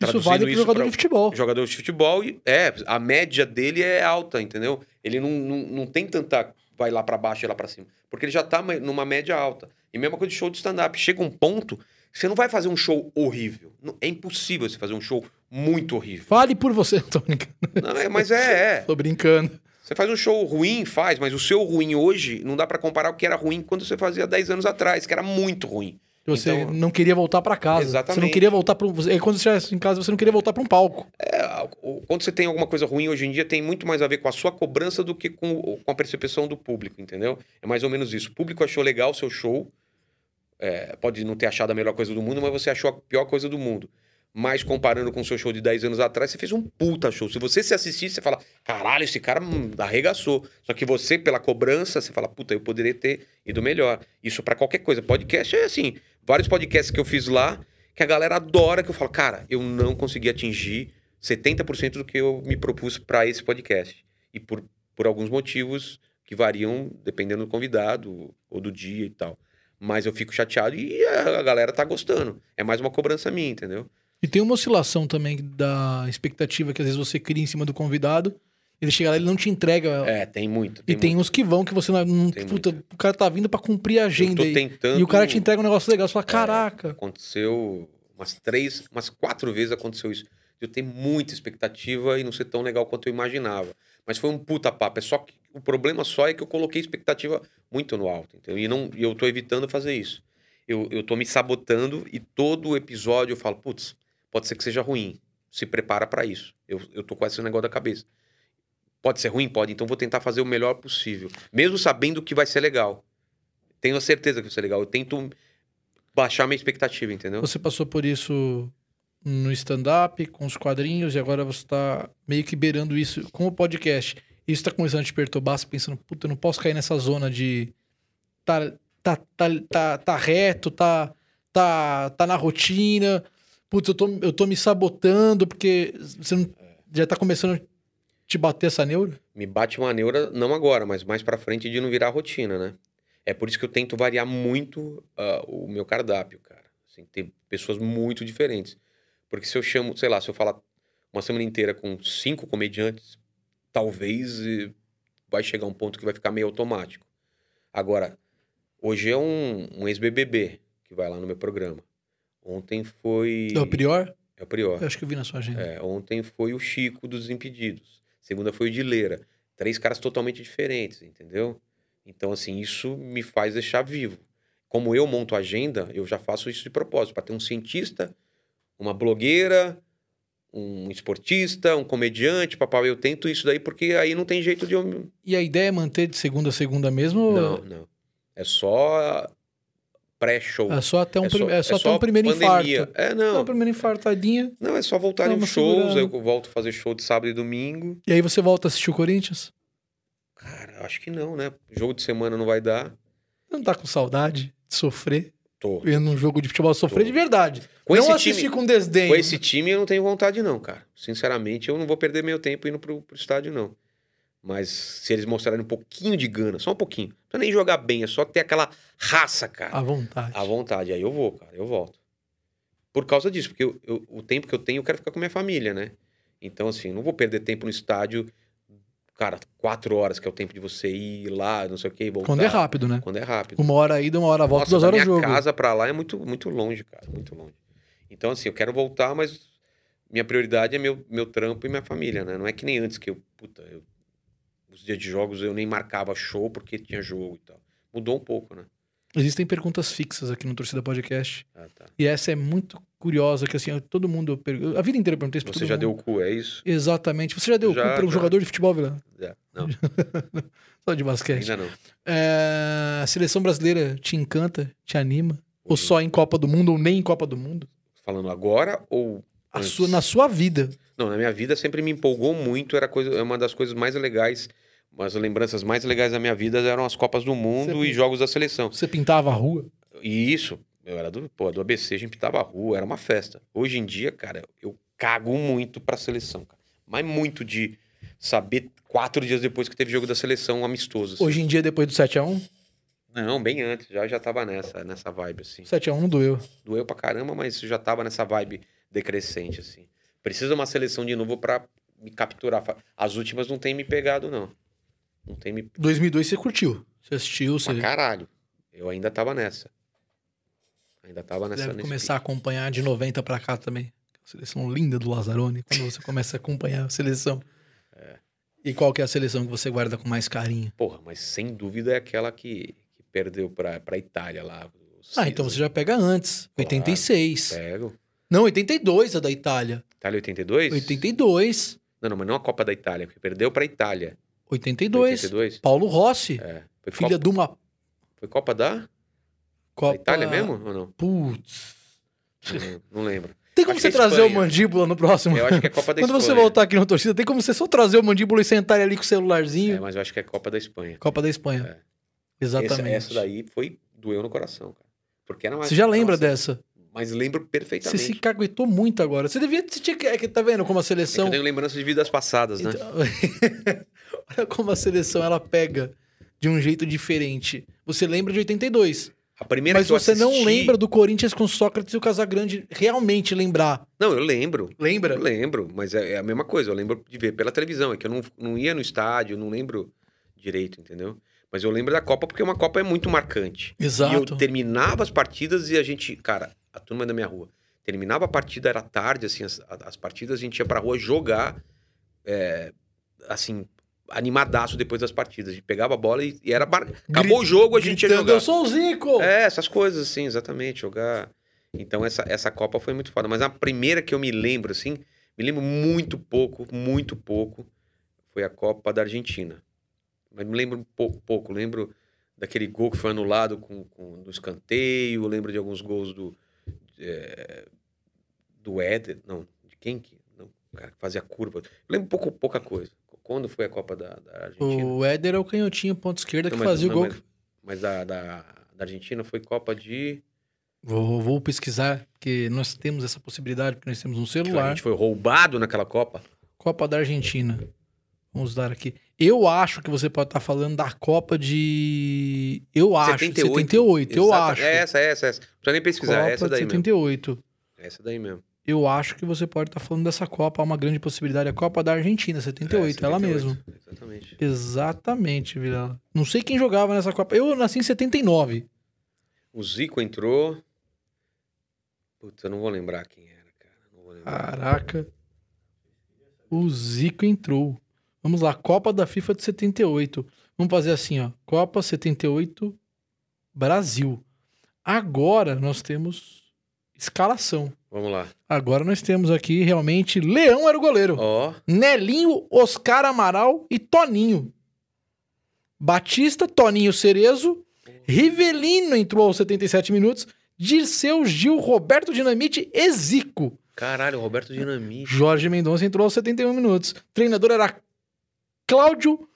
Speaker 1: Isso
Speaker 2: Traduzindo
Speaker 1: vale pro jogador
Speaker 2: pra-
Speaker 1: de futebol.
Speaker 2: jogador de futebol e é a média dele é alta, entendeu? Ele não, não, não tem tanta vai lá pra baixo e lá pra cima, porque ele já tá ma- numa média alta. E mesma coisa de show de stand-up, chega um ponto que você não vai fazer um show horrível, Não- é impossível você fazer um show muito horrível.
Speaker 1: Fale por você, Tônica.
Speaker 2: Não, é, mas é, é.
Speaker 1: Tô brincando.
Speaker 2: Você faz um show ruim, faz, mas o seu ruim hoje não dá pra comparar o que era ruim quando você fazia 10 anos atrás, que era muito ruim.
Speaker 1: Você
Speaker 2: Então-
Speaker 1: não queria voltar pra casa. Você não
Speaker 2: Exatamente.
Speaker 1: queria voltar para um. você- Quando você estivesse em casa, você não queria voltar pra um palco.
Speaker 2: É, o- quando você tem alguma coisa ruim hoje em dia, tem muito mais a ver com a sua cobrança do que com, o- com a percepção do público, entendeu? É mais ou menos isso. O público achou legal o seu show, é, pode não ter achado a melhor coisa do mundo, mas você achou a pior coisa do mundo. Mas comparando com o seu show de 10 anos atrás, você fez um puta show. Se você se assistir, você fala, caralho, esse cara hum, arregaçou. Só que você, pela cobrança, você fala, puta, eu poderia ter ido melhor. Isso pra qualquer coisa. Podcast é assim, vários podcasts que eu fiz lá, que a galera adora, que eu falo, cara, eu não consegui atingir 70% do que eu me propus para esse podcast. E por, por alguns motivos que variam dependendo do convidado ou do dia e tal. Mas eu fico chateado e a a galera tá gostando. É mais uma cobrança minha, entendeu?
Speaker 1: E tem uma oscilação também da expectativa que às vezes você cria em cima do convidado Ele chega lá, ele não te entrega.
Speaker 2: É, tem muito.
Speaker 1: Então, e tem
Speaker 2: muito.
Speaker 1: uns que vão que você não. não-
Speaker 2: Tem
Speaker 1: puta, o cara tá vindo pra cumprir a
Speaker 2: Eu
Speaker 1: agenda
Speaker 2: tô
Speaker 1: aí.
Speaker 2: tentando. É.
Speaker 1: E o cara te entrega um negócio legal. Você fala, caraca.
Speaker 2: Aconteceu umas três, umas quatro vezes aconteceu isso. Eu tenho muita expectativa e não ser tão legal quanto eu imaginava. Mas foi um puta papo. É só que o problema só é que eu coloquei expectativa muito no alto. Entendeu? E, não, e eu tô evitando fazer isso. Eu, eu tô me sabotando e todo episódio eu falo, putz, pode ser que seja ruim. Se prepara pra isso. Eu, eu tô com esse negócio da cabeça. Pode ser ruim? Pode. Então vou tentar fazer o melhor possível. Mesmo sabendo que vai ser legal. Tenho a certeza que vai ser legal. Eu tento baixar minha expectativa, entendeu?
Speaker 1: Você passou por isso no stand-up, com os quadrinhos, e agora você tá meio que beirando isso com o podcast. Isso tá começando a te perturbar, você pensando, puta, eu não posso cair nessa zona de. Tá, tá, tá, tá, tá reto, tá, tá, tá na rotina. Putz, eu tô, eu tô me sabotando, porque você não- já tá começando a te bater essa neura?
Speaker 2: Me bate uma neura, não agora, mas mais pra frente de não virar rotina, né? É por isso que eu tento variar muito ah, o meu cardápio, cara. Assim, ter pessoas muito diferentes. Porque se eu chamo, sei lá, se eu falar uma semana inteira com cinco comediantes, talvez eh, vai chegar um ponto que vai ficar meio automático. Agora, hoje é um, um ex-BBB que vai lá no meu programa. Ontem foi...
Speaker 1: É o pior?
Speaker 2: É o Prior.
Speaker 1: Eu acho que eu vi na sua agenda.
Speaker 2: É, ontem foi o Chico dos Desimpedidos. Segunda foi o Dileira. Três caras totalmente diferentes, entendeu? Então, assim, isso me faz deixar vivo. Como eu monto a agenda, eu já faço isso de propósito, para ter um cientista, uma blogueira, um esportista, um comediante, papai. Eu tento isso daí porque aí não tem jeito de eu. me-
Speaker 1: E a ideia é manter de segunda a segunda mesmo?
Speaker 2: Não, não. É só pré-show.
Speaker 1: É só até um,
Speaker 2: É
Speaker 1: prim-
Speaker 2: só-
Speaker 1: é só
Speaker 2: é
Speaker 1: até um primeiro
Speaker 2: pandemia.
Speaker 1: infarto.
Speaker 2: É,
Speaker 1: Não,
Speaker 2: não.
Speaker 1: primeira infartadinha.
Speaker 2: Não, é só voltarem
Speaker 1: Não,
Speaker 2: os
Speaker 1: mas
Speaker 2: shows,
Speaker 1: segurando.
Speaker 2: aí eu volto a fazer show de sábado e domingo.
Speaker 1: E aí você volta a assistir o Corinthians?
Speaker 2: Cara, eu acho que não, né? Jogo de semana não vai dar.
Speaker 1: Não tá com saudade de sofrer?
Speaker 2: Tô.
Speaker 1: Vendo um jogo de futebol sofrer
Speaker 2: Tô.
Speaker 1: de verdade.
Speaker 2: Com
Speaker 1: não
Speaker 2: esse
Speaker 1: assistir
Speaker 2: time,
Speaker 1: com desdém.
Speaker 2: com esse time eu não tenho vontade não, cara. Sinceramente, eu não vou perder meu tempo indo pro, pro estádio não. Mas se eles mostrarem um pouquinho de gana, só um pouquinho, não precisa nem jogar bem, é só ter aquela raça, cara.
Speaker 1: À vontade.
Speaker 2: À vontade, aí eu vou, cara, eu volto. Por causa disso, porque eu- eu- o tempo que eu tenho, eu quero ficar com minha família, né? Então, assim, eu não vou perder tempo no estádio, cara, quatro horas, que é o tempo de você ir lá, não sei o quê, e voltar.
Speaker 1: Quando é rápido, né?
Speaker 2: Quando é rápido.
Speaker 1: Uma hora ida, uma hora volta,
Speaker 2: Nossa,
Speaker 1: duas
Speaker 2: da
Speaker 1: horas
Speaker 2: minha
Speaker 1: jogo.
Speaker 2: casa pra lá é muito, muito longe, cara, muito longe. Então, assim, eu quero voltar, mas minha prioridade é meu, meu trampo e minha família, né? Não é que nem antes que eu, puta, eu, os dias de jogos eu nem marcava show porque tinha jogo e tal. Mudou um pouco, né?
Speaker 1: Existem perguntas fixas aqui no Torcida Podcast.
Speaker 2: Ah, tá.
Speaker 1: E essa é muito curiosa, que assim, eu- todo mundo... eu pergu- A vida inteira eu perguntei isso pra
Speaker 2: Você
Speaker 1: todo
Speaker 2: já deu
Speaker 1: mundo.
Speaker 2: o cu, é isso?
Speaker 1: Exatamente. Você já deu
Speaker 2: Já,
Speaker 1: o cu pra um
Speaker 2: já.
Speaker 1: jogador de futebol, Vila?
Speaker 2: É. Não,
Speaker 1: Só de basquete.
Speaker 2: ainda não.
Speaker 1: É, A seleção brasileira te encanta, te anima? Ou
Speaker 2: Uhum.
Speaker 1: só em Copa do Mundo, ou nem em Copa do Mundo?
Speaker 2: Falando agora ou
Speaker 1: A
Speaker 2: Antes.
Speaker 1: sua, na sua vida.
Speaker 2: Não, na minha vida sempre me empolgou muito, era coisa, é uma das coisas mais legais, as lembranças mais legais da minha vida eram as Copas do Mundo
Speaker 1: Você-
Speaker 2: e jogos da seleção.
Speaker 1: Você pintava a rua.
Speaker 2: E isso, eu era do, pô, do ABC, a gente pintava a rua, era uma festa. Hoje em dia, cara, eu cago muito pra seleção, cara. Mas muito de saber quatro dias depois que teve jogo da seleção um amistoso. assim.
Speaker 1: Hoje em dia, depois do 7x1,
Speaker 2: Não, bem antes, já, já tava nessa, nessa vibe, assim.
Speaker 1: 7x1 doeu.
Speaker 2: Doeu pra caramba, mas já tava nessa vibe decrescente, assim. Precisa uma seleção de novo pra me capturar. Fa- As últimas não tem me pegado, não. Não tem me.
Speaker 1: 2002 você curtiu. Você assistiu, você
Speaker 2: Pra caralho. Eu ainda tava nessa. Ainda tava nessa.
Speaker 1: deve
Speaker 2: nesse
Speaker 1: começar a acompanhar de 90 pra cá também. Seleção linda do Lazzaroni, quando você começa a acompanhar a seleção. E qual que é a seleção que você guarda com mais carinho?
Speaker 2: Porra, mas sem dúvida é aquela que, que perdeu pra, pra Itália lá.
Speaker 1: Ah, então você já pega antes.
Speaker 2: Claro.
Speaker 1: 86.
Speaker 2: Pego.
Speaker 1: Não, 82 a da Itália.
Speaker 2: É, Itália 82?
Speaker 1: 82.
Speaker 2: Não, não, mas não é a Copa da Itália, porque perdeu pra Itália.
Speaker 1: 82.
Speaker 2: 82?
Speaker 1: Paulo Rossi,
Speaker 2: É. Foi
Speaker 1: filha
Speaker 2: Copa,
Speaker 1: de uma
Speaker 2: foi Copa da
Speaker 1: Copa...
Speaker 2: Itália mesmo ou não?
Speaker 1: Putz.
Speaker 2: Não, não lembro.
Speaker 1: Tem como
Speaker 2: Acho
Speaker 1: você
Speaker 2: que é
Speaker 1: trazer o
Speaker 2: Espanha.
Speaker 1: Mandíbula no próximo?
Speaker 2: Eu acho que é Copa da
Speaker 1: Quando você
Speaker 2: Espanha.
Speaker 1: voltar aqui na torcida, tem como você só trazer o mandíbula e sentar ele ali com o celularzinho?
Speaker 2: É, mas eu acho que é Copa da Espanha.
Speaker 1: Copa da Espanha. Exatamente.
Speaker 2: Essa, essa daí foi. doeu no coração, cara. Porque era uma.
Speaker 1: Você já lembra
Speaker 2: nossa,
Speaker 1: dessa?
Speaker 2: Mas lembro
Speaker 1: Você
Speaker 2: perfeitamente.
Speaker 1: se caguetou muito agora. Você devia. Você tinha que, é que tá vendo como a
Speaker 2: É que eu
Speaker 1: seleção.
Speaker 2: tenho lembrança de vidas passadas, né?
Speaker 1: Então- Olha como a seleção ela pega de um jeito diferente. Você lembra de 82.
Speaker 2: A primeira
Speaker 1: Mas
Speaker 2: que eu
Speaker 1: você não
Speaker 2: assisti-
Speaker 1: lembra do Corinthians com Sócrates e o Casagrande realmente lembrar.
Speaker 2: Não, eu lembro.
Speaker 1: Lembra?
Speaker 2: Eu lembro, mas é, é a mesma coisa. Eu lembro de ver pela televisão. É que eu não, não ia no estádio, não lembro direito, entendeu? Mas eu lembro da Copa porque uma Copa é muito marcante. E eu
Speaker 1: Exato.
Speaker 2: terminava as partidas e a gente, cara, a turma da minha rua, terminava a partida, era tarde, assim, as, as partidas a gente ia pra rua jogar, é, assim, animadaço depois das partidas. A gente pegava a bola e, e era. mar- Acabou o jogo, a gente ia
Speaker 1: Gritando,
Speaker 2: jogar.
Speaker 1: eu sou o Zico!
Speaker 2: É, essas coisas, assim, exatamente, jogar. Então, essa, essa Copa foi muito foda. Mas a primeira que eu me lembro, assim, me lembro muito pouco, muito pouco, foi a Copa da Argentina. Mas me lembro pouco, pouco. Lembro daquele gol que foi anulado com, com, no escanteio, lembro de alguns gols do. eh, do Éder, não, de quem que. Não, o cara que fazia curva. Eu lembro pouco, pouca coisa. Quando foi a Copa da, da Argentina?
Speaker 1: O Éder é o canhotinho, ponta esquerda, que
Speaker 2: Não, mas-
Speaker 1: fazia
Speaker 2: não,
Speaker 1: o gol.
Speaker 2: Mas, mas da, da, da Argentina foi Copa de.
Speaker 1: Vou, vou pesquisar, porque nós temos essa possibilidade, porque nós temos um
Speaker 2: que
Speaker 1: celular.
Speaker 2: A gente foi roubado naquela Copa.
Speaker 1: Copa da Argentina. Vamos dar aqui. Eu acho que você pode estar falando da Copa de. Eu acho. 78. 78 eu
Speaker 2: Exata-
Speaker 1: acho.
Speaker 2: É essa, é essa, é essa. Não precisa nem pesquisar,
Speaker 1: Copa
Speaker 2: é essa
Speaker 1: de
Speaker 2: daí
Speaker 1: 78.
Speaker 2: mesmo. É Essa daí mesmo.
Speaker 1: Eu acho que você pode estar falando dessa Copa. Há uma grande possibilidade. A Copa da Argentina, 78.
Speaker 2: É,
Speaker 1: Ela
Speaker 2: 78,
Speaker 1: mesmo.
Speaker 2: Exatamente.
Speaker 1: Exatamente, Vilela. Não sei quem jogava nessa Copa. Eu nasci em 79.
Speaker 2: O Zico entrou. Putz, eu não vou lembrar quem era, cara. Não vou lembrar.
Speaker 1: Caraca. O Zico entrou. Vamos lá, Copa da FIFA de 78. Vamos fazer assim, ó. Copa 78 Brasil. Agora nós temos escalação.
Speaker 2: Vamos lá.
Speaker 1: Agora nós temos aqui realmente Leão era o goleiro.
Speaker 2: Ó,
Speaker 1: Nelinho, Oscar Amaral e Toninho. Batista, Toninho Cerezo, Rivelino entrou aos 77 minutos, Dirceu, Gil, Roberto Dinamite e Zico.
Speaker 2: caralho, Roberto Dinamite.
Speaker 1: Jorge Mendonça entrou aos 71 minutos. Treinador era Cláudio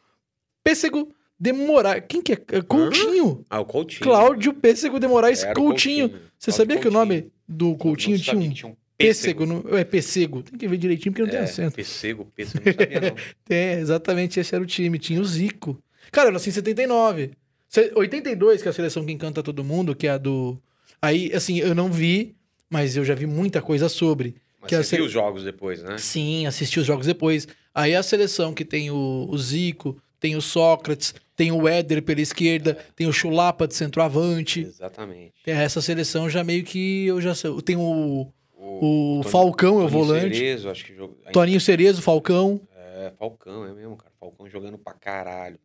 Speaker 1: Pêssego de Moraes. Quem que é? É Coutinho.
Speaker 2: Ah, o Coutinho.
Speaker 1: Cláudio Pêssego de Moraes
Speaker 2: Era o
Speaker 1: Coutinho. Você
Speaker 2: Cláudio
Speaker 1: sabia que o
Speaker 2: Coutinho.
Speaker 1: nome do Coutinho
Speaker 2: Eu não
Speaker 1: tinha
Speaker 2: sabia
Speaker 1: um
Speaker 2: que tinha um
Speaker 1: pêssego? no- É pêssego. Tem que ver direitinho porque não tem
Speaker 2: É,
Speaker 1: acento.
Speaker 2: pêssego, pêssego, não sabia não.
Speaker 1: É, exatamente esse era o time. Tinha o Zico. Cara, eu nasci em 79. Se- 82, que é a seleção que encanta todo mundo, que é a do... Aí, assim, eu não vi, mas eu já vi muita coisa sobre.
Speaker 2: Mas
Speaker 1: Que
Speaker 2: você
Speaker 1: assim-
Speaker 2: viu os jogos depois, né?
Speaker 1: Sim, assisti os jogos depois. Aí a seleção que tem o, o Zico, tem o Sócrates, tem o Éder pela esquerda, tem o Chulapa de centroavante.
Speaker 2: Exatamente.
Speaker 1: É, Essa seleção já meio que eu já sei. Tem o,
Speaker 2: O,
Speaker 1: o
Speaker 2: Tony-
Speaker 1: Falcão, é um, o
Speaker 2: Toninho
Speaker 1: volante.
Speaker 2: Cerezo, acho que jogou. ainda-
Speaker 1: Toninho Cerezo, Falcão.
Speaker 2: É, Falcão, é mesmo, cara. Falcão jogando pra caralho.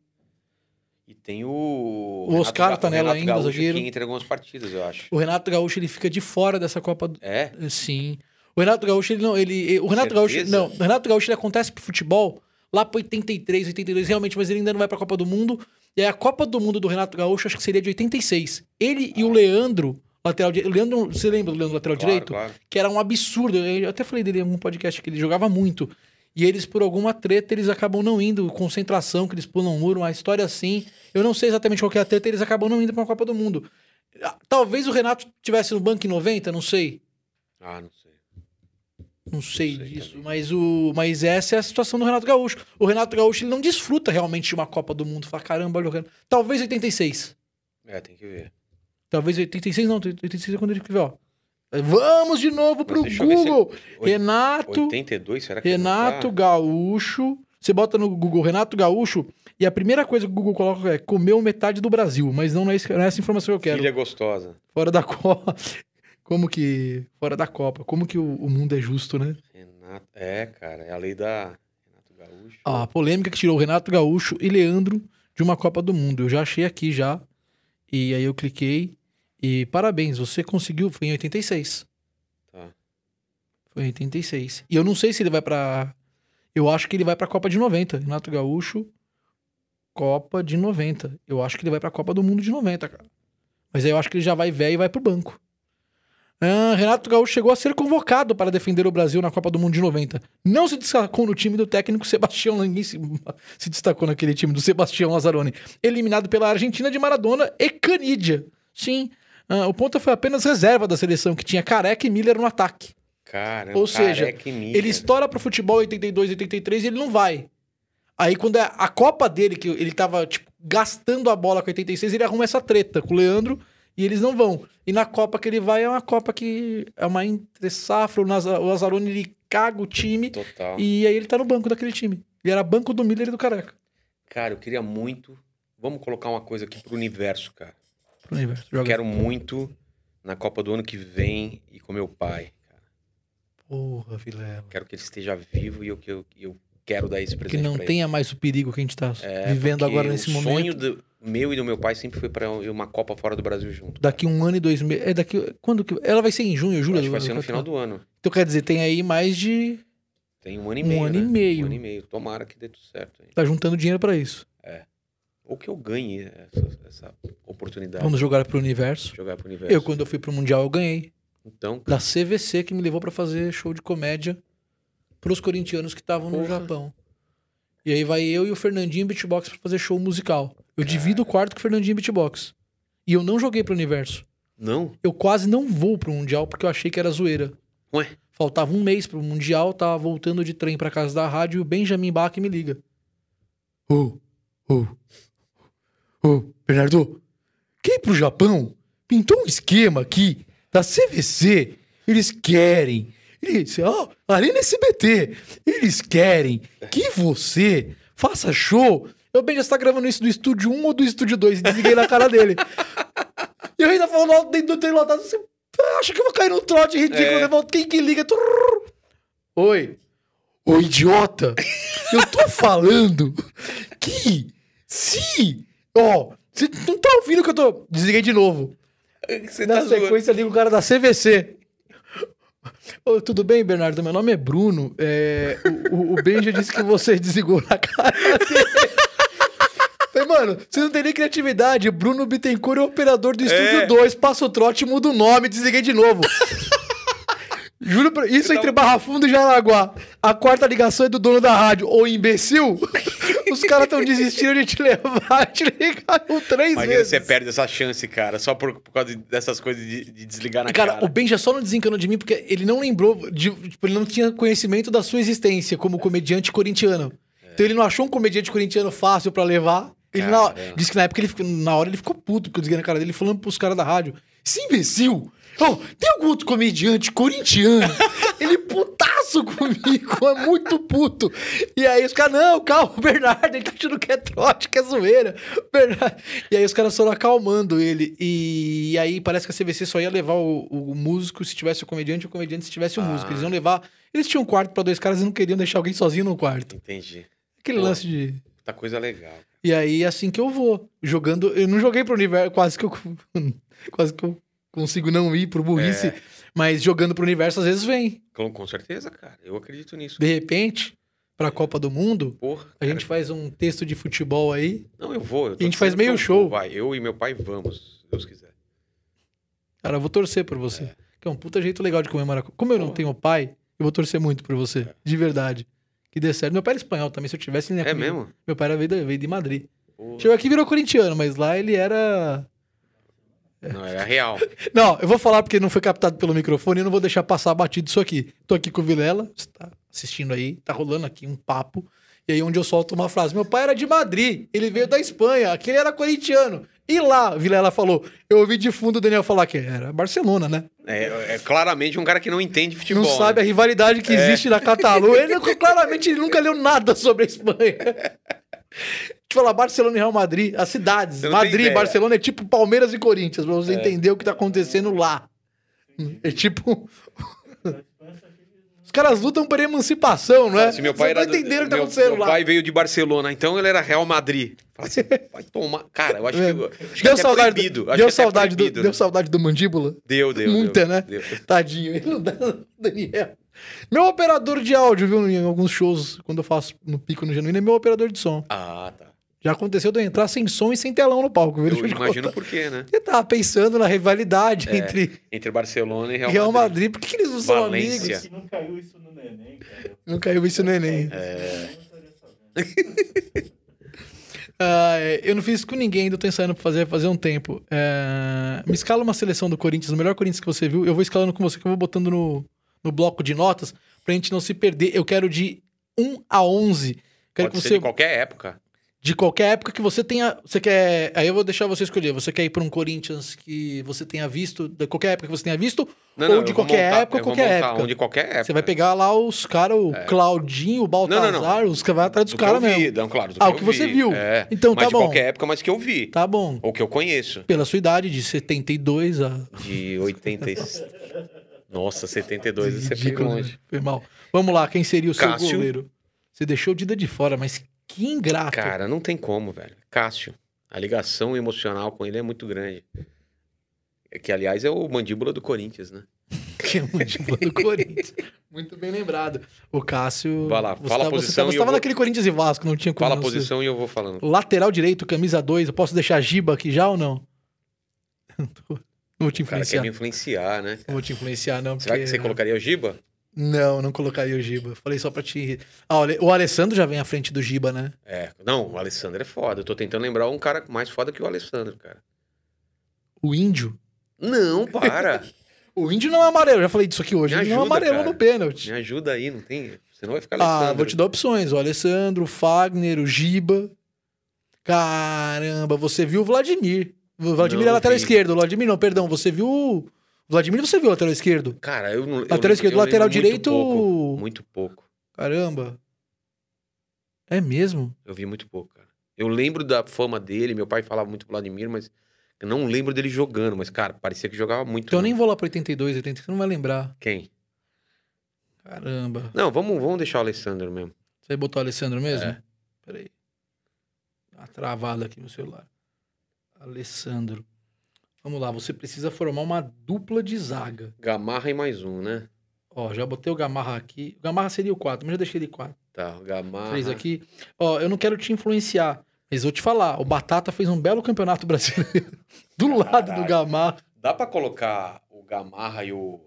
Speaker 2: E tem o. O
Speaker 1: Oscar tá nela ainda, zagueiro.
Speaker 2: Que entregou umas partidas, eu acho.
Speaker 1: O Renato Gaúcho ele fica de fora dessa Copa do...
Speaker 2: É?
Speaker 1: Eh, Sim. O Renato Gaúcho, ele não. Ele, eh, o Renato Gaúcho.
Speaker 2: Certeza?
Speaker 1: Não, o Renato Gaúcho ele acontece pro futebol lá pra 83, 82, realmente, mas ele ainda não vai pra Copa do Mundo. E aí a Copa do Mundo do Renato Gaúcho acho que seria de 86. Ele e o Leandro, lateral direito. Leandro, você lembra do Leandro lateral
Speaker 2: Ah. Claro,
Speaker 1: direito?
Speaker 2: claro.
Speaker 1: Que era um absurdo. Eu até falei dele em algum podcast que ele jogava muito. E eles, por alguma treta, eles acabam não indo. Concentração, que eles pulam o muro, uma história assim. Eu não sei exatamente qual que é a treta, eles acabam não indo pra Copa do Mundo. Ah, Talvez o Renato tivesse no banco em 90, não sei.
Speaker 2: Ah, não sei.
Speaker 1: Não sei,
Speaker 2: sei
Speaker 1: disso,
Speaker 2: também.
Speaker 1: mas, o, mas essa é a situação do Renato Gaúcho. O Renato Gaúcho ele não desfruta realmente de uma Copa do Mundo. Fala, caramba, olha o Renato. Talvez 86.
Speaker 2: É, tem que ver.
Speaker 1: Talvez 86, não. 86 é quando ele tiver, ó. Vamos de novo pro
Speaker 2: deixa eu ver se-
Speaker 1: Google.
Speaker 2: Oi-
Speaker 1: Renato,
Speaker 2: 82, será que
Speaker 1: Renato
Speaker 2: Não tá?
Speaker 1: Gaúcho. Você bota no Google Renato Gaúcho e a primeira coisa que o Google coloca é comeu metade do Brasil, mas não é, isso- não é essa informação que eu quero.
Speaker 2: Filha gostosa.
Speaker 1: Fora da Copa. Como que. Fora da Copa. Como que o- o mundo é justo, né?
Speaker 2: Renato. É, cara, é a lei da. Renato Gaúcho.
Speaker 1: A polêmica que tirou o Renato Gaúcho e Leandro de uma Copa do Mundo. Eu já achei aqui já. E aí eu cliquei. E parabéns, você conseguiu. Foi em 86.
Speaker 2: Tá.
Speaker 1: Foi em 86. E eu não sei se ele vai pra. Eu acho que ele vai pra Copa de 90. Renato Gaúcho, Copa de 90. Eu acho que ele vai pra Copa do Mundo de 90, cara. Mas aí eu acho que ele já vai velho e vai pro banco. Ah, Renato Gaúcho chegou a ser convocado para defender o Brasil na Copa do Mundo de 90. Não se destacou no time do técnico Sebastião. Ninguém se, se destacou naquele time do Sebastião Lazzaroni. Eliminado pela Argentina de Maradona e Canídia. Sim, ah, o ponta foi apenas reserva da seleção, que tinha Careca e Miller no ataque.
Speaker 2: Caramba,
Speaker 1: Ou seja,
Speaker 2: careca e mídia.
Speaker 1: Ele estoura pro futebol 82, 83 e ele não vai. Aí quando é a Copa dele, que ele tava, tipo, gastando a bola com 86, ele arruma essa treta com o Leandro E eles não vão. E na Copa que ele vai é uma Copa que é uma entre safra. O Naza- o Azarone ele caga o time.
Speaker 2: Total.
Speaker 1: E aí ele tá no banco daquele time. Ele era banco do Miller e do Careca.
Speaker 2: Cara, eu queria muito. Vamos colocar uma coisa aqui pro universo, cara.
Speaker 1: Pro universo.
Speaker 2: Eu
Speaker 1: Joga.
Speaker 2: quero muito na Copa do ano que vem e com meu pai. cara.
Speaker 1: Porra, Vilela.
Speaker 2: Quero que ele esteja vivo e eu, que eu, eu quero dar esse
Speaker 1: Que
Speaker 2: presente.
Speaker 1: não
Speaker 2: pra ele.
Speaker 1: tenha mais o perigo que a gente tá
Speaker 2: É,
Speaker 1: vivendo
Speaker 2: porque
Speaker 1: agora nesse
Speaker 2: o
Speaker 1: momento.
Speaker 2: sonho do meu e do meu pai sempre foi para uma Copa fora do Brasil junto.
Speaker 1: Daqui um ano e dois meses. É daqui. Quando que. Ela vai ser em junho, julho?
Speaker 2: Acho que vai ser no final do ano.
Speaker 1: Então quer dizer, tem aí mais de.
Speaker 2: Tem um ano e
Speaker 1: Um
Speaker 2: meio.
Speaker 1: ano e
Speaker 2: né?
Speaker 1: meio.
Speaker 2: Um ano e meio. Tomara que dê tudo certo. hein?
Speaker 1: Tá juntando dinheiro pra isso.
Speaker 2: Ou que eu ganhe essa, essa oportunidade
Speaker 1: Vamos jogar pro
Speaker 2: de
Speaker 1: universo.
Speaker 2: jogar pro É. universo.
Speaker 1: Eu, quando eu fui pro Mundial, eu ganhei.
Speaker 2: Então,
Speaker 1: Da CVC que me levou pra fazer show de comédia pros corintianos que estavam no
Speaker 2: Porra.
Speaker 1: Japão. E aí vai eu e o Fernandinho Beatbox pra fazer show musical. Eu divido o quarto com o Fernandinho Beatbox. E eu não joguei pro universo.
Speaker 2: não.
Speaker 1: Eu quase não vou pro Mundial porque eu achei que era zoeira.
Speaker 2: Ué,
Speaker 1: Faltava um mês pro Mundial, tava voltando de trem pra casa da rádio e o Benjamin Bach me liga. Ô, ô, ô, Bernardo, quem pro Japão pintou um esquema aqui da CVC. Eles querem, eles, ó, Arena SBT, eles querem que você faça show. Eu bem já está gravando isso do estúdio 1 ou do estúdio 2 e desliguei na cara dele. E eu ainda falo lá dentro do trem lotado, assim, você acha que eu vou cair num trote ridículo,
Speaker 2: É.
Speaker 1: né? Volta, Quem que liga? Turrr. Oi. Ô, idiota! Eu tô falando que se... Ó, você não tá ouvindo o que eu tô... Desliguei de novo.
Speaker 2: você
Speaker 1: Na
Speaker 2: tá zoando.
Speaker 1: sequência, liga o cara da CVC. Ô, tudo bem, Bernardo? Meu nome é Bruno. É, o- o, o Benja disse que você desligou na cara dele. Falei, mano, você não tem nem criatividade. Bruno Bittencourt é operador do Estúdio
Speaker 2: É.
Speaker 1: 2. Passa o trote, muda o nome, desliguei de novo. Juro pra... Isso
Speaker 2: tá um
Speaker 1: entre Barra Funda e Jaraguá. A quarta ligação é do dono da rádio. Ô, imbecil! Os caras estão desistindo de te levar, te ligaram três
Speaker 2: Imagina
Speaker 1: vezes.
Speaker 2: você perde essa chance, cara, só por, por causa de- dessas coisas de, de desligar na
Speaker 1: E, cara,
Speaker 2: cara.
Speaker 1: o Benja só não desencanou de mim porque ele não lembrou, de- tipo, ele não tinha conhecimento da sua existência como comediante corintiano. Então ele não achou um comediante corintiano fácil pra levar. Ele na,
Speaker 2: Caramba.
Speaker 1: disse que na época ele ficou- na hora ele ficou puto porque eu desliguei na cara dele falando pros caras da rádio. Esse imbecil! Ó, tem algum outro comediante corintiano? ele putaço comigo, é muito puto. E aí os caras, não, calma, o Bernardo, ele tá achando que é trote, que é zoeira. Bernardo. E aí os caras foram acalmando ele. E aí parece que a CVC só ia levar o, o músico se tivesse o comediante, e o comediante se tivesse o
Speaker 2: Ah.
Speaker 1: músico. Eles iam levar. Eles tinham um quarto pra dois caras e não queriam deixar alguém sozinho no quarto.
Speaker 2: Entendi.
Speaker 1: Aquele
Speaker 2: Pô.
Speaker 1: lance de.
Speaker 2: Puta coisa legal.
Speaker 1: E aí, é assim que eu vou. Jogando. Eu não joguei pro universo. Quase que eu. quase que eu consigo não ir por burrice.
Speaker 2: É.
Speaker 1: Mas jogando pro universo, às vezes vem.
Speaker 2: Com, com certeza, cara. Eu acredito nisso.
Speaker 1: De repente, pra Copa do Mundo,
Speaker 2: Porra,
Speaker 1: a
Speaker 2: cara.
Speaker 1: gente faz um texto de futebol aí.
Speaker 2: Não, eu vou. eu
Speaker 1: A
Speaker 2: tô
Speaker 1: gente faz
Speaker 2: dizendo que
Speaker 1: meio
Speaker 2: eu
Speaker 1: show.
Speaker 2: vou, vai, eu e meu pai vamos, se Deus quiser.
Speaker 1: Cara, eu vou torcer por você. Que é um puta jeito legal de comemorar. Como eu não
Speaker 2: Porra.
Speaker 1: tenho pai, eu vou torcer muito por você. De verdade. Que dê certo. Meu pai era espanhol também, se eu tivesse... ele não ia
Speaker 2: É
Speaker 1: comigo.
Speaker 2: mesmo?
Speaker 1: Meu pai era veio de, veio de Madrid.
Speaker 2: Porra.
Speaker 1: Chegou aqui e virou corintiano, mas lá ele era...
Speaker 2: Não, era real.
Speaker 1: Não, eu vou falar porque não foi captado pelo microfone, eu não vou deixar passar batido isso aqui. Tô aqui com o Vilela, você tá assistindo aí, tá rolando aqui um papo. E aí onde eu solto uma frase. Meu pai era de Madrid, ele veio da Espanha, aquele era corintiano. E lá, Vilela falou, eu ouvi de fundo o Daniel falar que era Barcelona, né?
Speaker 2: É, é claramente um cara que não entende futebol.
Speaker 1: não sabe a
Speaker 2: né?
Speaker 1: rivalidade que existe na Catalunha. Ele nunca- claramente ele nunca leu nada sobre a Espanha. Deixa eu falar, Barcelona e Real Madrid, as cidades.
Speaker 2: Você não tem
Speaker 1: Madrid,
Speaker 2: ideia. É.
Speaker 1: Barcelona é tipo Palmeiras e Corinthians, pra você entender o que tá acontecendo lá. É tipo. Os caras lutam por emancipação, não é?
Speaker 2: Se assim, meu pai
Speaker 1: Vocês não
Speaker 2: era. do-
Speaker 1: entenderam o que tá
Speaker 2: meu-
Speaker 1: acontecendo
Speaker 2: meu
Speaker 1: lá.
Speaker 2: pai veio de Barcelona, então ele era Real Madrid. Fala assim, vai tomar. Cara, eu acho
Speaker 1: É.
Speaker 2: que. Acho que
Speaker 1: Deu
Speaker 2: até
Speaker 1: saudade,
Speaker 2: proibido.
Speaker 1: do,
Speaker 2: Acho
Speaker 1: deu,
Speaker 2: que até
Speaker 1: saudade do,
Speaker 2: proibido,
Speaker 1: deu
Speaker 2: né?
Speaker 1: saudade do mandíbula?
Speaker 2: Deu, deu.
Speaker 1: Muita,
Speaker 2: deu,
Speaker 1: né?
Speaker 2: deu.
Speaker 1: Tadinho, ele não dá Daniel. Meu operador de áudio, viu, em alguns shows, quando eu faço no pico no genuíno, é meu operador de som.
Speaker 2: Ah, tá.
Speaker 1: Já aconteceu de eu entrar sem som e sem telão no palco, viu?
Speaker 2: Eu
Speaker 1: Deixa eu te
Speaker 2: imagino
Speaker 1: contar.
Speaker 2: por quê, né?
Speaker 1: Você tava pensando na rivalidade entre
Speaker 2: Entre Barcelona e Real,
Speaker 1: Real Madrid.
Speaker 2: Madrid.
Speaker 1: Por que, que eles não
Speaker 2: Valência.
Speaker 1: são amigos?
Speaker 3: Se não caiu isso no neném, cara.
Speaker 1: Não caiu isso no Enem.
Speaker 3: É. Eu não estaria sabendo.
Speaker 1: Ah, é, eu não fiz isso com ninguém, ainda tô ensaiando pra fazer, fazer um tempo. É, me escala uma seleção do Corinthians, o melhor Corinthians que você viu. Eu vou escalando com você, que eu vou botando no, no bloco de notas, pra gente não se perder. Eu quero de 1 a 11. Quero
Speaker 2: Pode
Speaker 1: que
Speaker 2: ser
Speaker 1: você.
Speaker 2: de qualquer época.
Speaker 1: de qualquer época que você tenha. Você quer. Aí eu vou deixar você escolher. Você quer ir para um Corinthians que você tenha visto, de qualquer época que você tenha visto?
Speaker 2: Não,
Speaker 1: Ou
Speaker 2: não,
Speaker 1: de
Speaker 2: eu vou
Speaker 1: qualquer
Speaker 2: montar-
Speaker 1: época,
Speaker 2: eu vou
Speaker 1: qualquer
Speaker 2: montar
Speaker 1: época.
Speaker 2: Um de qualquer época.
Speaker 1: Você vai pegar lá os caras, o Claudinho, o Baltazar,
Speaker 2: É. Não, não,
Speaker 1: os caras vai atrás dos
Speaker 2: Do que eu
Speaker 1: caras mesmo.
Speaker 2: vi, não, claro. do
Speaker 1: Ah,
Speaker 2: eu
Speaker 1: o que você
Speaker 2: vi.
Speaker 1: viu.
Speaker 2: É.
Speaker 1: Então
Speaker 2: mas
Speaker 1: tá
Speaker 2: de
Speaker 1: bom.
Speaker 2: qualquer época, mas que eu vi.
Speaker 1: Tá bom.
Speaker 2: Ou que eu conheço.
Speaker 1: Pela sua idade, de 72 a.
Speaker 2: De 80. e- Nossa, 72. Você fica
Speaker 1: Ridículo, né?
Speaker 2: longe.
Speaker 1: Foi mal. Vamos lá, quem seria o seu
Speaker 2: um. Cássio.
Speaker 1: goleiro? Você deixou o Dida de fora, mas que ingrato.
Speaker 2: Cara, não tem como, velho. Cássio. A ligação emocional com ele é muito grande. É Que, aliás, é o mandíbula do Corinthians, né?
Speaker 1: Que é o mandíbula do Corinthians. Muito bem lembrado. O Cássio.
Speaker 2: Vai lá,
Speaker 1: você
Speaker 2: fala a
Speaker 1: tá- você tá-
Speaker 2: posição
Speaker 1: Você
Speaker 2: e eu
Speaker 1: estava
Speaker 2: vou-
Speaker 1: naquele Corinthians e Vasco, não tinha como.
Speaker 2: Fala a
Speaker 1: não ser.
Speaker 2: posição e eu vou falando.
Speaker 1: Lateral direito, camisa 2. Eu posso deixar a Giba aqui já ou não? Não tô- não vou te
Speaker 2: O cara quer
Speaker 1: influenciar. é.
Speaker 2: me influenciar, né?
Speaker 1: Não vou te influenciar, não.
Speaker 2: Será que
Speaker 1: porque-
Speaker 2: você colocaria o Giba?
Speaker 1: Não, não colocaria o Giba. Falei só pra te. Ah, olha, o Alessandro já vem à frente do Giba, né?
Speaker 2: É. Não, o Alessandro é foda. Eu tô tentando lembrar um cara mais foda que o Alessandro, cara.
Speaker 1: O Índio.
Speaker 2: Não, para.
Speaker 1: O Índio não é amarelo, já falei disso aqui hoje.
Speaker 2: Me
Speaker 1: ele não
Speaker 2: ajuda,
Speaker 1: amarelou
Speaker 2: cara.
Speaker 1: no pênalti.
Speaker 2: Me ajuda aí, não tem? Senão vai ficar
Speaker 1: Ah,
Speaker 2: Alessandro.
Speaker 1: vou te dar opções. O Alessandro, o Fagner, o Giba. Caramba, você viu o Vladimir. O Vladimir
Speaker 2: Não
Speaker 1: é lateral
Speaker 2: vi.
Speaker 1: esquerdo. O Vladimir não, perdão. Você viu o... Vladimir, você viu o lateral esquerdo.
Speaker 2: Cara, eu não. eu
Speaker 1: Lateral
Speaker 2: lembro-
Speaker 1: esquerdo,
Speaker 2: eu lembro
Speaker 1: lateral
Speaker 2: muito
Speaker 1: direito-
Speaker 2: pouco, muito pouco.
Speaker 1: Caramba. É mesmo?
Speaker 2: Eu vi muito pouco, cara. Eu lembro da fama dele. Meu pai falava muito do Vladimir, mas eu não lembro dele jogando. Mas, cara, parecia que jogava muito.
Speaker 1: Então eu
Speaker 2: né?
Speaker 1: nem vou lá pra 82, 80, você não vai lembrar.
Speaker 2: Quem?
Speaker 1: Caramba.
Speaker 2: Não, vamos, vamos deixar o Alessandro mesmo.
Speaker 1: Você botou o Alessandro mesmo?
Speaker 2: É.
Speaker 1: Peraí. Dá Uma travada aqui no celular. Alessandro. Vamos lá, você precisa formar uma dupla de zaga.
Speaker 2: Gamarra e mais um, né?
Speaker 1: Ó, já botei o Gamarra aqui. O Gamarra seria o 4, mas já deixei ele 4.
Speaker 2: Tá, o Gamarra.
Speaker 1: 3 aqui. Ó, eu não quero te influenciar, mas vou te falar. O Batata fez um belo campeonato brasileiro. Do lado do
Speaker 2: Caralho.
Speaker 1: Gamarra.
Speaker 2: Dá pra colocar o Gamarra e o.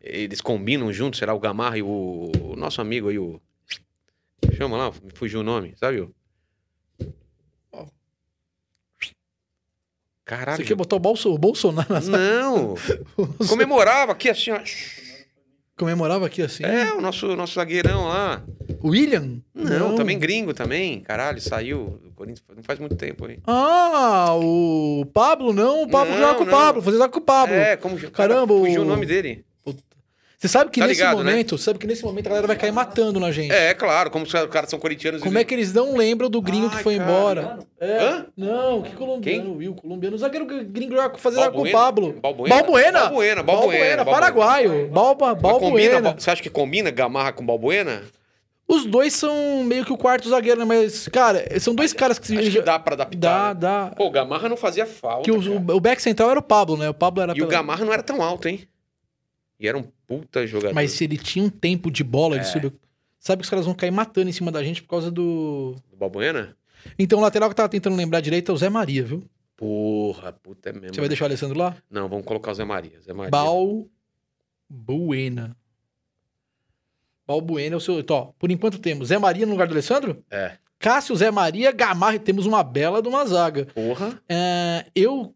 Speaker 2: Eles combinam juntos, será? O Gamarra e o. o nosso amigo aí, o. Chama lá, me fugiu o nome, sabe? o-
Speaker 1: Qual?
Speaker 2: Caralho.
Speaker 1: Você quer botar o, Bolso, o Bolsonaro? na zaga?
Speaker 2: Não! Comemorava aqui assim, ó.
Speaker 1: Comemorava aqui assim.
Speaker 2: É, o nosso, nosso zagueirão lá.
Speaker 1: O William?
Speaker 2: Não, também gringo também. Caralho, saiu. do Corinthians não faz muito tempo aí.
Speaker 1: Ah, o Pablo não. O Pablo
Speaker 2: Não,
Speaker 1: joga com o
Speaker 2: não.
Speaker 1: Pablo. Fazer zaga com o Pablo.
Speaker 2: É, como. cara,
Speaker 1: Caramba, o-
Speaker 2: Fugiu o nome dele.
Speaker 1: Você sabe que
Speaker 2: Tá
Speaker 1: nesse
Speaker 2: ligado, né?
Speaker 1: momento, sabe que nesse momento a galera vai cair matando na gente.
Speaker 2: É, claro, como os caras são corintianos.
Speaker 1: Como é que eles não lembram do gringo que
Speaker 2: Ai,
Speaker 1: foi
Speaker 2: cara.
Speaker 1: embora? É.
Speaker 2: Hã?
Speaker 1: Não, que colombiano,
Speaker 2: Quem?
Speaker 1: Will, colombiano. O zagueiro gringo joga fazer zaga com o
Speaker 2: Balbuena?
Speaker 1: Pablo.
Speaker 2: Balbuena?
Speaker 1: Balbuena.
Speaker 2: Balbuena, Balbuena,
Speaker 1: paraguaio. Balba,
Speaker 2: Mas Combina,
Speaker 1: Balbuena.
Speaker 2: Ba- você acha que combina Gamarra com Balbuena?
Speaker 1: Os dois são meio que o quarto zagueiro, né? Mas, cara, são dois caras que... se-
Speaker 2: Acho que dá pra adaptar.
Speaker 1: Dá,
Speaker 2: né?
Speaker 1: dá.
Speaker 2: Pô, o Gamarra não fazia falta.
Speaker 1: Que o,
Speaker 2: cara.
Speaker 1: o back central era o Pablo, né? O Pablo era...
Speaker 2: E o
Speaker 1: pela-
Speaker 2: Gamarra não era tão alto, hein? E era É. um puta jogador.
Speaker 1: Mas se ele tinha um tempo de bola, ele subiu... Sabe que os caras vão cair matando em cima da gente por causa do...
Speaker 2: O Balbuena?
Speaker 1: Então o lateral que eu tava tentando lembrar direito é o Zé Maria, viu?
Speaker 2: Porra, puta é mesmo.
Speaker 1: Você vai deixar o Alessandro lá?
Speaker 2: Não, vamos colocar o Zé Maria. Zé Maria.
Speaker 1: Balbuena. Balbuena é o seu. Então, ó, por enquanto temos Zé Maria no lugar do Alessandro?
Speaker 2: É.
Speaker 1: Cássio, Zé Maria, Gamarra. e Temos uma bela de uma zaga.
Speaker 2: Porra.
Speaker 1: É, eu.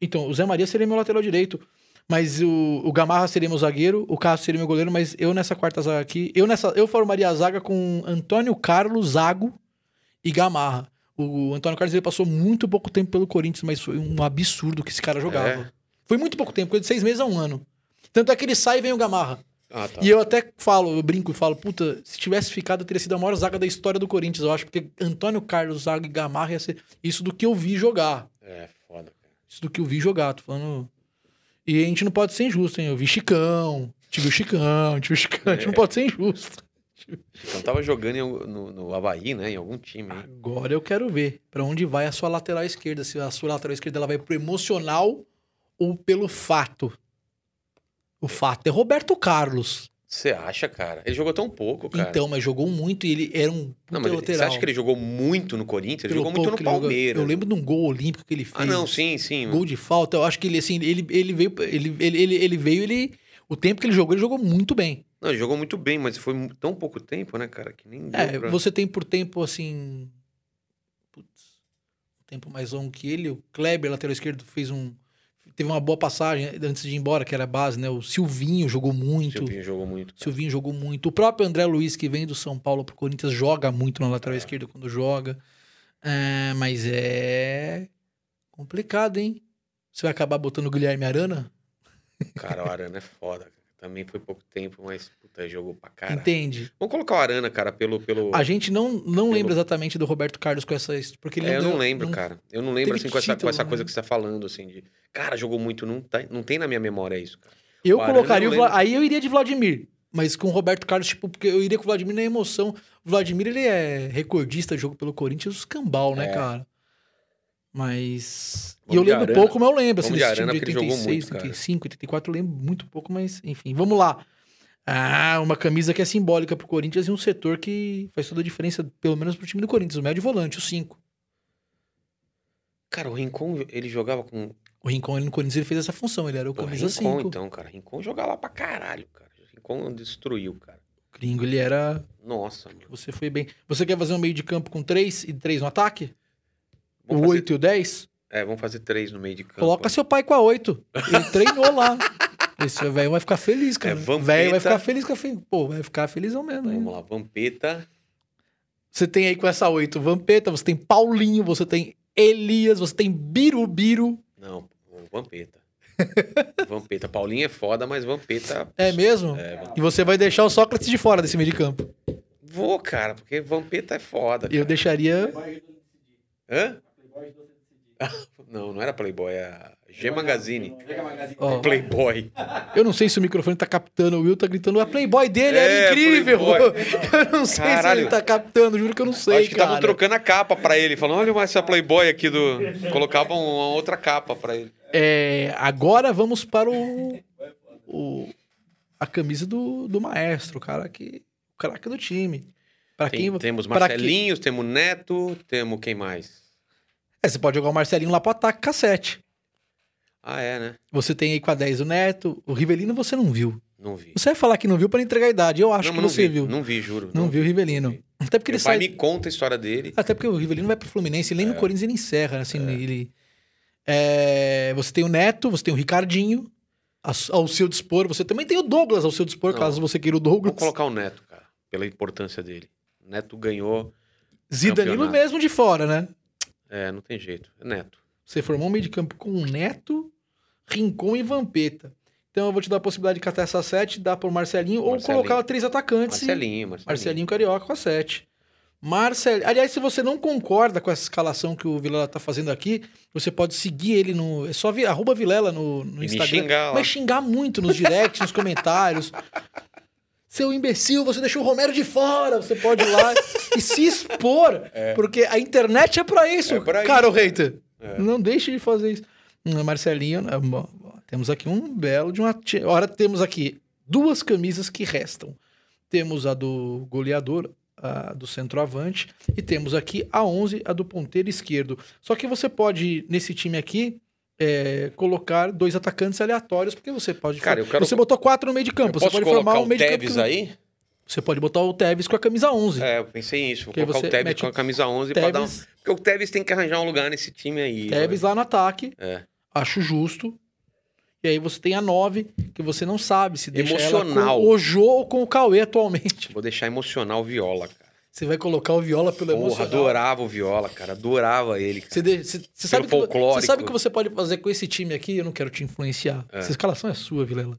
Speaker 1: Então, o Zé Maria seria meu lateral direito. Mas o, o Gamarra seria meu zagueiro, o Cássio seria meu goleiro, mas eu nessa quarta zaga aqui. Eu nessa eu formaria a zaga com Antônio Carlos, Zago e Gamarra. O Antônio Carlos ele passou muito pouco tempo pelo Corinthians, mas foi um absurdo que esse cara jogava.
Speaker 2: É.
Speaker 1: Foi muito pouco tempo, coisa de seis meses a um ano. Tanto é que ele sai e vem o Gamarra.
Speaker 2: Ah, tá.
Speaker 1: E eu até falo, eu brinco e falo, puta, se tivesse ficado, eu teria sido a maior zaga da história do Corinthians, eu acho, porque Antônio Carlos, Zago e Gamarra ia ser isso do que eu vi jogar.
Speaker 2: É, foda, cara.
Speaker 1: Isso do que eu vi jogar, tô falando. E a gente não pode ser injusto, hein? Eu vi Chicão, tive o Chicão, tive o Chicão, a gente não
Speaker 2: É.
Speaker 1: pode ser injusto.
Speaker 2: Então tava jogando em algum- no, no Havaí, né? Em algum time, hein?
Speaker 1: Agora eu quero ver pra onde vai a sua lateral esquerda, se a sua lateral esquerda ela vai pro emocional ou pelo fato. O fato é Roberto Carlos.
Speaker 2: Você acha, cara? Ele jogou tão pouco, cara.
Speaker 1: Então, mas jogou muito e ele era um puta
Speaker 2: não, mas ele- você
Speaker 1: lateral.
Speaker 2: acha que ele jogou muito no Corinthians? Ele
Speaker 1: Pelo
Speaker 2: jogou muito
Speaker 1: pouco
Speaker 2: no
Speaker 1: que ele jogou.
Speaker 2: Palmeiras.
Speaker 1: Eu lembro de um gol olímpico que ele fez.
Speaker 2: Ah, não, sim, sim.
Speaker 1: Gol de falta. Eu acho que ele, assim, ele, ele veio, ele, ele, ele, ele veio, ele. O tempo que ele jogou, ele jogou muito bem.
Speaker 2: Não, ele jogou muito bem, mas foi mu- tão pouco tempo, né, cara? Que nem deu
Speaker 1: É,
Speaker 2: pra-
Speaker 1: você tem por tempo, assim. Putz. Um tempo mais longo que ele. O Kleber, lateral esquerdo, fez um. Teve uma boa passagem antes de ir embora, que era a base, né? O Silvinho jogou muito. Silvinho.
Speaker 2: Silvinho jogou muito. cara.
Speaker 1: jogou muito. O próprio André Luiz, que vem do São Paulo pro Corinthians, joga muito na
Speaker 2: É.
Speaker 1: lateral esquerda quando joga. É, mas é complicado, hein? Você vai acabar botando o Guilherme Arana?
Speaker 2: Cara, o Arana é foda. cara. Também foi pouco tempo, mas puta, jogou pra caralho.
Speaker 1: Entende?
Speaker 2: Vamos colocar o Arana, cara, pelo. pelo...
Speaker 1: A gente não, não
Speaker 2: Pelo-
Speaker 1: lembra exatamente do Roberto Carlos com essa. his- Porque ele
Speaker 2: É, eu não
Speaker 1: deu-
Speaker 2: lembro, cara. Eu não lembro,
Speaker 1: teve
Speaker 2: assim, com essa, com
Speaker 1: título,
Speaker 2: essa
Speaker 1: né?
Speaker 2: coisa que você tá falando, assim, de. Cara, jogou muito. Não, tá, não tem na minha memória isso, cara.
Speaker 1: Eu
Speaker 2: O Arana
Speaker 1: colocaria. o
Speaker 2: eu lembro.
Speaker 1: Vla- Aí eu iria de Vladimir. Mas com o Roberto Carlos, tipo, porque eu iria com o Vladimir na emoção. O Vladimir, ele é recordista de jogo pelo Corinthians, escambau, né,
Speaker 2: É.
Speaker 1: cara? Mas.
Speaker 2: Vamos
Speaker 1: e eu
Speaker 2: de
Speaker 1: lembro
Speaker 2: Arana.
Speaker 1: pouco, mas eu lembro, assim,
Speaker 2: Vamos de
Speaker 1: desse time
Speaker 2: Arana,
Speaker 1: de
Speaker 2: porque ele jogou
Speaker 1: 86,
Speaker 2: muito, cara.
Speaker 1: 85, 84, eu lembro muito pouco, mas enfim, vamos lá. Ah, uma camisa que é simbólica pro Corinthians e um setor que faz toda a diferença, pelo menos pro time do Corinthians, o médio volante, o 5.
Speaker 2: Cara, o Rincon, ele jogava com.
Speaker 1: O Rincon, ele no Corinthians, ele fez essa função, ele era o
Speaker 2: Pô,
Speaker 1: camisa
Speaker 2: Rincon,
Speaker 1: 5.
Speaker 2: então, cara. Rincon jogava pra caralho, cara. Rincon destruiu, cara.
Speaker 1: O gringo, ele era
Speaker 2: Nossa, mano.
Speaker 1: Você foi bem. Você quer fazer um meio de campo com 3 e 3 no ataque?
Speaker 2: Vamos
Speaker 1: o
Speaker 2: fazer-
Speaker 1: 8 e o 10?
Speaker 2: É, vamos fazer três no meio de campo. né?
Speaker 1: Coloca assim seu pai com a 8. Ele treinou lá. Esse velho vai ficar feliz, cara.
Speaker 2: É, Vampeta.
Speaker 1: velho vai ficar feliz. com a- Pô, vai ficar felizão mesmo. hein?
Speaker 2: Vamos lá, Vampeta.
Speaker 1: Você tem aí com essa 8 Vampeta, você tem Paulinho, você tem Elias, você tem Birubiru.
Speaker 2: Não, o Vampeta. Vampeta. Paulinho é foda, mas Vampeta.
Speaker 1: É mesmo?
Speaker 2: É,
Speaker 1: E você vai deixar o Sócrates de fora desse meio de campo.
Speaker 2: Vou, cara, porque Vampeta é foda.
Speaker 1: Eu
Speaker 2: cara.
Speaker 1: deixaria.
Speaker 2: Hã?
Speaker 3: Playboy ajudou você a decidir.
Speaker 1: É.
Speaker 2: Não, não era Playboy, é G Magazine.
Speaker 3: Pega a Magazine.
Speaker 1: Ó.
Speaker 2: Playboy.
Speaker 1: Eu não sei se o microfone tá captando, o Will tá gritando. A Playboy dele
Speaker 2: É,
Speaker 1: era incrível!
Speaker 2: Playboy.
Speaker 1: Eu não sei se ele
Speaker 2: Caralho.
Speaker 1: tá captando, juro que eu não sei.
Speaker 2: Acho que
Speaker 1: cara.
Speaker 2: estavam trocando a capa pra ele. Falando, olha essa Playboy aqui do. Colocavam uma outra capa pra ele.
Speaker 1: É, agora vamos para o, o- a camisa do, do maestro, o cara que o craque do time. Para
Speaker 2: Tem-
Speaker 1: quem
Speaker 2: temos
Speaker 1: pra quem-
Speaker 2: Marcelinhos, temos Neto, temos quem mais?
Speaker 1: É, você pode jogar o Marcelinho lá pro ataque cassete.
Speaker 2: Ah, é, né?
Speaker 1: Você tem aí com a 10 o Neto, o Rivelino você não viu.
Speaker 2: Não vi.
Speaker 1: Você vai falar que não viu para entregar a idade. Eu acho
Speaker 2: não,
Speaker 1: que
Speaker 2: mas não
Speaker 1: você
Speaker 2: vi,
Speaker 1: viu. Não,
Speaker 2: Não vi, juro.
Speaker 1: viu o Rivelino.
Speaker 2: não vi.
Speaker 1: Até porque
Speaker 2: Meu
Speaker 1: ele
Speaker 2: pai
Speaker 1: sai
Speaker 2: me conta a história dele.
Speaker 1: Até porque o Rivelino vai pro Fluminense, nem no
Speaker 2: É.
Speaker 1: Corinthians ele encerra, né? assim, ele... É, você tem o Neto, você tem o Ricardinho a- ao seu dispor, você também tem o Douglas ao seu dispor,
Speaker 2: Não.
Speaker 1: caso você queira o Douglas.
Speaker 2: Vamos colocar o Neto, cara, pela importância dele. Neto ganhou.
Speaker 1: Zidanilo
Speaker 2: campeonato.
Speaker 1: mesmo de fora, né?
Speaker 2: É, não tem jeito. É Neto.
Speaker 1: Você formou um meio de campo com o Neto, Rincon e Vampeta. Então eu vou te dar a possibilidade de catar essa 7, dar pro Marcelinho,
Speaker 2: Marcelinho.
Speaker 1: ou colocar três atacantes. e-
Speaker 2: Marcelinho, Marcelinho.
Speaker 1: Marcelinho Carioca com a 7. Marcel... Aliás, se você não concorda com essa escalação que o Vilela tá fazendo aqui, você pode seguir ele no. É só vi... arroba Vilela no, no
Speaker 2: E me
Speaker 1: Instagram.
Speaker 2: xingar lá.
Speaker 1: Vai xingar muito nos directs, nos comentários. Seu imbecil, você deixou o Romero de fora. Você pode ir lá e se expor. Porque a internet é pra isso,
Speaker 2: É pra
Speaker 1: cara, o hater.
Speaker 2: É.
Speaker 1: Não deixe de fazer isso. Hum, Marcelinho, né, bom, bom, temos aqui um belo de uma. ti- Ora, temos aqui duas camisas que restam. Temos a do goleador, a do centroavante, e temos aqui a 11, a do ponteiro esquerdo. Só que você pode, nesse time aqui, é, colocar dois atacantes aleatórios, porque você pode.
Speaker 2: Cara, eu quero.
Speaker 1: Você botou quatro no meio de
Speaker 2: eu
Speaker 1: campo, você
Speaker 2: posso
Speaker 1: pode
Speaker 2: colocar
Speaker 1: formar um
Speaker 2: o
Speaker 1: meio de campo.
Speaker 2: Tevez
Speaker 1: que-
Speaker 2: aí?
Speaker 1: Você pode botar o Tevez com a camisa 11.
Speaker 2: É, eu pensei nisso. Vou
Speaker 1: Porque
Speaker 2: colocar
Speaker 1: você
Speaker 2: o Tevez
Speaker 1: mete
Speaker 2: com a
Speaker 1: o
Speaker 2: camisa 11 pra dar um...
Speaker 1: Tevez,
Speaker 2: Porque o Tevez tem que arranjar um lugar nesse time aí.
Speaker 1: Tevez lá no ataque.
Speaker 2: É.
Speaker 1: Acho justo. E aí você tem a 9, que você não sabe se deixa ela
Speaker 2: Emocional.
Speaker 1: com o Jô ou com o Cauê atualmente.
Speaker 2: Vou deixar emocional o Viola, cara.
Speaker 1: Você vai colocar o Viola pelo
Speaker 2: Porra,
Speaker 1: emocional.
Speaker 2: adorava o Viola, cara. Adorava ele, cara.
Speaker 1: Você, de- você- você sabe que,
Speaker 2: folclórico.
Speaker 1: você sabe o que você pode fazer com esse time aqui? Eu não quero te influenciar.
Speaker 2: É.
Speaker 1: Essa escalação é sua, Vilela.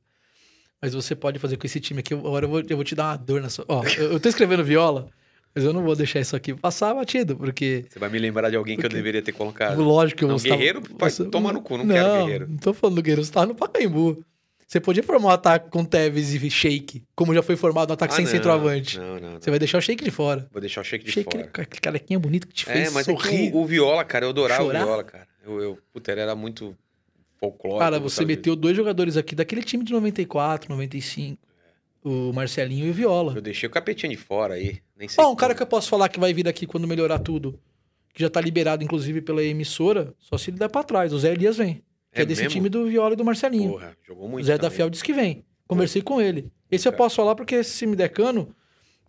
Speaker 1: Mas você pode fazer com esse time aqui. Agora eu vou, eu vou te dar uma dor na sua... Ó, eu, eu tô escrevendo Viola, mas eu não vou deixar isso aqui passar batido, porque...
Speaker 2: Você vai me lembrar de alguém que eu
Speaker 1: Porque-
Speaker 2: deveria ter colocado.
Speaker 1: Lógico que eu
Speaker 2: Não,
Speaker 1: vou estar-
Speaker 2: Guerreiro vai tomar no cu, não quero Guerreiro.
Speaker 1: Não tô falando do Guerreiro, você tava no Pacaembu. Você podia formar um ataque com Tevez e Shake, como já foi formado um ataque
Speaker 2: Ah,
Speaker 1: sem
Speaker 2: não,
Speaker 1: centroavante.
Speaker 2: Não, não, não.
Speaker 1: Você vai deixar o Shake de fora.
Speaker 2: Vou deixar o Shake de
Speaker 1: Shake,
Speaker 2: fora.
Speaker 1: aquele, aquele carequinha bonito que te fez
Speaker 2: É, mas é que
Speaker 1: sorrir.
Speaker 2: o, o Viola, cara, eu adorava
Speaker 1: chorar.
Speaker 2: o Viola, cara. Eu, eu, puta, ele era muito folclórico.
Speaker 1: Cara,
Speaker 2: eu
Speaker 1: você
Speaker 2: gostava
Speaker 1: meteu dois jogadores aqui daquele time de 94, 95. O Marcelinho e o
Speaker 2: disso.
Speaker 1: Viola.
Speaker 2: Eu deixei o capetinho de fora aí. Nem sei.
Speaker 1: Ó, um cara que
Speaker 2: como.
Speaker 1: eu posso falar que vai vir aqui quando melhorar tudo, que já tá liberado, inclusive, pela emissora, só se ele der pra trás. O Zé Elias vem. Que é, desse
Speaker 2: mesmo?
Speaker 1: time do Viola e do Marcelinho.
Speaker 2: Porra, jogou muito.
Speaker 1: O Zé da
Speaker 2: também.
Speaker 1: Fiel disse que vem. Conversei com ele. Esse eu
Speaker 2: Cara.
Speaker 1: posso falar porque se me der cano,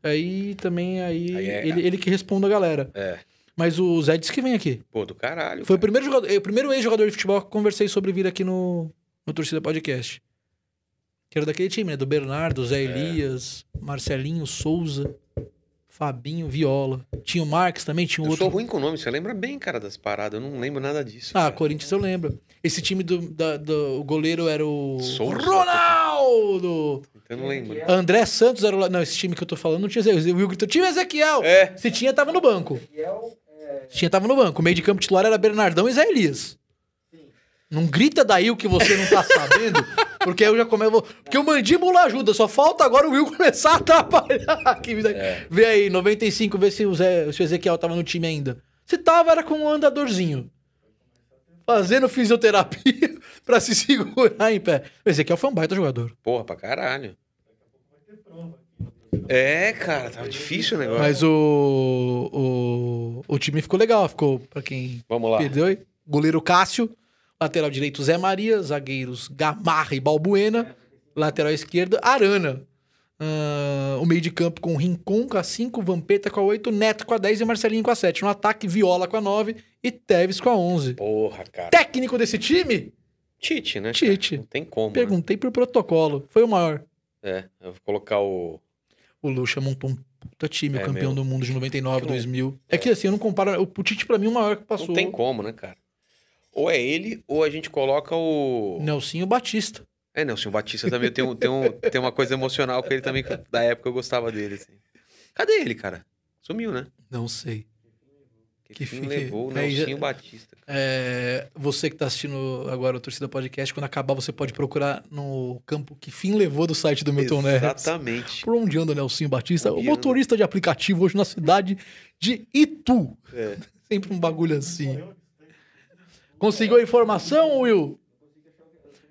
Speaker 1: aí também aí,
Speaker 2: Aí é-
Speaker 1: ele, ele que responde a galera.
Speaker 2: É.
Speaker 1: Mas o Zé disse que vem aqui.
Speaker 2: Pô, do caralho.
Speaker 1: Foi o
Speaker 2: cara.
Speaker 1: primeiro, jogador, o primeiro ex-jogador de futebol que eu conversei sobre vir aqui no, no Torcida Podcast. Que era daquele time, né? Do Bernardo,
Speaker 2: É.
Speaker 1: Zé Elias, Marcelinho, Souza, Fabinho, Viola. Tinha o Marques também, tinha o
Speaker 2: Eu
Speaker 1: outro.
Speaker 2: sou ruim com o nome, você lembra bem, cara, das paradas. Eu não lembro nada disso.
Speaker 1: Ah,
Speaker 2: cara.
Speaker 1: Corinthians eu lembro. Esse time do, da- do- o goleiro era o
Speaker 2: Souza.
Speaker 1: Ronaldo!
Speaker 2: Então, Eu não lembro.
Speaker 1: André Santos era o... la- Não, esse time que eu tô falando não tinha Ezequiel. O Will gritou, time Ezequiel!
Speaker 2: É.
Speaker 1: Se tinha, tava no banco.
Speaker 3: Ezequiel,
Speaker 1: Se tinha, tava no banco. O meio de campo titular era Bernardão e Zé Elias. Não grita daí o que você não tá sabendo, porque eu já começo... vou- Porque o Mandíbula ajuda, só falta agora o Will começar a atrapalhar. Aqui, Vê aí, 95, vê se o, Zé, se o Ezequiel tava no time ainda. Se tava, era com um andadorzinho. Fazendo fisioterapia pra se segurar em pé. O Ezequiel foi um baita jogador.
Speaker 2: Porra, pra caralho. É, cara, tava difícil o negócio.
Speaker 1: Mas o, o, o time ficou legal, ficou pra quem
Speaker 2: Vamos lá.
Speaker 1: perdeu. aí. Goleiro Cássio, lateral direito Zé Maria, zagueiros Gamarra e Balbuena, lateral esquerda Arana. Ah, o meio de campo com Rincon com a 5, Vampeta com a 8, Neto com a 10 e Marcelinho com a 7. No ataque, Viola com a 9 e Teves com a 11.
Speaker 2: Porra, cara.
Speaker 1: Técnico desse time?
Speaker 2: Tite, né? cara?
Speaker 1: Tite.
Speaker 2: Não tem como. Né?
Speaker 1: Perguntei por protocolo. Foi o maior.
Speaker 2: É, eu vou colocar o.
Speaker 1: O Lucha montou um puta time,
Speaker 2: É,
Speaker 1: o campeão do
Speaker 2: meu.
Speaker 1: mundo de 99,
Speaker 2: Que não-
Speaker 1: 2000. É que assim, eu não comparo. O Tite, pra mim, é o maior que passou.
Speaker 2: Não tem como, né, cara? Ou é ele, ou a gente coloca o.
Speaker 1: Nelsinho Batista.
Speaker 2: É, não, o senhor Batista também tem, um, tem, um, tem uma coisa emocional com ele também, que da época eu gostava dele, assim. Cadê ele, cara? Sumiu, né?
Speaker 1: Não sei.
Speaker 2: Que,
Speaker 1: Que
Speaker 2: fim
Speaker 1: fi-
Speaker 2: levou o
Speaker 1: aí já-
Speaker 2: Nelsinho Batista.
Speaker 1: É, você que tá assistindo agora o Torcida Podcast, quando acabar, você pode procurar no campo que fim levou do site do Milton Neves.
Speaker 2: Exatamente. né?
Speaker 1: Por onde anda Nelsinho Batista? o
Speaker 2: Onde anda?
Speaker 1: motorista de aplicativo hoje na cidade de Itu.
Speaker 2: É.
Speaker 1: Sempre um bagulho assim. Conseguiu a informação, Will?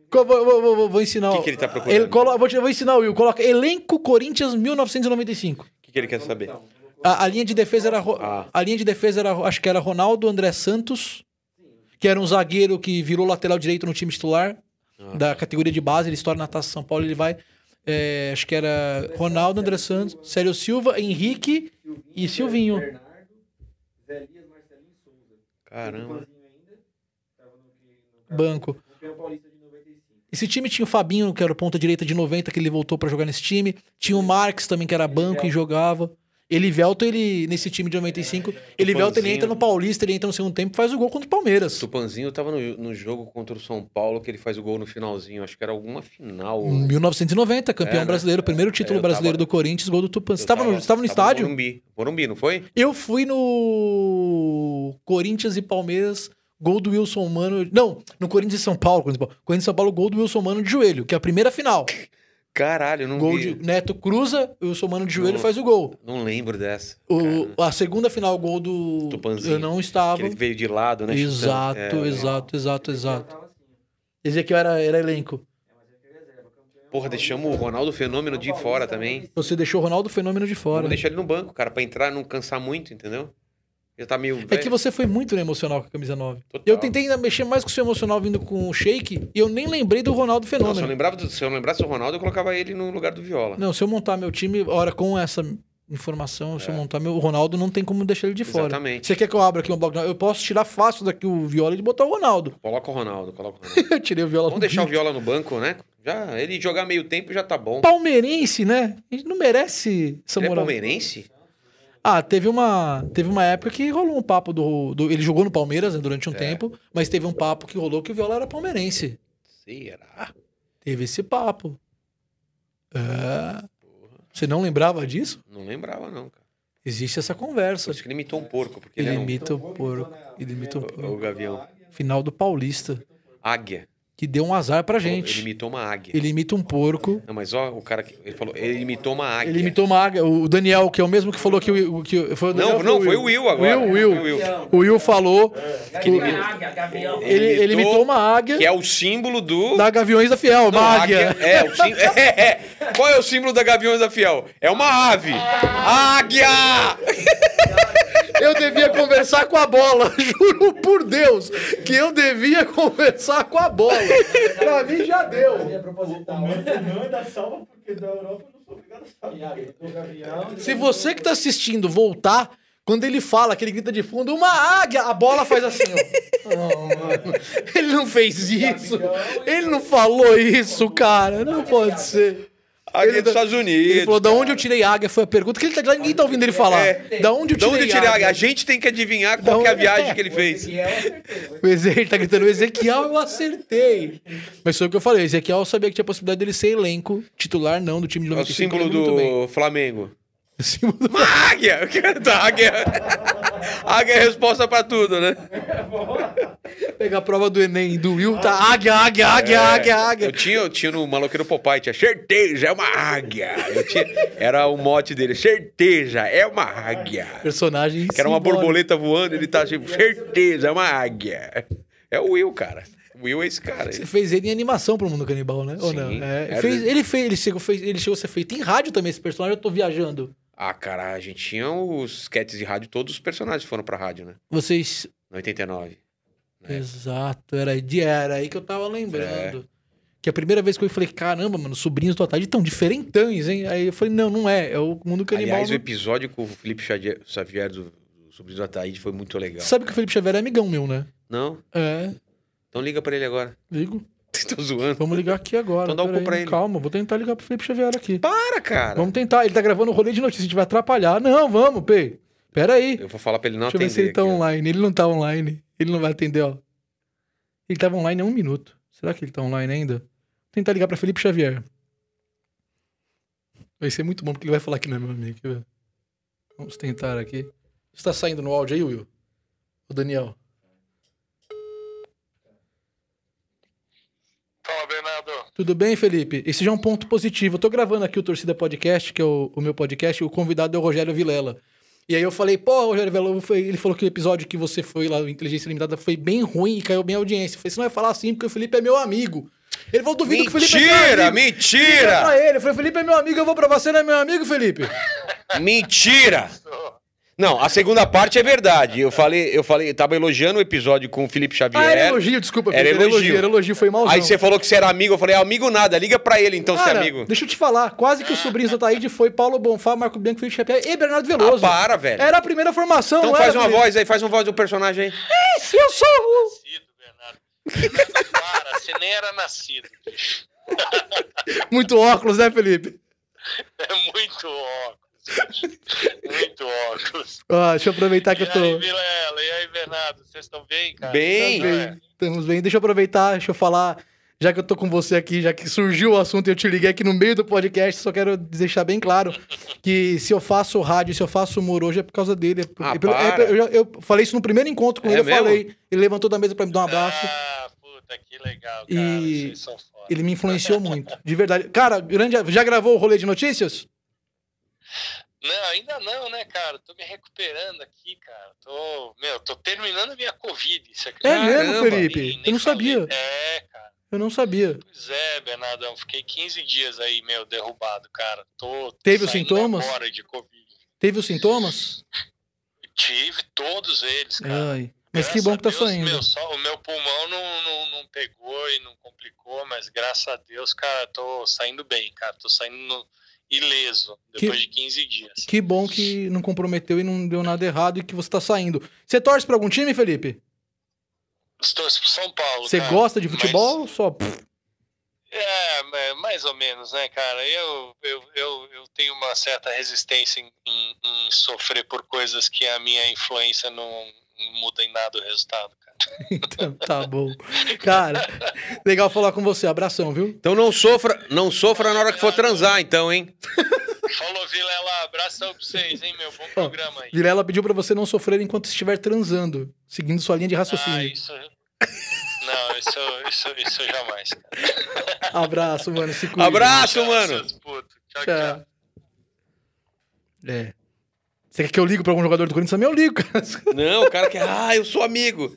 Speaker 1: Co- Vou, vou- vou- vou- vou ensinar.
Speaker 2: O
Speaker 1: o-
Speaker 2: que que ele tá procurando?
Speaker 1: Ele colo... vou, te... vou ensinar o Will. Coloca elenco Corinthians 1995.
Speaker 2: O que, que ele quer saber?
Speaker 1: A, a linha de defesa era. Ro-
Speaker 2: Ah.
Speaker 1: A linha de defesa era. Acho que era Ronaldo, André Santos, que era um zagueiro que virou lateral direito no time titular
Speaker 2: Ah.
Speaker 1: da categoria de base. Ele estoura na Taça São Paulo. Ele vai. é, acho que era Ronaldo, André Santos, Célio Silva, Henrique. E Silvinho.
Speaker 3: Bernardo, Zé Elias, Marcelinho e Souza.
Speaker 2: Caramba.
Speaker 3: Tupanzinho ainda, tava no que- no cargo-
Speaker 1: Banco.
Speaker 3: Campeão Paulista de 95.
Speaker 1: Esse time tinha o Fabinho, que era o ponta direita de 90, que ele voltou pra jogar nesse time. Tinha o Marques também, que era banco e jogava. Elivelto, ele, nesse time de
Speaker 2: É,
Speaker 1: 95, Elivelto ele
Speaker 2: Tupanzinho.
Speaker 1: entra no Paulista, ele entra no segundo tempo e faz o gol contra o Palmeiras.
Speaker 2: Tupanzinho tava no, no jogo contra o São Paulo, que ele faz o gol no finalzinho. Acho que era alguma final.
Speaker 1: Em 1990,
Speaker 2: É,
Speaker 1: campeão
Speaker 2: né?
Speaker 1: brasileiro, primeiro
Speaker 2: É,
Speaker 1: título
Speaker 2: eu tava-
Speaker 1: brasileiro do Corinthians, gol do Tupan. Você
Speaker 2: Eu
Speaker 1: estava no, você tava no
Speaker 2: tava
Speaker 1: estádio?
Speaker 2: Morumbi. Morumbi, não foi?
Speaker 1: Eu fui no Corinthians e Palmeiras, gol do Wilson Mano. Não, no Corinthians e São Paulo. Corinthians e São Paulo, Corinthians e São Paulo gol do Wilson Mano de joelho, que é a primeira final.
Speaker 2: Caralho, eu não
Speaker 1: Gol de
Speaker 2: vi.
Speaker 1: Neto cruza, Wilson Mano de joelho
Speaker 2: Não.
Speaker 1: faz o gol.
Speaker 2: Não lembro dessa. cara.
Speaker 1: O, a segunda final, gol do.
Speaker 2: Tupanzinho.
Speaker 1: Eu não estava.
Speaker 2: Que ele veio de lado, né?
Speaker 1: Exato,
Speaker 2: chutando. É,
Speaker 1: exato, exato, exato.
Speaker 3: Tava assim, ó.
Speaker 1: Esse aqui era, era elenco.
Speaker 3: É, mas ele foi reserva, campeão
Speaker 2: Porra, deixamos o
Speaker 3: paulista,
Speaker 2: Ronaldo Fenômeno de
Speaker 3: campeão
Speaker 2: fora
Speaker 3: paulista, é
Speaker 2: também.
Speaker 3: 95.
Speaker 1: Você deixou o Ronaldo Fenômeno de fora.
Speaker 2: Vamos deixar ele no banco, cara, pra entrar não cansar muito, entendeu? Já tá meio.
Speaker 1: É que você foi muito emocional com a camisa 9.
Speaker 2: Total.
Speaker 1: Eu tentei ainda mexer mais com o seu emocional vindo com o shake e eu nem lembrei do Ronaldo
Speaker 2: Não, se, eu
Speaker 1: Fenômeno.
Speaker 2: lembrava do- se eu lembrasse do Ronaldo, eu colocava ele no lugar do Viola.
Speaker 1: Não, se eu montar meu time, ora, com essa informação, se eu montar meu o Ronaldo, não tem como deixar ele de fora.
Speaker 2: É. Exatamente.
Speaker 1: Você quer que eu abra aqui um bloco? de- Eu posso tirar fácil daqui o Viola e botar o Ronaldo.
Speaker 2: Coloca o Ronaldo, coloca o Ronaldo.
Speaker 1: Eu tirei o Viola.
Speaker 2: Vamos deixar o Viola no banco, né? Já, ele jogar meio tempo já tá bom.
Speaker 1: Palmeirense, né? A gente não merece essa
Speaker 2: Ele é
Speaker 1: moral.
Speaker 2: palmeirense?
Speaker 1: Ah, teve uma, teve uma época que rolou um papo do. do- ele jogou no Palmeiras né, durante um
Speaker 2: É.
Speaker 1: tempo, mas teve um papo que rolou que o Viola era palmeirense.
Speaker 2: Será?
Speaker 1: Teve esse papo. É. Você não lembrava disso?
Speaker 2: Não lembrava, não, cara.
Speaker 1: Existe essa
Speaker 2: Por
Speaker 1: conversa.
Speaker 2: isso que ele imitou um porco, porque ele,
Speaker 1: Ele
Speaker 2: era um
Speaker 1: imita o porco. Ele imita o
Speaker 2: o, o
Speaker 1: porco.
Speaker 2: Gavião.
Speaker 1: Final do Paulista,
Speaker 2: Águia.
Speaker 1: que deu um azar pra
Speaker 2: Ele
Speaker 1: gente.
Speaker 2: imitou uma águia.
Speaker 1: Ele imita um porco.
Speaker 2: Não, mas ó, o cara que. Ele falou, ele imitou uma águia.
Speaker 1: Ele imitou uma águia. O Daniel, que é o mesmo que falou que o. Que foi o Daniel,
Speaker 2: Não, não, foi o Will agora. né?
Speaker 1: Will, Will.
Speaker 2: Foi o Will.
Speaker 1: O Will falou. que o-
Speaker 2: ele-
Speaker 4: Águia, Gavião.
Speaker 1: ele, ele
Speaker 2: imitou-
Speaker 1: imitou uma águia
Speaker 2: Que é o símbolo do.
Speaker 1: da Gaviões da Fiel, uma
Speaker 2: Não,
Speaker 1: águia.
Speaker 2: É, o sim- é, é. Qual é o símbolo da Gaviões da Fiel? É uma ave. Águia!
Speaker 1: Eu devia conversar com a bola, juro por Deus, que eu devia conversar com a bola. Pra mim já
Speaker 3: Ele
Speaker 1: deu.
Speaker 3: é proposital.
Speaker 4: Não ainda salva porque da Europa eu não sou obrigado a salvar.
Speaker 3: Iago, do Gavião.
Speaker 1: Se você que tá assistindo voltar, Quando ele fala, que ele grita de fundo, uma águia, a bola faz assim, ó. Não, mano. Ele não fez isso. Ele não falou isso, cara. Não pode ser.
Speaker 2: Águia
Speaker 1: Ele
Speaker 2: dos
Speaker 1: da-
Speaker 2: Estados Unidos.
Speaker 1: Ele falou, da onde eu tirei águia? Foi a pergunta que ele tá, ninguém tá ouvindo ele falar.
Speaker 2: É.
Speaker 1: Da onde eu
Speaker 2: De
Speaker 1: tirei,
Speaker 2: onde eu tirei a águia? A gente tem que adivinhar
Speaker 1: Da
Speaker 2: qual que é a
Speaker 1: onde-
Speaker 2: viagem que ele fez.
Speaker 3: E é uma certeza.
Speaker 1: O Ezequiel tá gritando, Ezequiel, eu acertei. Mas foi o que eu falei, o Ezequiel sabia que tinha a possibilidade dele ser elenco, titular não, do time de
Speaker 2: É o
Speaker 1: 95. eu
Speaker 2: símbolo
Speaker 1: lembro muito bem.
Speaker 2: do Flamengo.
Speaker 1: O símbolo do...
Speaker 2: Uma águia! Eu quero da águia. águia é a resposta pra tudo, né?
Speaker 1: É, Pega a prova do Enem, do Will, tá águia, águia, águia, águia, águia.
Speaker 2: É, Eu tinha, eu tinha no maloqueiro Popeye, tinha certeza, é uma águia. Eu tinha- era o mote dele, certeza, é uma águia.
Speaker 1: Personagem
Speaker 2: Que era uma
Speaker 1: simbólico.
Speaker 2: borboleta voando, ele tá tipo, certeza, é uma águia. É o Will, cara. O Will é esse cara.
Speaker 1: Você fez ele em animação pro mundo canibal, né? Ou
Speaker 2: Sim,
Speaker 1: não? É,
Speaker 2: era-
Speaker 1: fez- ele, fez, ele, chegou, fez- ele chegou a ser feito em rádio também, esse personagem. Eu tô viajando.
Speaker 2: Ah, cara, a gente tinha os sketches de rádio, todos os personagens foram pra rádio, né?
Speaker 1: Vocês.
Speaker 2: No 89. É.
Speaker 1: Exato, era, de- era aí que eu tava lembrando. Que a primeira vez que eu falei, caramba, mano, os sobrinhos do Atari tão diferentões, hein? Aí eu falei, não, não é. É o mundo canibal.
Speaker 2: Aliás, o
Speaker 1: não-
Speaker 2: episódio com o Felipe Xavier- Xavier do, do Sobrinho do Ataíde foi muito legal.
Speaker 1: Sabe que o Felipe Xavier é amigão meu, né?
Speaker 2: Não?
Speaker 1: É,
Speaker 2: Então liga pra ele agora.
Speaker 1: ligo.
Speaker 2: Tô zoando.
Speaker 1: Vamos ligar aqui agora.
Speaker 2: Então dá o cu
Speaker 1: peraí,
Speaker 2: pra ele.
Speaker 1: Calma, vou tentar ligar pro Felipe Xavier aqui.
Speaker 2: Para, cara.
Speaker 1: Vamos tentar. Ele tá gravando o rolê de notícia, a gente vai atrapalhar. Não, vamos, Pei. Pera aí.
Speaker 2: Eu vou falar pra ele não
Speaker 1: Deixa eu
Speaker 2: atender.
Speaker 1: ver se ele tá
Speaker 2: aqui, ó.
Speaker 1: online. Ele não tá online. Ele não vai atender, ó. Ele tava online há um minuto. Será que ele tá online ainda? Vou tentar ligar pra Felipe Xavier. Vai ser muito bom, porque ele vai falar que não é meu amigo. Quer ver? Vamos tentar aqui. Você tá saindo no áudio aí, Will? O Daniel.
Speaker 4: Fala, Bernardo.
Speaker 1: Tudo bem, Felipe? Esse já é um ponto positivo. Eu tô gravando aqui o Torcida Podcast, que é o, o meu podcast, e o convidado é o Rogério Vilela. E aí eu falei, pô, Rogério Vilela, foi- ele falou que o episódio que você foi lá, o Inteligência Limitada, foi bem ruim e caiu bem a audiência. Eu falei, você não vai falar assim, porque o Felipe é meu amigo. Ele falou, duvido que o Felipe é meu
Speaker 2: Mentira,
Speaker 1: amigo. Eu falei
Speaker 2: mentira,
Speaker 1: pra ele, eu falei, Felipe é meu amigo, eu vou pra você, não é meu amigo, Felipe?
Speaker 2: mentira. Não, a segunda parte é verdade. Eu falei, eu falei, eu tava elogiando o episódio com o Felipe Xavier.
Speaker 1: Ah, era elogio, desculpa,
Speaker 2: Era
Speaker 1: Felipe,
Speaker 2: elogio.
Speaker 1: era elogio, foi malzão.
Speaker 2: Aí você falou que você era amigo, eu falei, "Ah, amigo nada, liga pra ele então, se é
Speaker 1: Cara,
Speaker 2: amigo.
Speaker 1: deixa eu te falar, quase que os sobrinhos da Taíde foi Paulo Bonfá, Marco Bianco, Felipe Xavier e Bernardo
Speaker 2: Ah,
Speaker 1: Veloso.
Speaker 2: para, velho.
Speaker 1: Era a primeira formação,
Speaker 2: Então
Speaker 1: não
Speaker 2: faz
Speaker 1: era,
Speaker 2: uma
Speaker 1: Felipe?
Speaker 2: voz aí, faz uma voz do personagem aí.
Speaker 1: Eu sou o...
Speaker 4: Nascido, Bernardo. Bernardo, para, você nem era nascido. bicho.
Speaker 1: Muito óculos, né, Felipe?
Speaker 4: É muito óculos. bicho. Muito óculos.
Speaker 1: Ó, deixa eu aproveitar que
Speaker 4: E
Speaker 1: eu tô.
Speaker 4: aí, Vilela? E aí, Bernardo? Vocês estão bem, cara?
Speaker 2: Bem.
Speaker 4: Não é?
Speaker 1: tá Bem, estamos bem. Deixa eu aproveitar, deixa eu falar. Já que eu tô com você aqui, já que surgiu o assunto e eu te liguei aqui no meio do podcast, só quero deixar bem claro que se eu faço rádio, se eu faço humor hoje é por causa dele. É por-
Speaker 2: Ah,
Speaker 1: é pelo- é
Speaker 2: para.
Speaker 1: eu, já- eu falei isso no primeiro encontro com
Speaker 2: É
Speaker 1: ele, eu
Speaker 2: mesmo?
Speaker 1: falei. Ele levantou da mesa pra me dar um abraço.
Speaker 4: Ah, puta, que legal, cara.
Speaker 1: E-
Speaker 4: Vocês são foda.
Speaker 1: Ele me influenciou muito, de verdade. Cara, grande. Já gravou o rolê de notícias?
Speaker 4: Não, ainda não, né, cara? Tô me recuperando aqui, cara. Tô, meu, tô terminando a minha Covid. Você
Speaker 1: É
Speaker 4: acredita?
Speaker 1: mesmo,
Speaker 2: Caramba.
Speaker 1: Felipe?
Speaker 4: Nem-
Speaker 1: eu
Speaker 4: nem
Speaker 1: não
Speaker 4: falei.
Speaker 1: sabia.
Speaker 4: É, cara.
Speaker 1: Eu não sabia.
Speaker 4: Pois é, Bernardão, fiquei 15 dias aí, meu, derrubado, cara. Tô
Speaker 1: Teve os
Speaker 4: saindo
Speaker 1: sintomas?
Speaker 4: agora de Covid.
Speaker 1: Teve os sintomas?
Speaker 4: Tive todos eles, cara.
Speaker 1: Ai. É, Mas que
Speaker 4: Graças
Speaker 1: bom que tá
Speaker 4: a Deus,
Speaker 1: saindo.
Speaker 4: Meu, só- o meu pulmão não, não, não pegou e não complicou, mas graças a Deus, cara, tô saindo bem, cara. Tô saindo no- ileso, depois de 15 dias.
Speaker 1: Que bom que não comprometeu e não deu nada errado e que você tá saindo. Você torce pra algum time, Felipe?
Speaker 4: Estou em São Paulo,
Speaker 1: Você
Speaker 4: cara,
Speaker 1: gosta de futebol?
Speaker 4: mas-
Speaker 1: ou Só. pff,
Speaker 4: É, ma- mais ou menos, né, cara? Eu, eu, eu, eu tenho uma certa resistência em, em- em sofrer por coisas que a minha influência não muda em nada o resultado, cara.
Speaker 1: Então, tá bom. Cara, legal falar com você. Abração, viu?
Speaker 2: Então não sofra, não sofra na hora que for transar, então, hein?
Speaker 4: Falou, Vilela, abração pra vocês, hein, meu? Bom programa aí.
Speaker 1: Vilela pediu pra você não sofrer enquanto estiver transando, seguindo sua linha de
Speaker 4: Ah,
Speaker 1: raciocínio.
Speaker 4: isso. Não, isso, isso, isso jamais. cara.
Speaker 1: Abraço, mano. Se cuida.
Speaker 2: Abraço,
Speaker 4: Tchau,
Speaker 2: mano.
Speaker 4: seus putos. Tchau, tchau.
Speaker 1: Tchau. É. Você quer que eu ligo pra algum jogador do Corinthians? Também eu ligo, cara.
Speaker 2: Não, o cara que, ah, eu sou amigo.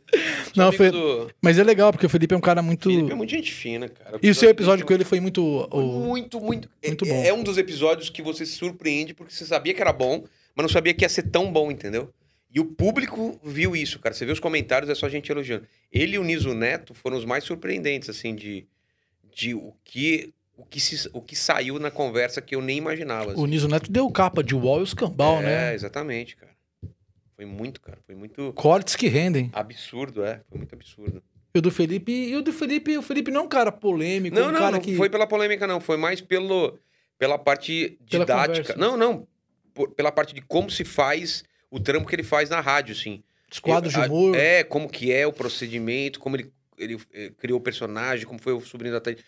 Speaker 2: Sou
Speaker 1: Não,
Speaker 2: amigo
Speaker 1: foi-
Speaker 2: do-
Speaker 1: Mas é legal, porque o Felipe é um cara muito.
Speaker 2: Felipe é muito gente fina, cara.
Speaker 1: E o seu episódio com ele foi muito.
Speaker 2: Foi
Speaker 1: o-
Speaker 2: Muito, muito. é-
Speaker 1: Muito
Speaker 2: é,
Speaker 1: bom.
Speaker 2: É um dos episódios que você se surpreende porque você sabia que era bom, mas não sabia que ia ser tão bom, entendeu? E o público viu isso, cara. Você vê os comentários, é só gente elogiando. Ele e o Niso Neto foram os mais surpreendentes, assim, de, de o, que, o, que se- o que saiu na conversa que eu nem imaginava.
Speaker 1: O
Speaker 2: assim.
Speaker 1: Niso Neto deu capa de wall e os cambal,
Speaker 2: é,
Speaker 1: né?
Speaker 2: exatamente, cara. Foi muito, cara. Foi muito
Speaker 1: Cortes que rendem.
Speaker 2: absurdo, é. Foi muito absurdo.
Speaker 1: E o do Felipe. E o do Felipe, o Felipe não é um cara polêmico,
Speaker 2: Não,
Speaker 1: um
Speaker 2: não,
Speaker 1: cara
Speaker 2: não
Speaker 1: que.
Speaker 2: foi pela polêmica, não. Foi mais pelo, pela parte
Speaker 1: Pela
Speaker 2: didática.
Speaker 1: conversa.
Speaker 2: não, não. por- pela parte de como se faz o trampo que ele faz na rádio, assim.
Speaker 1: Os quadros de
Speaker 2: Eu- a-
Speaker 1: humor.
Speaker 2: É, como que é o procedimento, como ele, ele eh, criou o personagem, como foi o sobrinho da Thaís.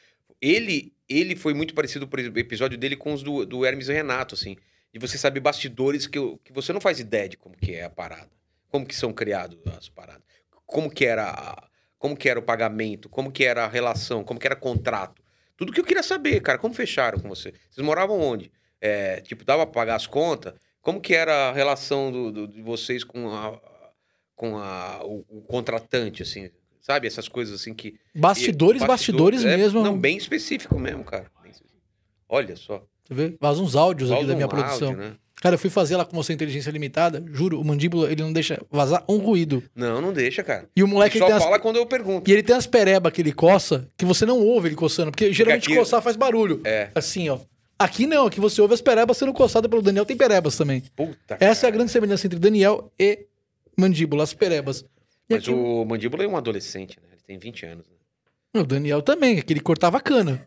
Speaker 2: Ele, ele foi muito parecido, por exemplo, o episódio dele com os do, do Hermes e Renato, assim. E você sabe bastidores que, eu- que você não faz ideia de como que é a parada. Como que são criados as paradas. Como que era a- como que era o pagamento, como que era a relação, como que era o contrato. Tudo que eu queria saber, cara. Como fecharam com você? Vocês moravam onde? É, tipo, dava pra pagar as contas? Como que era a relação do- do- de vocês com a, com a, o, o contratante, assim, sabe? Essas coisas assim que.
Speaker 1: Bastidores,
Speaker 2: e-
Speaker 1: bastidores
Speaker 2: é,
Speaker 1: mesmo.
Speaker 2: Não, bem específico mesmo, cara. Bem específico. Olha só.
Speaker 1: Você vê? Vaza uns áudios aqui
Speaker 2: Faz
Speaker 1: da
Speaker 2: um
Speaker 1: minha
Speaker 2: áudio,
Speaker 1: produção.
Speaker 2: né?
Speaker 1: Cara, eu fui fazer lá com você inteligência limitada, juro, o mandíbula ele não deixa vazar um ruído.
Speaker 2: Não, não deixa, cara.
Speaker 1: E o moleque
Speaker 2: Ele
Speaker 1: ele tem
Speaker 2: só
Speaker 1: as-
Speaker 2: fala quando eu pergunto.
Speaker 1: E ele tem as perebas que ele coça, que você não ouve ele coçando, porque geralmente
Speaker 2: aqui-
Speaker 1: coçar faz barulho.
Speaker 2: É.
Speaker 1: Assim, ó. Aqui não, aqui você ouve as perebas sendo coçadas pelo Daniel, tem perebas também.
Speaker 2: Puta.
Speaker 1: Essa é a
Speaker 2: cara.
Speaker 1: grande semelhança entre Daniel e mandíbula, as perebas. E
Speaker 2: Mas
Speaker 1: aqui, o...
Speaker 2: o Mandíbula é um adolescente, né? Ele tem 20 anos. Né?
Speaker 1: Daniel também, é que ele cortava a cana.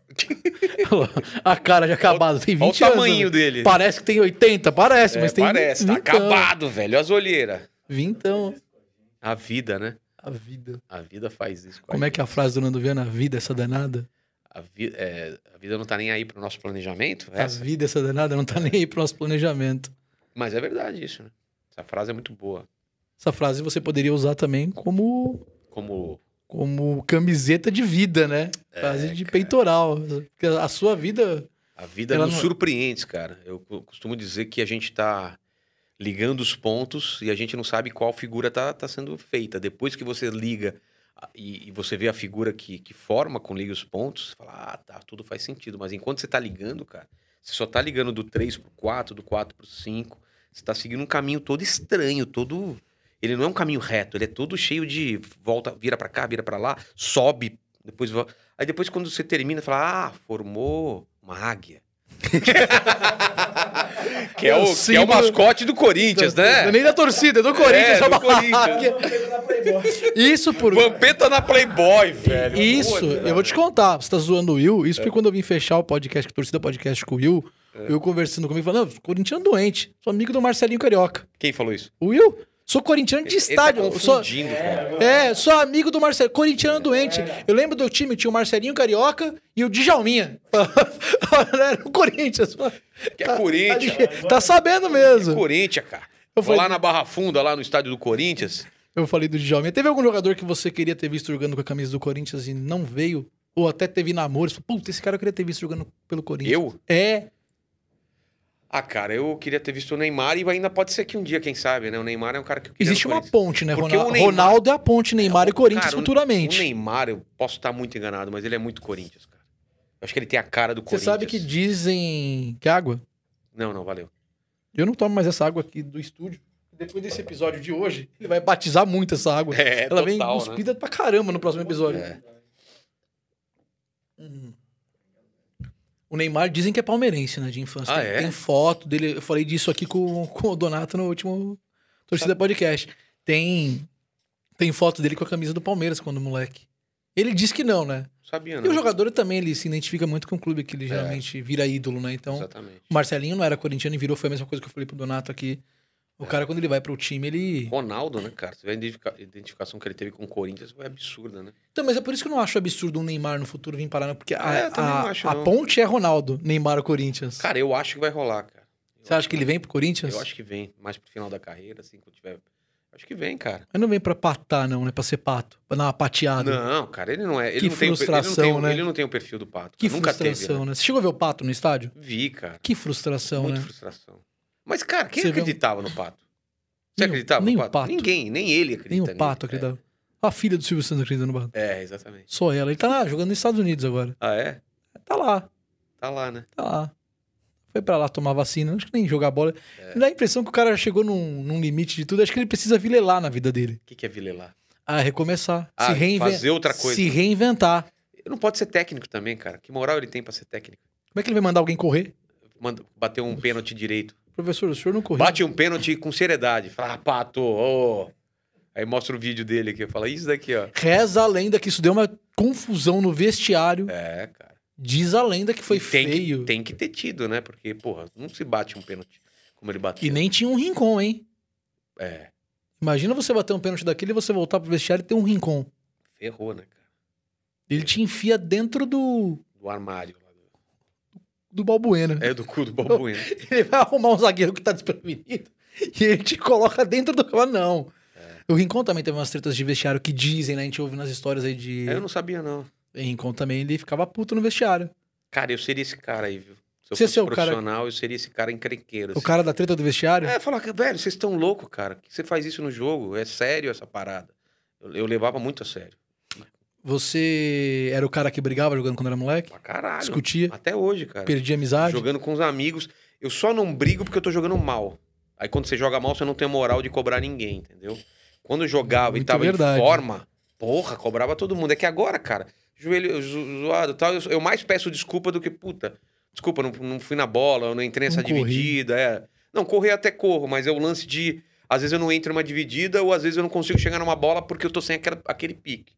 Speaker 1: Olha lá, a cara já acabada, tem 20
Speaker 2: Olha o
Speaker 1: anos.
Speaker 2: tamanho
Speaker 1: né?
Speaker 2: dele.
Speaker 1: Parece que tem 80, parece,
Speaker 2: É,
Speaker 1: mas tem
Speaker 2: parece, tá
Speaker 1: vintão.
Speaker 2: acabado, velho. As olheiras.
Speaker 1: Vintão.
Speaker 2: A vida, né?
Speaker 1: A vida.
Speaker 2: A vida faz isso. com a
Speaker 1: Como é que é a frase do Nando Viana? A vida, é essa danada?
Speaker 2: A, vi- é, a vida não tá nem aí pro nosso planejamento?
Speaker 1: A
Speaker 2: Essa?
Speaker 1: vida, essa danada não tá nem aí pro nosso planejamento.
Speaker 2: Mas é verdade isso, né? Essa frase é muito boa.
Speaker 1: Essa frase você poderia usar também como,
Speaker 2: Como
Speaker 1: como camiseta de vida, né? Frase
Speaker 2: É,
Speaker 1: de peitoral. Porque a sua vida.
Speaker 2: a vida
Speaker 1: Ela
Speaker 2: nos
Speaker 1: não- é
Speaker 2: surpreende, cara. Eu co- costumo dizer que a gente tá ligando os pontos e a gente não sabe qual figura tá, tá sendo feita. Depois que você liga a- e, e você vê a figura que, que forma com liga os pontos, você fala, ah, tá, tudo faz sentido. Mas enquanto você tá ligando, cara, você só tá ligando do 3 pro 4, do 4 pro 5. Você tá seguindo um caminho todo estranho, todo... Ele não é um caminho reto, ele é todo cheio de volta, vira pra cá, vira pra lá, sobe, depois volta. Aí depois, quando você termina, fala: Ah, formou uma águia. que é o,
Speaker 1: Sim,
Speaker 2: que é o
Speaker 1: do-
Speaker 2: mascote do Corinthians, né?
Speaker 1: é Nem da torcida, do Corinthians.
Speaker 2: É, do
Speaker 1: uma-
Speaker 2: Corinthians.
Speaker 1: Isso por.
Speaker 2: Vampeta na Playboy, velho.
Speaker 1: Isso,
Speaker 2: Puta,
Speaker 1: eu vou te contar. Você tá zoando o Will?
Speaker 2: É.
Speaker 1: Isso porque quando eu vim fechar o podcast, a torcida podcast com o Will, eu Will conversando comigo, falando: Não, corintiano doente, sou amigo do Marcelinho Carioca.
Speaker 2: Quem falou isso?
Speaker 1: O Will, sou corintiano de estádio.
Speaker 2: Ele
Speaker 1: eu
Speaker 2: tá
Speaker 1: sou-
Speaker 2: confundindo, cara.
Speaker 1: É, sou amigo do Marcelo. Corintiano doente.
Speaker 2: É.
Speaker 1: Eu lembro do time, tinha o Marcelinho Carioca e o Djalminha. Era o Corinthians.
Speaker 2: Que é Corinthians.
Speaker 1: Tá, tá sabendo mesmo.
Speaker 2: É Corinthians, cara.
Speaker 1: Eu
Speaker 2: Vou
Speaker 1: falei-
Speaker 2: lá na Barra Funda, lá no estádio do Corinthians.
Speaker 1: Eu falei do Djalminha. Teve algum jogador que você queria ter visto jogando com a camisa do Corinthians e não veio? Ou até teve namoro? Você falou, Puta, esse cara eu queria ter visto jogando pelo Corinthians.
Speaker 2: Eu?
Speaker 1: É.
Speaker 2: Ah, cara, eu queria ter visto o Neymar e ainda pode ser que um dia, quem sabe, né? O Neymar é um cara que eu queria
Speaker 1: Existe
Speaker 2: no
Speaker 1: uma
Speaker 2: Corinthians.
Speaker 1: ponte, né?
Speaker 2: Porque
Speaker 1: Ronaldo,
Speaker 2: o Neymar-
Speaker 1: Ronaldo é a ponte, Neymar
Speaker 2: É,
Speaker 1: e Corinthians
Speaker 2: cara, o-
Speaker 1: futuramente.
Speaker 2: O Neymar, eu posso estar muito enganado, mas ele é muito Corinthians, cara. Eu acho que ele tem a cara do
Speaker 1: Você
Speaker 2: Corinthians.
Speaker 1: sabe que dizem que água?
Speaker 2: Não, não, valeu.
Speaker 1: Eu não tomo mais essa água aqui do estúdio. Depois desse episódio de hoje, ele vai batizar muito essa água.
Speaker 2: É,
Speaker 1: Ela vem cuspida pra caramba no próximo episódio.
Speaker 2: É.
Speaker 1: Hum. O Neymar dizem que é palmeirense, né? De infância.
Speaker 2: Ah,
Speaker 1: tem,
Speaker 2: é?
Speaker 1: tem foto dele. Eu falei disso aqui com, com o Donato no último Torcida Podcast. Tem, tem foto dele com a camisa do Palmeiras quando moleque. Ele diz que não, né?
Speaker 2: Sabia,
Speaker 1: E
Speaker 2: não.
Speaker 1: o jogador também, ele se identifica muito com o clube que ele
Speaker 2: É.
Speaker 1: geralmente vira ídolo, né? Então,
Speaker 2: Exatamente.
Speaker 1: o Marcelinho não era corintiano e virou, foi a mesma coisa que eu falei pro Donato aqui.
Speaker 2: É.
Speaker 1: O cara, quando ele vai pro time, ele.
Speaker 2: Ronaldo, né, cara? Você vê a identifica- identificação que ele teve com o Corinthians foi absurda, né?
Speaker 1: Então, mas é por isso que eu não acho absurdo um Neymar no futuro vir parar, né? porque a,
Speaker 2: É, eu também
Speaker 1: a-
Speaker 2: não acho,
Speaker 1: a
Speaker 2: não.
Speaker 1: ponte é Ronaldo, Neymar ou Corinthians.
Speaker 2: Cara, eu acho que vai rolar, cara. Eu
Speaker 1: Você acha
Speaker 2: acho
Speaker 1: que ele vem pro Corinthians?
Speaker 2: Eu acho que vem, mais pro final da carreira, assim, quando tiver. Acho que vem, cara.
Speaker 1: Ele não vem pra patar, não, né? Pra ser pato, pra dar uma pateada.
Speaker 2: Não, cara, ele não é. Ele
Speaker 1: Que
Speaker 2: não tem o per-
Speaker 1: frustração,
Speaker 2: ele não tem, o-
Speaker 1: né?
Speaker 2: Ele não tem o perfil do pato.
Speaker 1: Que
Speaker 2: cara. Nunca
Speaker 1: frustração,
Speaker 2: teve. Né?
Speaker 1: né? Você chegou a ver o pato no estádio?
Speaker 2: Vi, cara.
Speaker 1: Que frustração,
Speaker 2: Muita
Speaker 1: né?
Speaker 2: frustração. Mas, cara, quem
Speaker 1: Você vê um-
Speaker 2: acreditava no pato? Você
Speaker 1: Nem o-
Speaker 2: acreditava
Speaker 1: nem o
Speaker 2: no pato?
Speaker 1: Pato.
Speaker 2: Ninguém, nem ele acredita.
Speaker 1: Nem o
Speaker 2: nele.
Speaker 1: pato
Speaker 2: É.
Speaker 1: acreditava. A filha do Silvio Santos acredita no pato.
Speaker 2: É, exatamente.
Speaker 1: Só ela. Ele tá lá jogando nos Estados Unidos agora.
Speaker 2: Ah, é?
Speaker 1: Tá lá,
Speaker 2: Tá lá, né?
Speaker 1: tá lá. Foi pra lá tomar vacina, acho que nem jogar bola.
Speaker 2: É.
Speaker 1: Dá a impressão que o cara chegou num, num limite de tudo. Acho que ele precisa vilelar na vida dele.
Speaker 2: O que, que é vilelar?
Speaker 1: Ah, recomeçar.
Speaker 2: Ah,
Speaker 1: se reinven-
Speaker 2: fazer outra coisa.
Speaker 1: Se reinventar.
Speaker 2: Ele não pode ser técnico também, cara. Que moral ele tem pra ser técnico?
Speaker 1: Como é que ele vai mandar alguém correr?
Speaker 2: Manda, bater um pênalti direito.
Speaker 1: Professor, o senhor não corrige.
Speaker 2: Bate um pênalti com seriedade. Fala, ah, pato, ô. Aí mostra o vídeo dele aqui. Fala, isso daqui, ó.
Speaker 1: Reza a lenda que isso deu uma confusão no vestiário.
Speaker 2: É, cara.
Speaker 1: Diz a lenda que foi
Speaker 2: E tem
Speaker 1: feio.
Speaker 2: Que, tem que ter tido, né? Porque, porra, não se bate um pênalti como ele bateu.
Speaker 1: E nem tinha um rincon, hein?
Speaker 2: É,
Speaker 1: Imagina você bater um pênalti daquele e você voltar pro vestiário e ter um rincon.
Speaker 2: ferrou, né, cara?
Speaker 1: Ele te enfia dentro do,
Speaker 2: Do armário. lá do-
Speaker 1: do Balbuena.
Speaker 2: É do cu do Balbuena.
Speaker 1: Ele vai arrumar um zagueiro que tá desprevenido e ele te coloca dentro do cavalo. Não.
Speaker 2: É.
Speaker 1: O Rincon também teve umas tretas de vestiário que dizem, né? A gente ouve nas histórias aí de.
Speaker 2: Eu não sabia, não.
Speaker 1: O Rincon também ele ficava puto no vestiário.
Speaker 2: Cara, eu seria esse cara aí, viu? Se eu
Speaker 1: Você
Speaker 2: fosse
Speaker 1: é o cara-
Speaker 2: profissional, eu seria esse cara encrenqueiro.
Speaker 1: O
Speaker 2: assim.
Speaker 1: cara da treta do vestiário.
Speaker 2: É, falar que, velho, vocês estão loucos, cara. Que Você faz isso no jogo. É sério essa parada. Eu, eu levava muito a sério.
Speaker 1: Você era o cara que brigava jogando quando era moleque?
Speaker 2: Pra caralho.
Speaker 1: Discutia,
Speaker 2: Até hoje, cara.
Speaker 1: perdia amizade.
Speaker 2: Jogando com os amigos. Eu só não brigo porque eu tô jogando mal. Aí quando você joga mal, você não tem moral de cobrar ninguém, entendeu? Quando eu jogava e
Speaker 1: Muito
Speaker 2: tava
Speaker 1: verdade.
Speaker 2: em forma, porra, cobrava todo mundo. É que agora, cara, joelho zo- zoado e tal, eu, eu mais peço desculpa do que, puta, desculpa, não, não fui na bola, eu não entrei nessa
Speaker 1: Não corri.
Speaker 2: dividida. É. Não, correr até corro, mas é o lance de. Às vezes eu não entro numa dividida ou às vezes eu não consigo chegar numa bola porque eu tô sem aquela- aquele pique.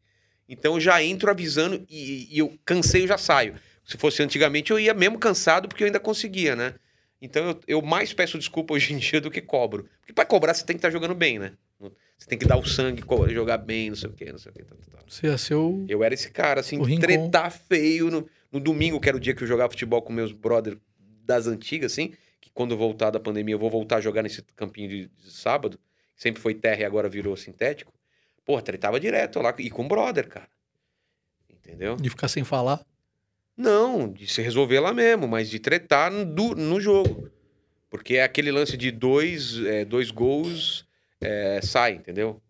Speaker 2: Então eu já entro avisando e, e eu cansei, eu já saio. Se fosse antigamente, eu ia mesmo cansado porque eu ainda conseguia, né? Então eu, eu mais peço desculpa hoje em dia do que cobro. Porque pra cobrar você tem que estar jogando bem, né? Não- Você tem que dar o sangue, co- jogar bem, não sei o quê, não sei o quê. Tal, tal, tal.
Speaker 1: Você ia ser o.
Speaker 2: Eu era esse cara, assim,
Speaker 1: O Rincon.
Speaker 2: tretar feio no, no domingo, que era o dia que eu jogava futebol com meus brothers das antigas, assim, que quando eu voltar da pandemia eu vou voltar a jogar nesse campinho de, de sábado, que sempre foi terra e agora virou sintético. Porra, tretava direto lá, e com brother, cara. Entendeu?
Speaker 1: De ficar sem falar.
Speaker 2: Não, de se resolver lá mesmo, mas de tretar no, du- no jogo. Porque é aquele lance de dois, é, dois gols é, sai, entendeu?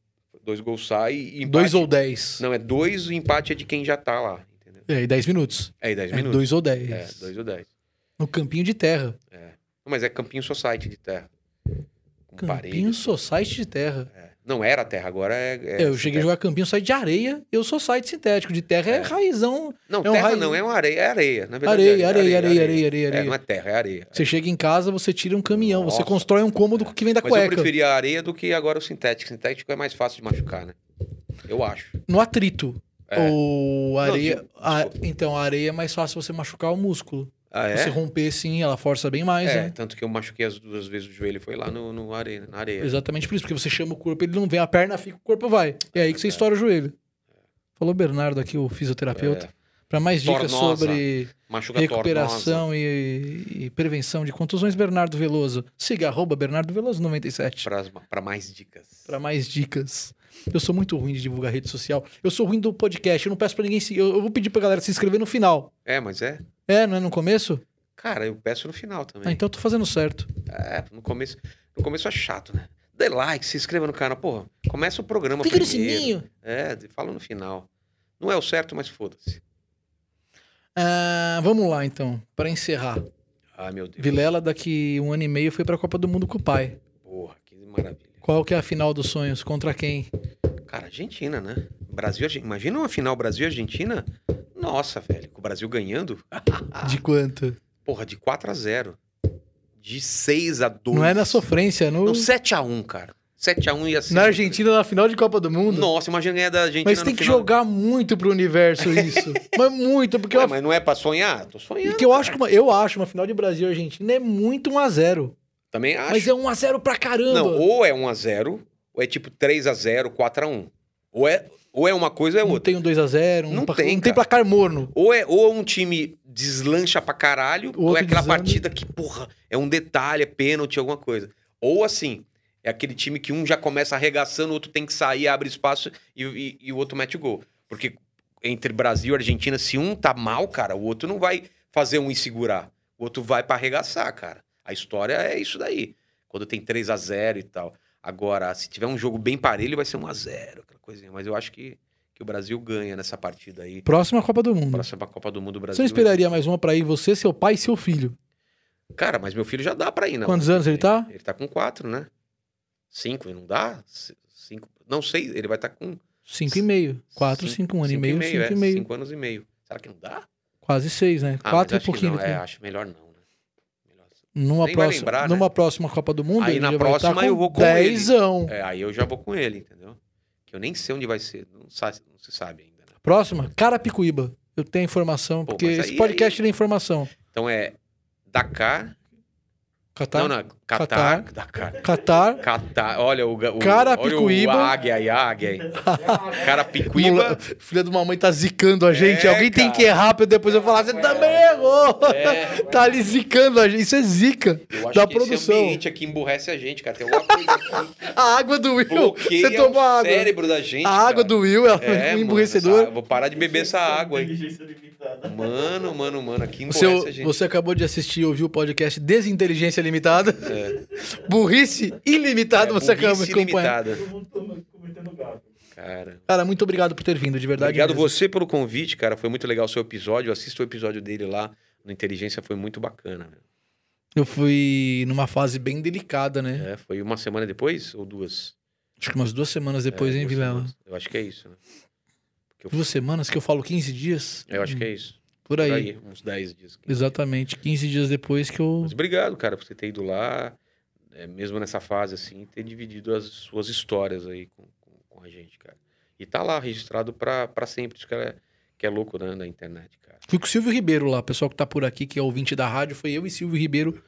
Speaker 2: Dois gols sai e empate.
Speaker 1: Dois ou dez.
Speaker 2: Não, é dois, o empate é de quem já tá lá, entendeu?
Speaker 1: É, e dez minutos.
Speaker 2: É, e 10
Speaker 1: É,
Speaker 2: minutos.
Speaker 1: dois ou dez.
Speaker 2: É, dois ou 10.
Speaker 1: No campinho de terra.
Speaker 2: Mas é Campinho Society de terra. Com
Speaker 1: Campinho
Speaker 2: parede.
Speaker 1: Society de terra.
Speaker 2: É. Não era terra, agora é. é
Speaker 1: eu cheguei a jogar campinho só de areia, eu sou site sintético. De terra é,
Speaker 2: É.
Speaker 1: raizão.
Speaker 2: Não,
Speaker 1: é um
Speaker 2: terra
Speaker 1: raio-
Speaker 2: não, é uma areia. É areia, na verdade.
Speaker 1: Areia, areia, areia, areia, areia, areia.
Speaker 2: É, não é terra, é areia.
Speaker 1: Você chega em casa, você tira um caminhão, você
Speaker 2: Nossa.
Speaker 1: constrói um cômodo que vem da
Speaker 2: Mas eu
Speaker 1: cueca.
Speaker 2: preferia a areia do que agora o sintético. Sintético é mais fácil de machucar, né? Eu acho.
Speaker 1: No atrito.
Speaker 2: É.
Speaker 1: Ou areia.
Speaker 2: desculpa,
Speaker 1: a-
Speaker 2: desculpa.
Speaker 1: Então, a areia é mais fácil você machucar o músculo.
Speaker 2: Ah, é?
Speaker 1: Você romper, sim, ela força bem mais,
Speaker 2: é,
Speaker 1: né?
Speaker 2: tanto que eu machuquei as duas vezes o joelho e foi lá no, no areia, na areia.
Speaker 1: Exatamente por isso, porque você chama o corpo, ele não vem, a perna fica, o corpo vai. É aí que você estoura o joelho. Falou Bernardo aqui, o fisioterapeuta. Para mais dicas
Speaker 2: É. Tornosa.
Speaker 1: sobre
Speaker 2: Machuca tornosa.
Speaker 1: recuperação e, e prevenção de contusões, Bernardo Veloso. Siga arroba Bernardo Veloso 97.
Speaker 2: Pra, pra mais dicas.
Speaker 1: Pra mais dicas. Eu sou muito ruim de divulgar rede social. Eu sou ruim do podcast. Eu não peço pra ninguém se. Eu, eu vou pedir pra galera se inscrever no final.
Speaker 2: É, mas é.
Speaker 1: É, não é no começo?
Speaker 2: Cara, eu peço no final também.
Speaker 1: Ah, então eu tô fazendo certo.
Speaker 2: É, no começo, no começo é chato, né? Dê like, se inscreva no canal. Porra, começa o programa
Speaker 1: Clica no
Speaker 2: primeiro.
Speaker 1: sininho.
Speaker 2: É, de- fala no final. Não é o certo, mas foda-se.
Speaker 1: Ah, vamos lá, então. Pra encerrar.
Speaker 2: Ai, Ah, meu Deus.
Speaker 1: Vilela, daqui um ano e meio, foi pra Copa do Mundo com o pai.
Speaker 2: Porra, que maravilha.
Speaker 1: Qual que é a final dos sonhos? Contra quem?
Speaker 2: Cara, Argentina, né? Brasil, Argen- imagina uma final Brasil-Argentina? Nossa, velho, com o Brasil ganhando? Ah,
Speaker 1: De quanto?
Speaker 2: Porra, de 4 a 0 De 6 a 2
Speaker 1: Não é na sofrência, é no...
Speaker 2: Não, 7 a 1 cara. 7 a 1 ia ser.
Speaker 1: na Argentina, na final de Copa do Mundo.
Speaker 2: Nossa, imagina ganhar da Argentina.
Speaker 1: Mas tem
Speaker 2: no
Speaker 1: que
Speaker 2: final.
Speaker 1: jogar muito pro universo isso. mas muito, porque
Speaker 2: Ué,
Speaker 1: eu
Speaker 2: mas não é pra sonhar? Tô
Speaker 1: E
Speaker 2: sonhando.
Speaker 1: que eu acho que uma, eu acho uma final de Brasil e Argentina é muito 1x0.
Speaker 2: Também acho.
Speaker 1: Mas é 1x0 pra caramba.
Speaker 2: Não, ou é 1x0, ou é tipo 3x0, 4x1. Ou é, ou é uma coisa ou é
Speaker 1: Não
Speaker 2: outra.
Speaker 1: tem um 2x0, um
Speaker 2: Não
Speaker 1: pra-
Speaker 2: tem,
Speaker 1: não tem
Speaker 2: cara.
Speaker 1: placar morno.
Speaker 2: Ou é ou um time deslancha pra caralho,
Speaker 1: O
Speaker 2: ou é
Speaker 1: outro
Speaker 2: aquela
Speaker 1: desanda.
Speaker 2: partida que, porra, é um detalhe, é pênalti, alguma coisa. Ou assim, é aquele time que um já começa arregaçando, o outro tem que sair, abre espaço e, e- e o outro mete o gol. Porque entre Brasil e Argentina, se um tá mal, cara, o outro não vai fazer um e segurar. O outro vai pra arregaçar, cara. A história é isso daí. Quando tem 3 a 0 e tal. Agora, se tiver um jogo bem parelho, vai ser 1 a 0 aquela coisinha. Mas eu acho que, que o Brasil ganha nessa partida aí.
Speaker 1: Próxima Copa do Mundo.
Speaker 2: Próxima Copa do Mundo
Speaker 1: Uhum. Você
Speaker 2: Brasil.
Speaker 1: não esperaria mais uma pra ir você, seu pai e seu filho?
Speaker 2: Cara, mas meu filho já dá pra ir, não.
Speaker 1: Quantos anos ele tá?
Speaker 2: Ele tá com quatro, né? Cinco, não dá? C- Cinco. Não sei, ele vai estar com.
Speaker 1: 5,5. 4,
Speaker 2: cin-
Speaker 1: 5, 1 ano e
Speaker 2: cinco
Speaker 1: meio,
Speaker 2: é,
Speaker 1: 5,5.
Speaker 2: Cinco anos e meio. Será que não dá?
Speaker 1: Quase 6, né?
Speaker 2: Ah, mas
Speaker 1: 4 e
Speaker 2: acho que
Speaker 1: pouquinho.
Speaker 2: Não. É,
Speaker 1: né?
Speaker 2: acho melhor não, né? Melhor-
Speaker 1: Numa,
Speaker 2: Nem vai
Speaker 1: próxima,
Speaker 2: lembrar, né?
Speaker 1: numa próxima Copa do Mundo,
Speaker 2: Aí
Speaker 1: ele
Speaker 2: na
Speaker 1: já vai
Speaker 2: próxima
Speaker 1: estar com
Speaker 2: eu vou com ele.
Speaker 1: dezão.
Speaker 2: É, aí eu já vou com ele, entendeu? Que eu nem sei onde vai ser. Não, sa- não se sabe ainda. né?
Speaker 1: Próxima, Carapicuíba. Eu tenho informação,
Speaker 2: Pô,
Speaker 1: porque
Speaker 2: mas
Speaker 1: esse
Speaker 2: aí- é
Speaker 1: podcast
Speaker 2: aí-
Speaker 1: tem informação.
Speaker 2: Então é Dakar.
Speaker 1: Catar,
Speaker 2: Não, não. Catar. Dakar.
Speaker 1: Catar,
Speaker 2: Catar. Olha o. ga- o
Speaker 1: Carapicuíba.
Speaker 2: Olha o águia aí, águia aí.
Speaker 1: Mula-
Speaker 2: Carapicuíba.
Speaker 1: Filha de uma mãe tá zicando a gente.
Speaker 2: É,
Speaker 1: Alguém tem
Speaker 2: cara.
Speaker 1: que errar pra eu depois eu falar, você também errou.
Speaker 2: É.
Speaker 1: Tá ali zicando a gente. Isso é zica.
Speaker 2: Eu acho
Speaker 1: Da
Speaker 2: que
Speaker 1: produção.
Speaker 2: esse ambiente aqui emburrece a gente, cara. Tem alguma coisa aqui
Speaker 1: A água do
Speaker 2: que
Speaker 1: Will.
Speaker 2: bloqueia
Speaker 1: você tomou
Speaker 2: o
Speaker 1: a água. né?
Speaker 2: cérebro da gente.
Speaker 1: a água
Speaker 2: cara.
Speaker 1: do Will ela
Speaker 2: É,
Speaker 1: é um
Speaker 2: mano,
Speaker 1: emburrecedor.
Speaker 2: essa- vou parar de beber essa água aí.
Speaker 3: Inteligência limitada.
Speaker 2: Mano, mano, mano, aqui emburrece a
Speaker 1: Você,
Speaker 2: gente.
Speaker 1: você acabou de assistir e ouvir o podcast Desinteligência Limitada.
Speaker 2: É,
Speaker 1: Burrice ilimitada você acaba
Speaker 2: burrice
Speaker 1: de acompanhar.
Speaker 2: ilimitada.
Speaker 3: Todo mundo toma- cometendo gato.
Speaker 2: Cara.
Speaker 1: Cara, muito obrigado por ter vindo, de verdade.
Speaker 2: Obrigado
Speaker 1: mesmo.
Speaker 2: você pelo convite, cara. Foi muito legal o seu episódio. Assista o episódio dele lá no Inteligência, foi muito bacana. né?
Speaker 1: Eu fui numa fase bem delicada, né?
Speaker 2: É, foi uma semana depois ou duas?
Speaker 1: Acho que umas duas semanas depois,
Speaker 2: é,
Speaker 1: hein,
Speaker 2: duas
Speaker 1: Vilela?
Speaker 2: semanas. Eu acho que é isso, né? Porque eu-
Speaker 1: Duas semanas que eu falo 15 dias?
Speaker 2: eu acho que é isso.
Speaker 1: Por
Speaker 2: Por
Speaker 1: aí.
Speaker 2: aí, uns 10 dias.
Speaker 1: Exatamente, 15 dias depois que eu.
Speaker 2: Mas obrigado, cara, por você ter ido lá, é, mesmo nessa fase assim, ter dividido as suas histórias aí com, com- com a gente, cara. E tá lá registrado pra, pra sempre. Isso que é, que é louco, né, na internet, cara.
Speaker 1: Fui com o Silvio Ribeiro lá, o pessoal que tá por aqui, que é ouvinte da rádio, foi eu e Silvio Ribeiro.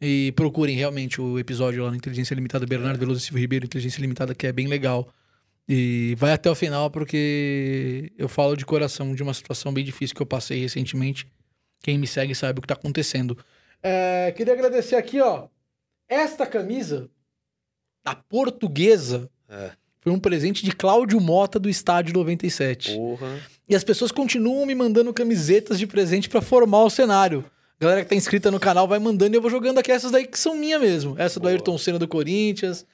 Speaker 1: E procurem realmente o episódio lá na Inteligência Limitada,
Speaker 2: É.
Speaker 1: Bernardo Veloso e Silvio Ribeiro, Inteligência Limitada, que é bem legal. E vai até o final, porque eu falo de coração de uma situação bem difícil que eu passei recentemente. Quem me segue sabe o que tá acontecendo. É, queria agradecer aqui, ó. Esta camisa, da portuguesa,
Speaker 2: É.
Speaker 1: foi um presente de Cláudio Mota do Estádio 97.
Speaker 2: Porra.
Speaker 1: E as pessoas continuam me mandando camisetas de presente pra formar o cenário. Galera que tá inscrita no canal vai mandando e eu vou jogando aqui essas daí que são minha mesmo. Essa do
Speaker 2: Boa.
Speaker 1: Ayrton Senna do Corinthians,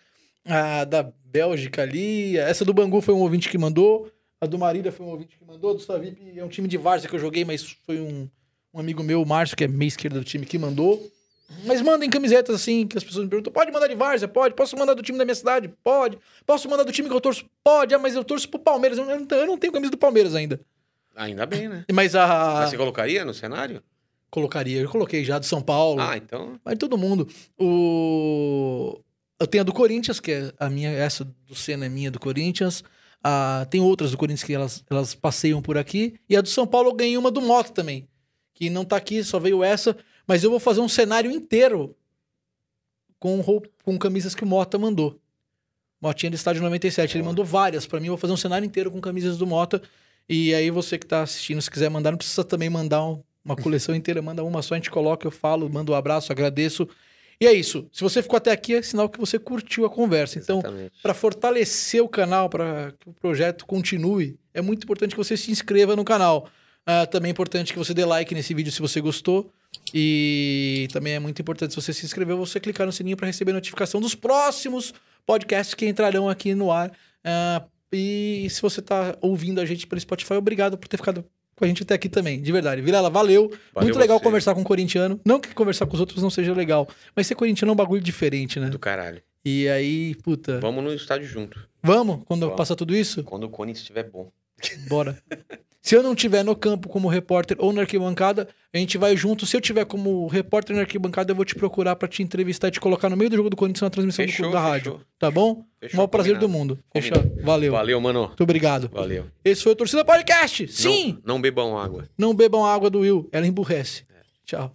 Speaker 1: a da Bélgica ali, essa do Bangu foi um ouvinte que mandou, a do Marília foi um ouvinte que mandou, a do Savip é um time de Várzea que eu joguei, mas foi um, um amigo meu, o Márcio, que é meia esquerda do time, que mandou. Mas mandem camisetas assim, que as pessoas me perguntam: pode mandar de Várzea? Pode. Posso mandar do time da minha cidade? Pode. Posso mandar do time que eu torço? Pode. Ah, mas eu torço pro Palmeiras. Eu não, eu não tenho camisa do Palmeiras ainda.
Speaker 2: Ainda bem, né?
Speaker 1: Mas a.
Speaker 2: Mas você colocaria no cenário?
Speaker 1: Colocaria. Eu coloquei já do São Paulo.
Speaker 2: Ah, então.
Speaker 1: Mas todo mundo. O... Eu tenho a do Corinthians, que é a minha. Essa do Senna é minha do Corinthians. Ah, tem outras do Corinthians que elas, elas passeiam por aqui. E a do São Paulo eu ganhei uma do Moto também. Que não tá aqui, só veio essa. Mas eu vou fazer um cenário inteiro com, roupa, com camisas que o Mota mandou. Motinha do estádio 97. Ele
Speaker 2: Boa.
Speaker 1: mandou várias pra mim. Eu vou fazer um cenário inteiro com camisas do Mota. E aí você que tá assistindo, se quiser mandar, não precisa também mandar um- uma coleção inteira, manda uma só, a gente coloca, eu falo, mando um abraço, agradeço. E é isso. Se você ficou até aqui, é sinal que você curtiu a conversa. Então,
Speaker 2: Exatamente.
Speaker 1: para fortalecer o canal, para que o projeto continue, é muito importante que você se inscreva no canal. Ah, também é importante que você dê like nesse vídeo se você gostou. E também é muito importante, se você se inscreveu, você clicar no sininho para receber notificação dos próximos podcasts que entrarão aqui no ar. Ah, e se você está ouvindo a gente pelo Spotify, obrigado por ter ficado com a gente até aqui também, de verdade. Vilela, valeu.
Speaker 2: Valeu
Speaker 1: muito legal
Speaker 2: você.
Speaker 1: conversar com um corintiano. Não que conversar com os outros não seja legal, mas ser corintiano é um bagulho diferente, né?
Speaker 2: Do caralho.
Speaker 1: E aí, puta.
Speaker 2: Vamos no estádio junto.
Speaker 1: Vamos? Quando
Speaker 2: Vamos.
Speaker 1: passar tudo isso?
Speaker 2: Quando o Cone estiver bom.
Speaker 1: Bora. Se eu não tiver no campo como repórter ou na arquibancada, a gente vai junto. Se eu tiver como repórter na arquibancada, eu vou te procurar pra te entrevistar e te colocar no meio do jogo do Corinthians na transmissão
Speaker 2: Fechou,
Speaker 1: do clube da rádio.
Speaker 2: fechou.
Speaker 1: Tá bom?
Speaker 2: Fechou,
Speaker 1: O maior prazer
Speaker 2: combinado.
Speaker 1: do mundo. Fechou.
Speaker 2: Combinado.
Speaker 1: Valeu.
Speaker 2: Valeu, mano.
Speaker 1: Muito obrigado.
Speaker 2: Valeu.
Speaker 1: Esse foi o Torcida Podcast.
Speaker 2: Não-
Speaker 1: Sim!
Speaker 2: não bebam água. É.
Speaker 1: Não bebam a água do Will, ela emburrece. Tchau.